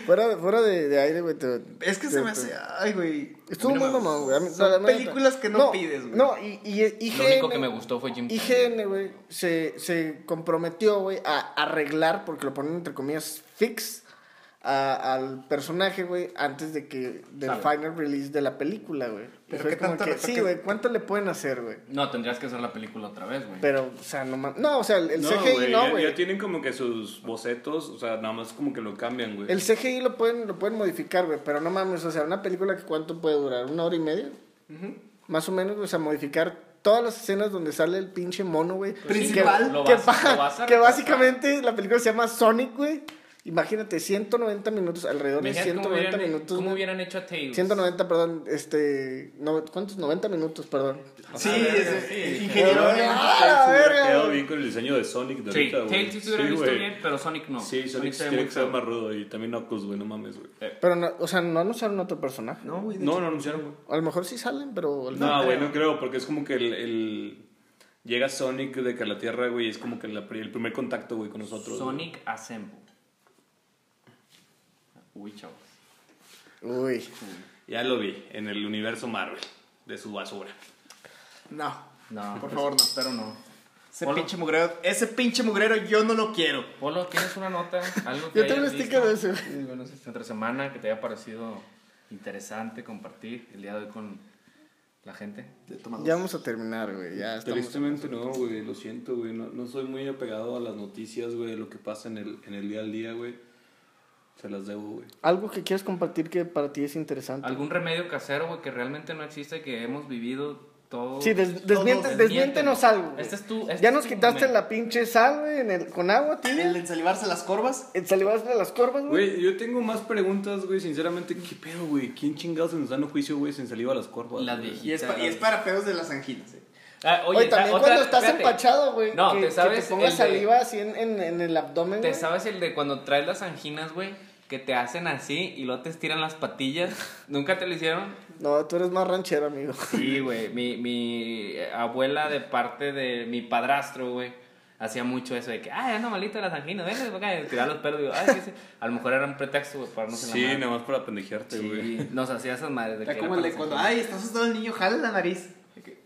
Speaker 4: fuera, fuera de, de aire, güey, te-
Speaker 1: Es que
Speaker 4: te-
Speaker 1: se me
Speaker 4: te-
Speaker 1: hace. Ay, güey.
Speaker 4: Estuvo
Speaker 1: A mí no
Speaker 4: muy
Speaker 1: me gusta.
Speaker 4: mamón, güey. A mí-
Speaker 1: Son
Speaker 4: la neta.
Speaker 1: películas que no, pides, güey.
Speaker 4: No, y, y, IGN,
Speaker 3: Lo único que me gustó fue Jim
Speaker 4: IGN, güey, se, se comprometió, güey, a arreglar, porque lo ponen entre comillas, fix a- al personaje, güey, antes de que del final release de la película, güey.
Speaker 1: Pero
Speaker 4: Fue
Speaker 1: qué
Speaker 4: como
Speaker 1: tanto
Speaker 4: que,
Speaker 1: retoque-
Speaker 4: Sí, güey, ¿cuánto le pueden hacer, güey?
Speaker 3: No, tendrías que hacer la película otra vez, güey.
Speaker 4: Pero, o sea, no mames. No, o sea, el, el
Speaker 2: No,
Speaker 4: CGI
Speaker 2: güey,
Speaker 4: no,
Speaker 2: ya-
Speaker 4: güey.
Speaker 2: Ya tienen como que sus bocetos, o sea, nada más como que lo cambian, güey.
Speaker 4: El CGI lo pueden, lo pueden modificar, güey, pero no mames, o sea, una película que cuánto puede durar, una hora y media, más o menos, o sea, modificar todas las escenas donde sale el pinche mono, güey.
Speaker 1: Principal.
Speaker 4: Que,
Speaker 3: Pues Lo
Speaker 4: que
Speaker 3: vas-
Speaker 4: ba-
Speaker 3: lo vas a
Speaker 4: que
Speaker 3: recortar.
Speaker 4: básicamente la película se llama Sonic, güey. Imagínate, 190 minutos, alrededor de
Speaker 3: Imagínate cómo
Speaker 4: 190
Speaker 3: hubieran,
Speaker 4: minutos.
Speaker 3: cómo
Speaker 4: güey.
Speaker 3: hubieran hecho a Tails.
Speaker 4: 190, perdón, este... No, ¿Cuántos? 90 minutos, perdón.
Speaker 1: Sí,
Speaker 3: Ah,
Speaker 1: es-
Speaker 3: verga, sí.
Speaker 1: es ingeniero.
Speaker 4: Pero,
Speaker 2: Tails
Speaker 4: ¡ah, la
Speaker 2: hubiera
Speaker 4: verga,
Speaker 2: quedado
Speaker 4: güey!
Speaker 2: bien con el diseño de Sonic de
Speaker 3: Sí,
Speaker 2: ahorita, güey.
Speaker 3: Tails sí se hubiera
Speaker 2: Sí,
Speaker 3: visto
Speaker 2: güey.
Speaker 3: bien, pero Sonic no.
Speaker 2: Sí, Sonic
Speaker 3: se ve
Speaker 2: tiene
Speaker 3: muy
Speaker 2: que ser
Speaker 3: feo.
Speaker 2: más rudo y también Knuckles, güey, no mames, güey.
Speaker 4: Pero, no, o sea, no anunciaron otro personaje.
Speaker 1: No, güey. de
Speaker 2: No, no anunciaron, güey.
Speaker 4: A lo mejor sí salen, pero...
Speaker 2: No, güey, no creo, porque es como que el, el- Llega Sonic de que a la Tierra, güey, es como que la pri- el primer contacto, güey, con nosotros.
Speaker 3: Sonic Assemble. Uy, chavos.
Speaker 4: Uy.
Speaker 2: güey. Ya lo vi, en el universo Marvel, de su basura.
Speaker 1: No.
Speaker 3: No,
Speaker 1: Por favor, no.
Speaker 3: Pero no.
Speaker 1: Ese
Speaker 3: Hola.
Speaker 1: pinche mugrero. Ese pinche mugrero yo no lo quiero.
Speaker 3: Polo, ¿tienes una nota? ¿Algo que
Speaker 4: Yo tengo un
Speaker 3: hayas
Speaker 4: sticker de
Speaker 3: visto?
Speaker 4: ese.
Speaker 3: Sí, bueno, es esta otra semana que te haya parecido interesante compartir el día de hoy con la gente.
Speaker 4: Ya vamos a terminar, güey. Ya estamos...
Speaker 2: Tristemente no, güey, lo siento, güey. No, no soy muy apegado a las noticias, güey, de lo que pasa en el, en el día al día, güey. Se las debo, güey.
Speaker 4: Algo que quieras compartir que para ti es interesante.
Speaker 3: ¿Algún remedio casero, güey, que realmente no existe, que hemos vivido todos?
Speaker 4: Sí, des- desmiente-
Speaker 3: todos,
Speaker 4: desmiéntenos algo. güey.
Speaker 3: Este es tu- este
Speaker 4: ya
Speaker 3: es
Speaker 4: nos
Speaker 3: tu
Speaker 4: quitaste
Speaker 3: momento.
Speaker 4: la pinche sal, güey, en el- con agua
Speaker 1: El
Speaker 4: tibia. Eh,
Speaker 1: ensalivarse las corvas.
Speaker 4: El salivazo de las corvas, güey.
Speaker 2: Güey, yo tengo más preguntas, güey, sinceramente. ¿Qué pedo, güey? ¿Quién chingados en sano juicio, güey, sin saliva a las corvas?
Speaker 3: Las
Speaker 2: güey?
Speaker 3: viejitas.
Speaker 1: Y es, pa- y es para pedos de las anginas. eh.
Speaker 3: Ah,
Speaker 4: Oye, también
Speaker 3: otra-
Speaker 4: cuando estás
Speaker 3: espérate.
Speaker 4: empachado, güey.
Speaker 3: No,
Speaker 4: que,
Speaker 3: te
Speaker 4: que
Speaker 3: sabes
Speaker 4: te pongas
Speaker 3: el de-
Speaker 4: saliva así en, en- en el abdomen.
Speaker 3: ¿Te
Speaker 4: güey.
Speaker 3: sabes el de cuando traes las anginas, güey? Que te hacen así y luego te estiran las patillas. ¿Nunca te lo hicieron?
Speaker 4: No, tú eres más ranchero, amigo.
Speaker 3: Sí, güey. Mi, mi abuela de parte de mi padrastro, güey, hacía mucho eso de que, "Ah, ay, anda malita las anginas, ven, ven acá", y tirar los pelos. Digo, "Ay, sí, sí". A lo mejor era un pretexto, güey, para no se
Speaker 2: Sí, nada más para pendejearte, güey.
Speaker 3: Sí, nos hacía esas madres de
Speaker 1: Está
Speaker 3: que
Speaker 1: como
Speaker 3: era
Speaker 1: el de
Speaker 3: para
Speaker 1: cuando,
Speaker 3: las anginas.
Speaker 1: ay, está asustado el niño, jala la nariz. De que,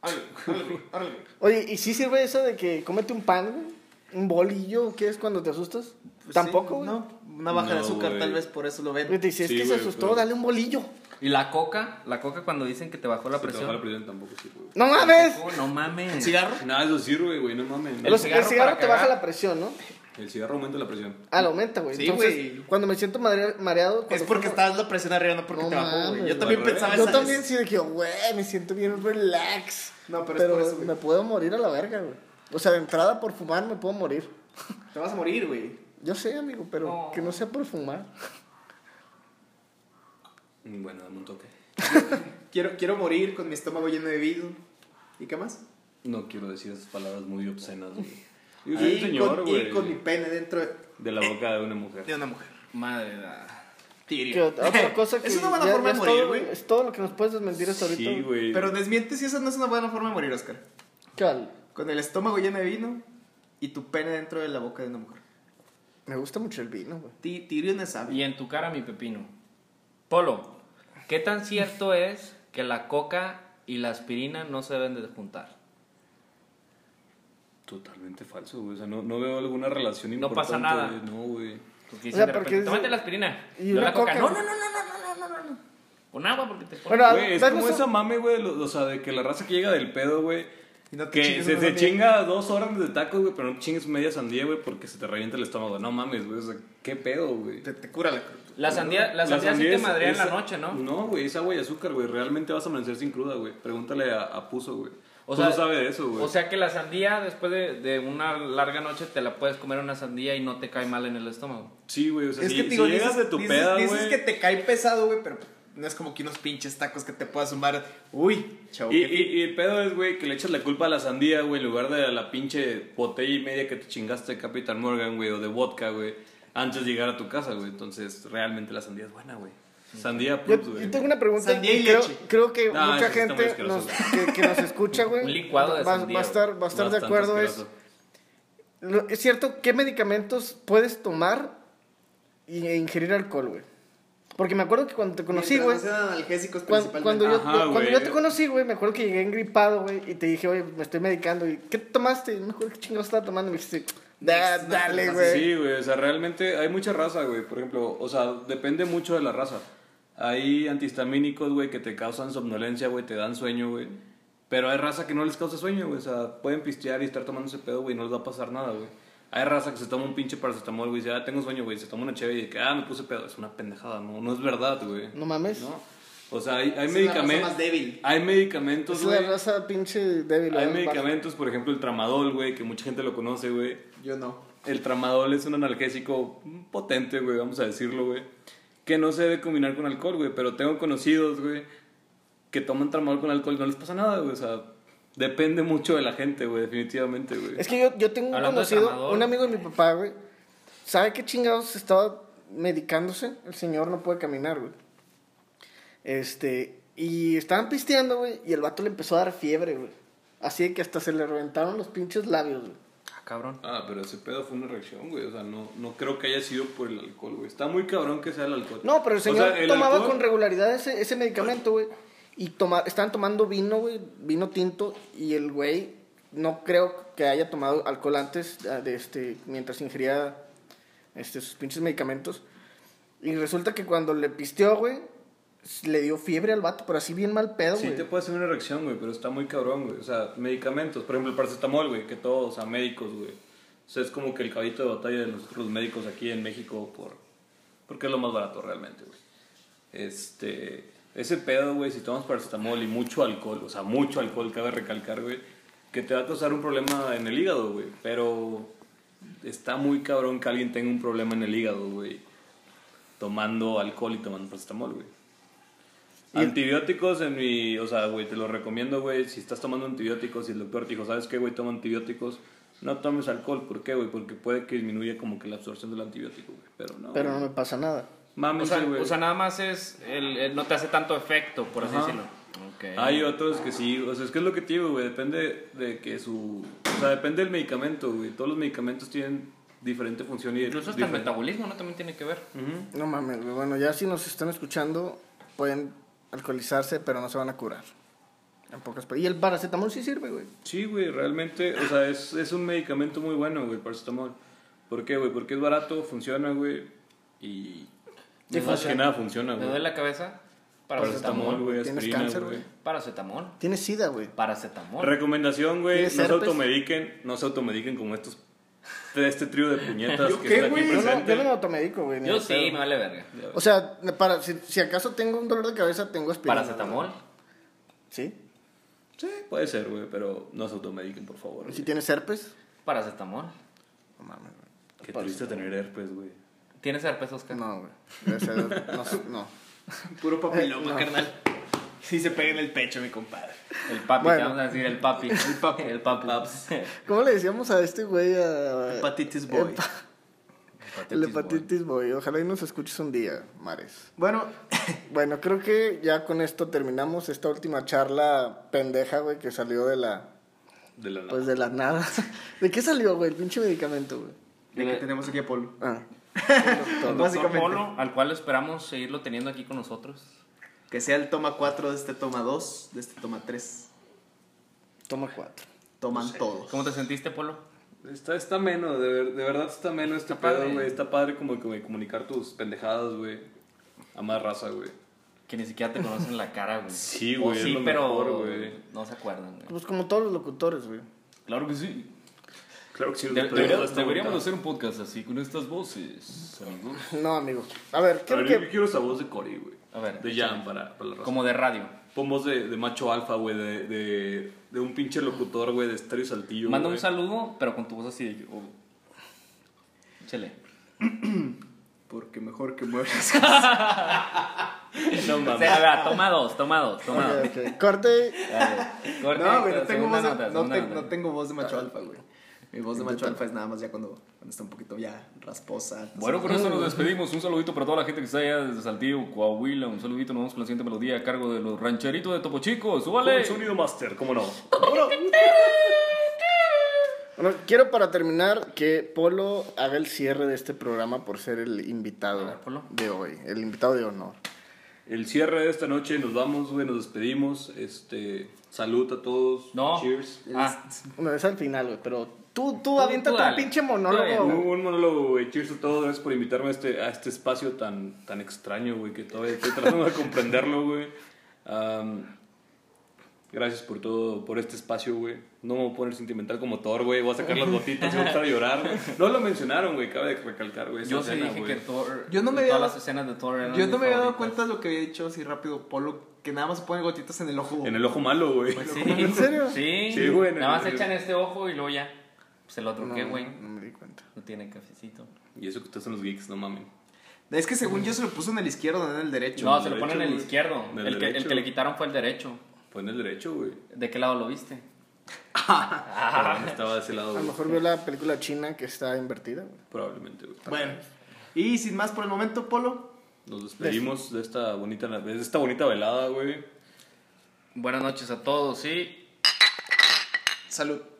Speaker 1: Órale, órale, güey, órale. güey.
Speaker 4: Oye, ¿y sí sirve eso de que cómete un pan, güey? ¿Un bolillo? ¿Qué es cuando te asustas?
Speaker 1: Pues
Speaker 4: Tampoco,
Speaker 1: sí,
Speaker 4: güey.
Speaker 1: No, una baja de
Speaker 2: No,
Speaker 1: azúcar,
Speaker 2: güey.
Speaker 1: tal vez por eso lo ven.
Speaker 4: Güey, te dice, es
Speaker 2: Sí,
Speaker 4: que
Speaker 2: güey, pues.
Speaker 4: se asustó,
Speaker 2: pero-
Speaker 4: dale un bolillo.
Speaker 3: Y la coca, la coca cuando dicen que te bajó la
Speaker 2: Si te baja la
Speaker 3: presión.
Speaker 2: presión tampoco sirve, güey.
Speaker 4: ¡No mames!
Speaker 3: Oh, no mames.
Speaker 1: ¿Cigarro?
Speaker 2: Nada, eso sirve, güey, no mames.
Speaker 4: El,
Speaker 3: El
Speaker 4: el cigarro,
Speaker 3: cigarro para
Speaker 4: te baja
Speaker 3: cagar.
Speaker 4: la presión, ¿no?
Speaker 2: El cigarro aumenta la presión.
Speaker 4: Ah, lo aumenta, güey.
Speaker 1: Sí,
Speaker 4: Entonces,
Speaker 1: güey.
Speaker 4: cuando me siento madre- mareado...
Speaker 1: Es
Speaker 4: cuando
Speaker 1: porque
Speaker 4: como-
Speaker 1: estabas la presión arriba, no porque
Speaker 4: No
Speaker 1: te bajó, güey.
Speaker 4: mames,
Speaker 1: Yo también
Speaker 2: güey.
Speaker 1: pensaba
Speaker 4: Yo
Speaker 1: esa
Speaker 4: también
Speaker 1: vez.
Speaker 4: sí de que, güey, me siento bien relax.
Speaker 1: No, pero es por eso, güey.
Speaker 4: me puedo morir a la verga, güey. O sea, de entrada por fumar me puedo morir.
Speaker 1: Te vas a morir, güey.
Speaker 4: Yo sé, amigo, pero
Speaker 3: No.
Speaker 4: que no sea por fumar.
Speaker 2: Mm, Bueno, dame un toque.
Speaker 1: Quiero, quiero morir con mi estómago lleno de vino. ¿Y qué más?
Speaker 2: No quiero decir esas palabras muy obscenas, güey.
Speaker 1: Y,
Speaker 2: Yo soy un señor,
Speaker 1: con,
Speaker 2: güey.
Speaker 1: y con mi pene dentro de,
Speaker 2: De la boca de una mujer.
Speaker 1: de una mujer.
Speaker 3: Madre ah. da.
Speaker 4: Que
Speaker 1: Tirio.
Speaker 4: otra cosa que
Speaker 1: es una buena
Speaker 4: ya-
Speaker 1: forma de
Speaker 4: ya es
Speaker 1: morir,
Speaker 4: todo,
Speaker 1: güey.
Speaker 4: Es todo lo que nos puedes desmentir hasta ahorita.
Speaker 2: Sí,
Speaker 4: güey.
Speaker 2: güey.
Speaker 1: Pero desmiente si esa no es una buena forma de morir, Oscar.
Speaker 4: ¿Qué tal?
Speaker 1: Con el estómago lleno de vino y tu pene dentro de la boca de una mujer.
Speaker 4: Me gusta mucho el vino, güey.
Speaker 1: Ti- Tyrion es sabio.
Speaker 3: Y en tu cara mi pepino. Polo, ¿qué tan cierto es que la coca y la aspirina no se deben de juntar?
Speaker 2: Totalmente falso, güey. O sea, no, no veo alguna relación
Speaker 3: No
Speaker 2: importante.
Speaker 3: pasa nada.
Speaker 2: güey. No, güey.
Speaker 3: Pues dicen
Speaker 4: O sea,
Speaker 3: de
Speaker 4: porque
Speaker 3: repente,
Speaker 4: es-
Speaker 3: Tómate la aspirina.
Speaker 4: y
Speaker 3: yo
Speaker 4: una
Speaker 3: la coca.
Speaker 4: coca,
Speaker 3: No,
Speaker 4: güey.
Speaker 3: no, no, no, no, no, no, no, no. Con agua porque te
Speaker 4: Bueno,
Speaker 2: Güey, es
Speaker 4: danos
Speaker 2: como
Speaker 4: un-
Speaker 2: esa mame, güey, lo- o sea, de que la raza que llega del pedo, güey,
Speaker 1: Y no te
Speaker 2: Que
Speaker 1: chingues
Speaker 2: se,
Speaker 1: una
Speaker 2: se
Speaker 1: sandía.
Speaker 2: chinga dos horas de tacos, güey, pero no chingues media sandía, güey, porque se te revienta el estómago. No mames, güey, o sea, qué pedo, güey.
Speaker 1: Te, te cura la cruz.
Speaker 5: La sandía, la sandía, sí te
Speaker 2: es-
Speaker 5: madrea en la
Speaker 2: es-
Speaker 5: noche, ¿no?
Speaker 2: No, güey, es agua y azúcar, güey. Realmente vas a amanecer sin cruda, güey. Pregúntale a, a Puso, güey.
Speaker 5: O
Speaker 2: O
Speaker 5: sea-
Speaker 2: sea, sabe de eso, güey.
Speaker 5: O sea que la sandía, después de, de una larga noche, te la puedes comer una sandía y no te cae mal en el estómago.
Speaker 2: sí, güey, o sea,
Speaker 1: es
Speaker 2: si,
Speaker 1: que
Speaker 2: si
Speaker 1: digo,
Speaker 2: llegas
Speaker 1: dices,
Speaker 2: de tu
Speaker 1: dices-
Speaker 2: peda, güey.
Speaker 1: dices que te cae pesado, güey, pero no es como que unos pinches tacos que te puedas sumar. Uy, chavo.
Speaker 2: Y,
Speaker 1: qué-
Speaker 2: y- y el pedo es, güey, que le echas la culpa a la sandía, güey, en lugar de a la pinche botella y media que te chingaste de Capitán Morgan, güey, o de vodka, güey, antes de llegar a tu casa, güey. Entonces, realmente la sandía es buena, güey. Sandía,
Speaker 4: Yo,
Speaker 2: plus, güey.
Speaker 4: yo tengo una pregunta.
Speaker 1: Pues, Sandía y
Speaker 4: creo,
Speaker 1: leche.
Speaker 4: creo que
Speaker 2: No,
Speaker 4: mucha
Speaker 2: eso está muy
Speaker 4: gente
Speaker 2: asqueroso,
Speaker 4: nos- que, que nos escucha, güey.
Speaker 5: Un licuado de
Speaker 4: va,
Speaker 5: sandía,
Speaker 4: va a estar, va a estar de
Speaker 2: Bastante
Speaker 4: acuerdo. Es,
Speaker 2: asqueroso.
Speaker 4: lo- es cierto, ¿qué medicamentos puedes tomar y- e ingerir alcohol, güey? Porque me acuerdo que cuando te conocí,
Speaker 1: Mientras
Speaker 4: güey.
Speaker 1: no sean analgésicos
Speaker 4: Cuando,
Speaker 1: principalmente.
Speaker 4: cuando yo,
Speaker 2: Ajá,
Speaker 4: yo- cuando
Speaker 2: güey.
Speaker 4: yo te conocí, güey, me acuerdo que llegué engripado, güey, y te dije, oye, me estoy medicando. ¿Y qué tomaste? Y me acuerdo qué chingados estaba tomando. Y me dijiste, "Da-
Speaker 1: Next,
Speaker 4: dale,
Speaker 1: no,
Speaker 4: güey.
Speaker 2: Sí, güey, o sea, realmente hay mucha raza, güey. Por ejemplo, o sea, depende mucho de la raza. Hay antihistamínicos, güey, que te causan somnolencia, güey, te dan sueño, güey. Pero hay raza que no les causa sueño, güey. O sea, pueden pistear y estar tomando ese pedo, güey, y no les va a pasar nada, güey. Hay raza que se toma un pinche paracetamol, güey, y dice, ah, tengo sueño, güey, se toma una chévere y dice, ah, me puse pedo. Es una pendejada, no, no es verdad, güey.
Speaker 4: No mames.
Speaker 2: ¿No? O sea, hay, hay
Speaker 1: Es la raza
Speaker 2: medicamentos.
Speaker 1: más débil.
Speaker 2: Hay medicamentos,
Speaker 4: Es la
Speaker 2: güey.
Speaker 4: raza pinche débil.
Speaker 2: Hay
Speaker 4: ¿verdad?
Speaker 2: medicamentos, por ejemplo, el tramadol, güey, que mucha gente lo conoce, güey.
Speaker 1: Ah, Yo no.
Speaker 2: El tramadol es un analgésico potente, güey, vamos a decirlo, güey. Que no se debe combinar con alcohol, güey. Pero tengo conocidos, güey, que toman tramadol con alcohol y no les pasa nada, güey. O sea, depende mucho de la gente, güey, definitivamente, güey.
Speaker 4: Es que yo, yo tengo un
Speaker 5: Hablando de
Speaker 4: conocido,
Speaker 5: Tramadol.
Speaker 4: un amigo de mi papá, güey. ¿Sabe qué chingados estaba medicándose? El señor no puede caminar, güey. Este, y estaban pisteando, güey, y el vato le empezó a dar fiebre, güey. Así que hasta se le reventaron los pinches labios, güey.
Speaker 5: Ah, cabrón.
Speaker 2: Ah, pero ese pedo fue una reacción, güey. O sea, no, no creo que haya sido por el alcohol, güey. Está muy cabrón que sea el alcohol.
Speaker 4: No, pero el
Speaker 2: O sea,
Speaker 4: señor tomaba
Speaker 2: alcohol-
Speaker 4: con regularidad ese, ese medicamento, güey. Y toma, estaban tomando vino, güey, vino tinto. Y el güey, no creo que haya tomado alcohol antes, ah, de este, mientras ingería este, sus pinches medicamentos. Y resulta que cuando le pisteó, güey, s- le dio fiebre al vato, pero así bien mal pedo,
Speaker 2: Sí
Speaker 4: güey.
Speaker 2: te puede hacer una reacción, güey, pero está muy cabrón, güey. O sea, medicamentos, por ejemplo, el paracetamol, güey, que todos, o sea, médicos, güey. O sea, es como que el caballito de batalla de nosotros los médicos aquí en México por porque es lo más barato realmente, güey. Este, ese pedo, güey, si tomas paracetamol y mucho alcohol, o sea, mucho alcohol cabe recalcar, güey, que te va a causar un problema en el hígado, güey, pero está muy cabrón que alguien tenga un problema en el hígado, güey, tomando alcohol y tomando paracetamol, güey.
Speaker 4: Y el-
Speaker 2: Antibióticos en mi, o sea, güey, te lo recomiendo, güey, si estás tomando antibióticos y el doctor te dijo, ¿sabes qué, güey? Toma antibióticos. No tomes alcohol, ¿por qué, güey? Porque puede que disminuya como que la absorción del antibiótico, güey. Pero no.
Speaker 4: Pero no
Speaker 2: güey.
Speaker 4: me pasa nada.
Speaker 2: Mames,
Speaker 5: O sea,
Speaker 2: güey.
Speaker 5: o sea, nada más es. el- el- no te hace tanto efecto, por así
Speaker 2: Ajá.
Speaker 5: decirlo. Okay.
Speaker 2: Hay otros que sí, o sea, es que es lo que te digo, güey, depende de que su... O sea, depende del medicamento, güey. Todos los medicamentos tienen diferente función y...
Speaker 5: Incluso hasta el
Speaker 2: diferente-
Speaker 5: metabolismo, ¿no? También tiene que ver.
Speaker 4: No mames, güey. Bueno, ya si nos están escuchando, pueden alcoholizarse, pero no se van a curar. En pocas pa- Y el paracetamol sí sirve, güey.
Speaker 2: Sí, güey, realmente, o sea, es, es un medicamento muy bueno, güey, paracetamol. ¿Por qué, güey? Porque es barato, funciona, güey, y...
Speaker 4: Sí,
Speaker 2: más que
Speaker 4: funciona.
Speaker 2: nada funciona,
Speaker 5: Me duele
Speaker 2: güey.
Speaker 5: la cabeza.
Speaker 2: Paracetamol,
Speaker 5: Paracetamol.
Speaker 2: güey,
Speaker 4: Tienes
Speaker 2: aspirina,
Speaker 4: cáncer,
Speaker 2: güey.
Speaker 4: güey.
Speaker 5: Paracetamol.
Speaker 4: Tienes sida, güey.
Speaker 5: Paracetamol.
Speaker 2: Recomendación, güey, no
Speaker 4: ¿Tienes
Speaker 2: se
Speaker 4: herpes?
Speaker 2: automediquen, no se automediquen como estos... Este trío de puñetas que
Speaker 1: qué,
Speaker 2: está aquí
Speaker 1: güey? Yo
Speaker 4: Yo no,
Speaker 2: presente.
Speaker 4: yo no me automedico, güey. ni
Speaker 5: Yo
Speaker 4: de pedo.
Speaker 5: sí, me vale verga.
Speaker 4: O sea, para, si, si acaso tengo un dolor de cabeza, tengo aspirina.
Speaker 5: Paracetamol.
Speaker 4: Sí.
Speaker 2: Sí, puede ser, güey, pero no se automediquen, por favor.
Speaker 4: Si
Speaker 2: güey.
Speaker 4: tienes herpes.
Speaker 5: Paracetamol.
Speaker 4: No mames, güey.
Speaker 2: Qué triste tener herpes, güey.
Speaker 5: ¿Tienes herpes, Oscar?
Speaker 4: No, güey. Gracias a Dios, No. sé, no.
Speaker 1: Puro papiloma,
Speaker 4: Eh, no.
Speaker 1: carnal. Sí se pega en el pecho, mi compadre.
Speaker 5: El papi,
Speaker 4: Bueno.
Speaker 5: te vamos a decir el papi. El papi. El papi.
Speaker 4: ¿Cómo le decíamos a este güey? A...
Speaker 1: Hepatitis boy.
Speaker 4: Hepa- El hepatitis boy. Ojalá y nos escuches un día, Mares.
Speaker 1: Bueno,
Speaker 4: Bueno, creo que ya con esto terminamos esta última charla pendeja, güey, que salió de la...
Speaker 2: De la
Speaker 4: Pues de la nada. ¿De qué salió, güey? El pinche medicamento, güey.
Speaker 1: de que tenemos aquí a Polo.
Speaker 4: Ah.
Speaker 1: Básicamente.
Speaker 5: Básicamente. Polo, al cual esperamos seguirlo teniendo aquí con nosotros.
Speaker 1: Que sea el toma 4 de este toma 2, de este toma 3.
Speaker 4: Toma cuatro.
Speaker 1: Toman todos.
Speaker 5: ¿Cómo te sentiste, Polo?
Speaker 2: Está, está menos, de, ver- de verdad está menos este
Speaker 5: Está padre.
Speaker 2: pedo, güey. Está padre como, como comunicar tus pendejadas, güey. A más raza, güey.
Speaker 3: que ni siquiera te conocen la cara, güey.
Speaker 2: Sí,
Speaker 3: O
Speaker 2: güey, es
Speaker 3: Sí,
Speaker 2: lo
Speaker 3: pero
Speaker 2: mejor, güey.
Speaker 3: no se acuerdan, güey.
Speaker 4: Pues como todos los locutores, güey.
Speaker 2: Claro que sí. Claro que sí.
Speaker 3: Debe-
Speaker 2: pero
Speaker 3: debería-
Speaker 2: está
Speaker 3: deberíamos
Speaker 2: bonita.
Speaker 3: hacer un podcast así, con estas voces, amigos.
Speaker 4: No, amigo. A ver,
Speaker 2: A
Speaker 4: creo
Speaker 2: ver, yo
Speaker 4: que.
Speaker 2: quiero esa voz de Cory, güey.
Speaker 3: A ver.
Speaker 2: De Jam para, para la raza.
Speaker 3: Como de radio.
Speaker 2: Pon voz de, de macho alfa, güey, de, de, de un pinche locutor, güey, de estéreo saltillo.
Speaker 3: Manda un
Speaker 2: güey.
Speaker 3: saludo, pero con tu voz así de... oh. Échale.
Speaker 1: Porque mejor que mueras.
Speaker 2: No
Speaker 3: O
Speaker 2: mames.
Speaker 3: sea, a ver, toma dos, toma dos, toma dos.
Speaker 4: Ok, ok. Corte.
Speaker 3: Dale. Corte,
Speaker 1: no, güey, no
Speaker 3: segunda
Speaker 1: tengo, voz de,
Speaker 3: nota,
Speaker 1: no,
Speaker 3: segunda
Speaker 1: te-
Speaker 3: nota.
Speaker 1: no tengo voz de macho alfa, güey. Mi voz de macho alfa es nada más ya cuando, cuando está un poquito ya rasposa. entonces-
Speaker 6: Bueno, con
Speaker 1: Mm.
Speaker 6: eso nos despedimos. Un saludito para toda la gente que está allá desde Saltillo, Coahuila. Un saludito, nos vamos con la siguiente melodía a cargo de los rancheritos de Topo Chico.
Speaker 2: Con
Speaker 6: ¡Súbale!
Speaker 2: el sonido master, cómo no.
Speaker 4: Bueno, quiero para terminar que Polo haga el cierre de este programa por ser el invitado
Speaker 3: ver, Polo.
Speaker 4: de hoy, el invitado de honor.
Speaker 2: El cierre de esta noche, nos vamos, güey, nos despedimos. Este, salud a todos.
Speaker 3: No.
Speaker 2: Cheers.
Speaker 3: Ah,
Speaker 4: Bueno, es al final, güey, pero tú, tú
Speaker 3: Tú-
Speaker 4: avienta
Speaker 3: tú
Speaker 4: tu
Speaker 3: dale.
Speaker 4: pinche
Speaker 3: Está
Speaker 2: Un,
Speaker 4: monólogo.
Speaker 2: un monólogo, güey. Cheers a todos. Gracias por invitarme a este, a este espacio tan, tan extraño, güey, que todavía estoy tratando de comprenderlo, güey. Am, gracias por todo, por este espacio, güey. No me voy a poner sentimental como Thor, güey. Voy a sacar las botitas y voy a estar a llorar. güey. No lo mencionaron, güey. Cabe de recalcar, güey. esa
Speaker 3: yo sí
Speaker 2: escena,
Speaker 3: dije
Speaker 2: güey.
Speaker 3: que Thor...
Speaker 1: Yo no me
Speaker 3: de Todas
Speaker 1: había-
Speaker 3: las escenas de Thor eran
Speaker 1: Yo no
Speaker 3: mis
Speaker 1: me había dado
Speaker 3: favoritas.
Speaker 1: cuenta de lo que había dicho así rápido, Polo, que nada más se pone gotitas en el ojo.
Speaker 2: En el ojo malo, güey.
Speaker 3: Pues sí.
Speaker 4: ¿En serio?
Speaker 3: Sí.
Speaker 2: Sí, güey, en
Speaker 3: Nada más
Speaker 2: el-
Speaker 3: echan este ojo y luego ya. Pues el otro,
Speaker 4: No,
Speaker 3: ¿qué, güey?
Speaker 4: No, me di cuenta.
Speaker 3: No tiene cafecito.
Speaker 2: Y eso que ustedes son los geeks, no mamen.
Speaker 1: Es que según yo se lo puso en el izquierdo, no en el derecho.
Speaker 3: No,
Speaker 2: el
Speaker 3: se lo ponen
Speaker 2: derecho,
Speaker 3: en el
Speaker 2: güey.
Speaker 3: izquierdo.
Speaker 2: Del
Speaker 3: El que, el
Speaker 2: derecho.
Speaker 3: que le quitaron fue el derecho.
Speaker 2: Fue en el derecho, güey.
Speaker 3: ¿De qué lado lo viste? Ah.
Speaker 2: Perdón, estaba de ese
Speaker 4: A
Speaker 2: lado,
Speaker 4: lo
Speaker 2: güey.
Speaker 4: mejor vio la película china que está invertida. güey.
Speaker 2: Probablemente, güey.
Speaker 1: Bueno, y sin más por el momento, Polo.
Speaker 2: Nos despedimos de esta bonita, de esta bonita velada, güey.
Speaker 3: Buenas noches a todos, sí.
Speaker 1: Salud.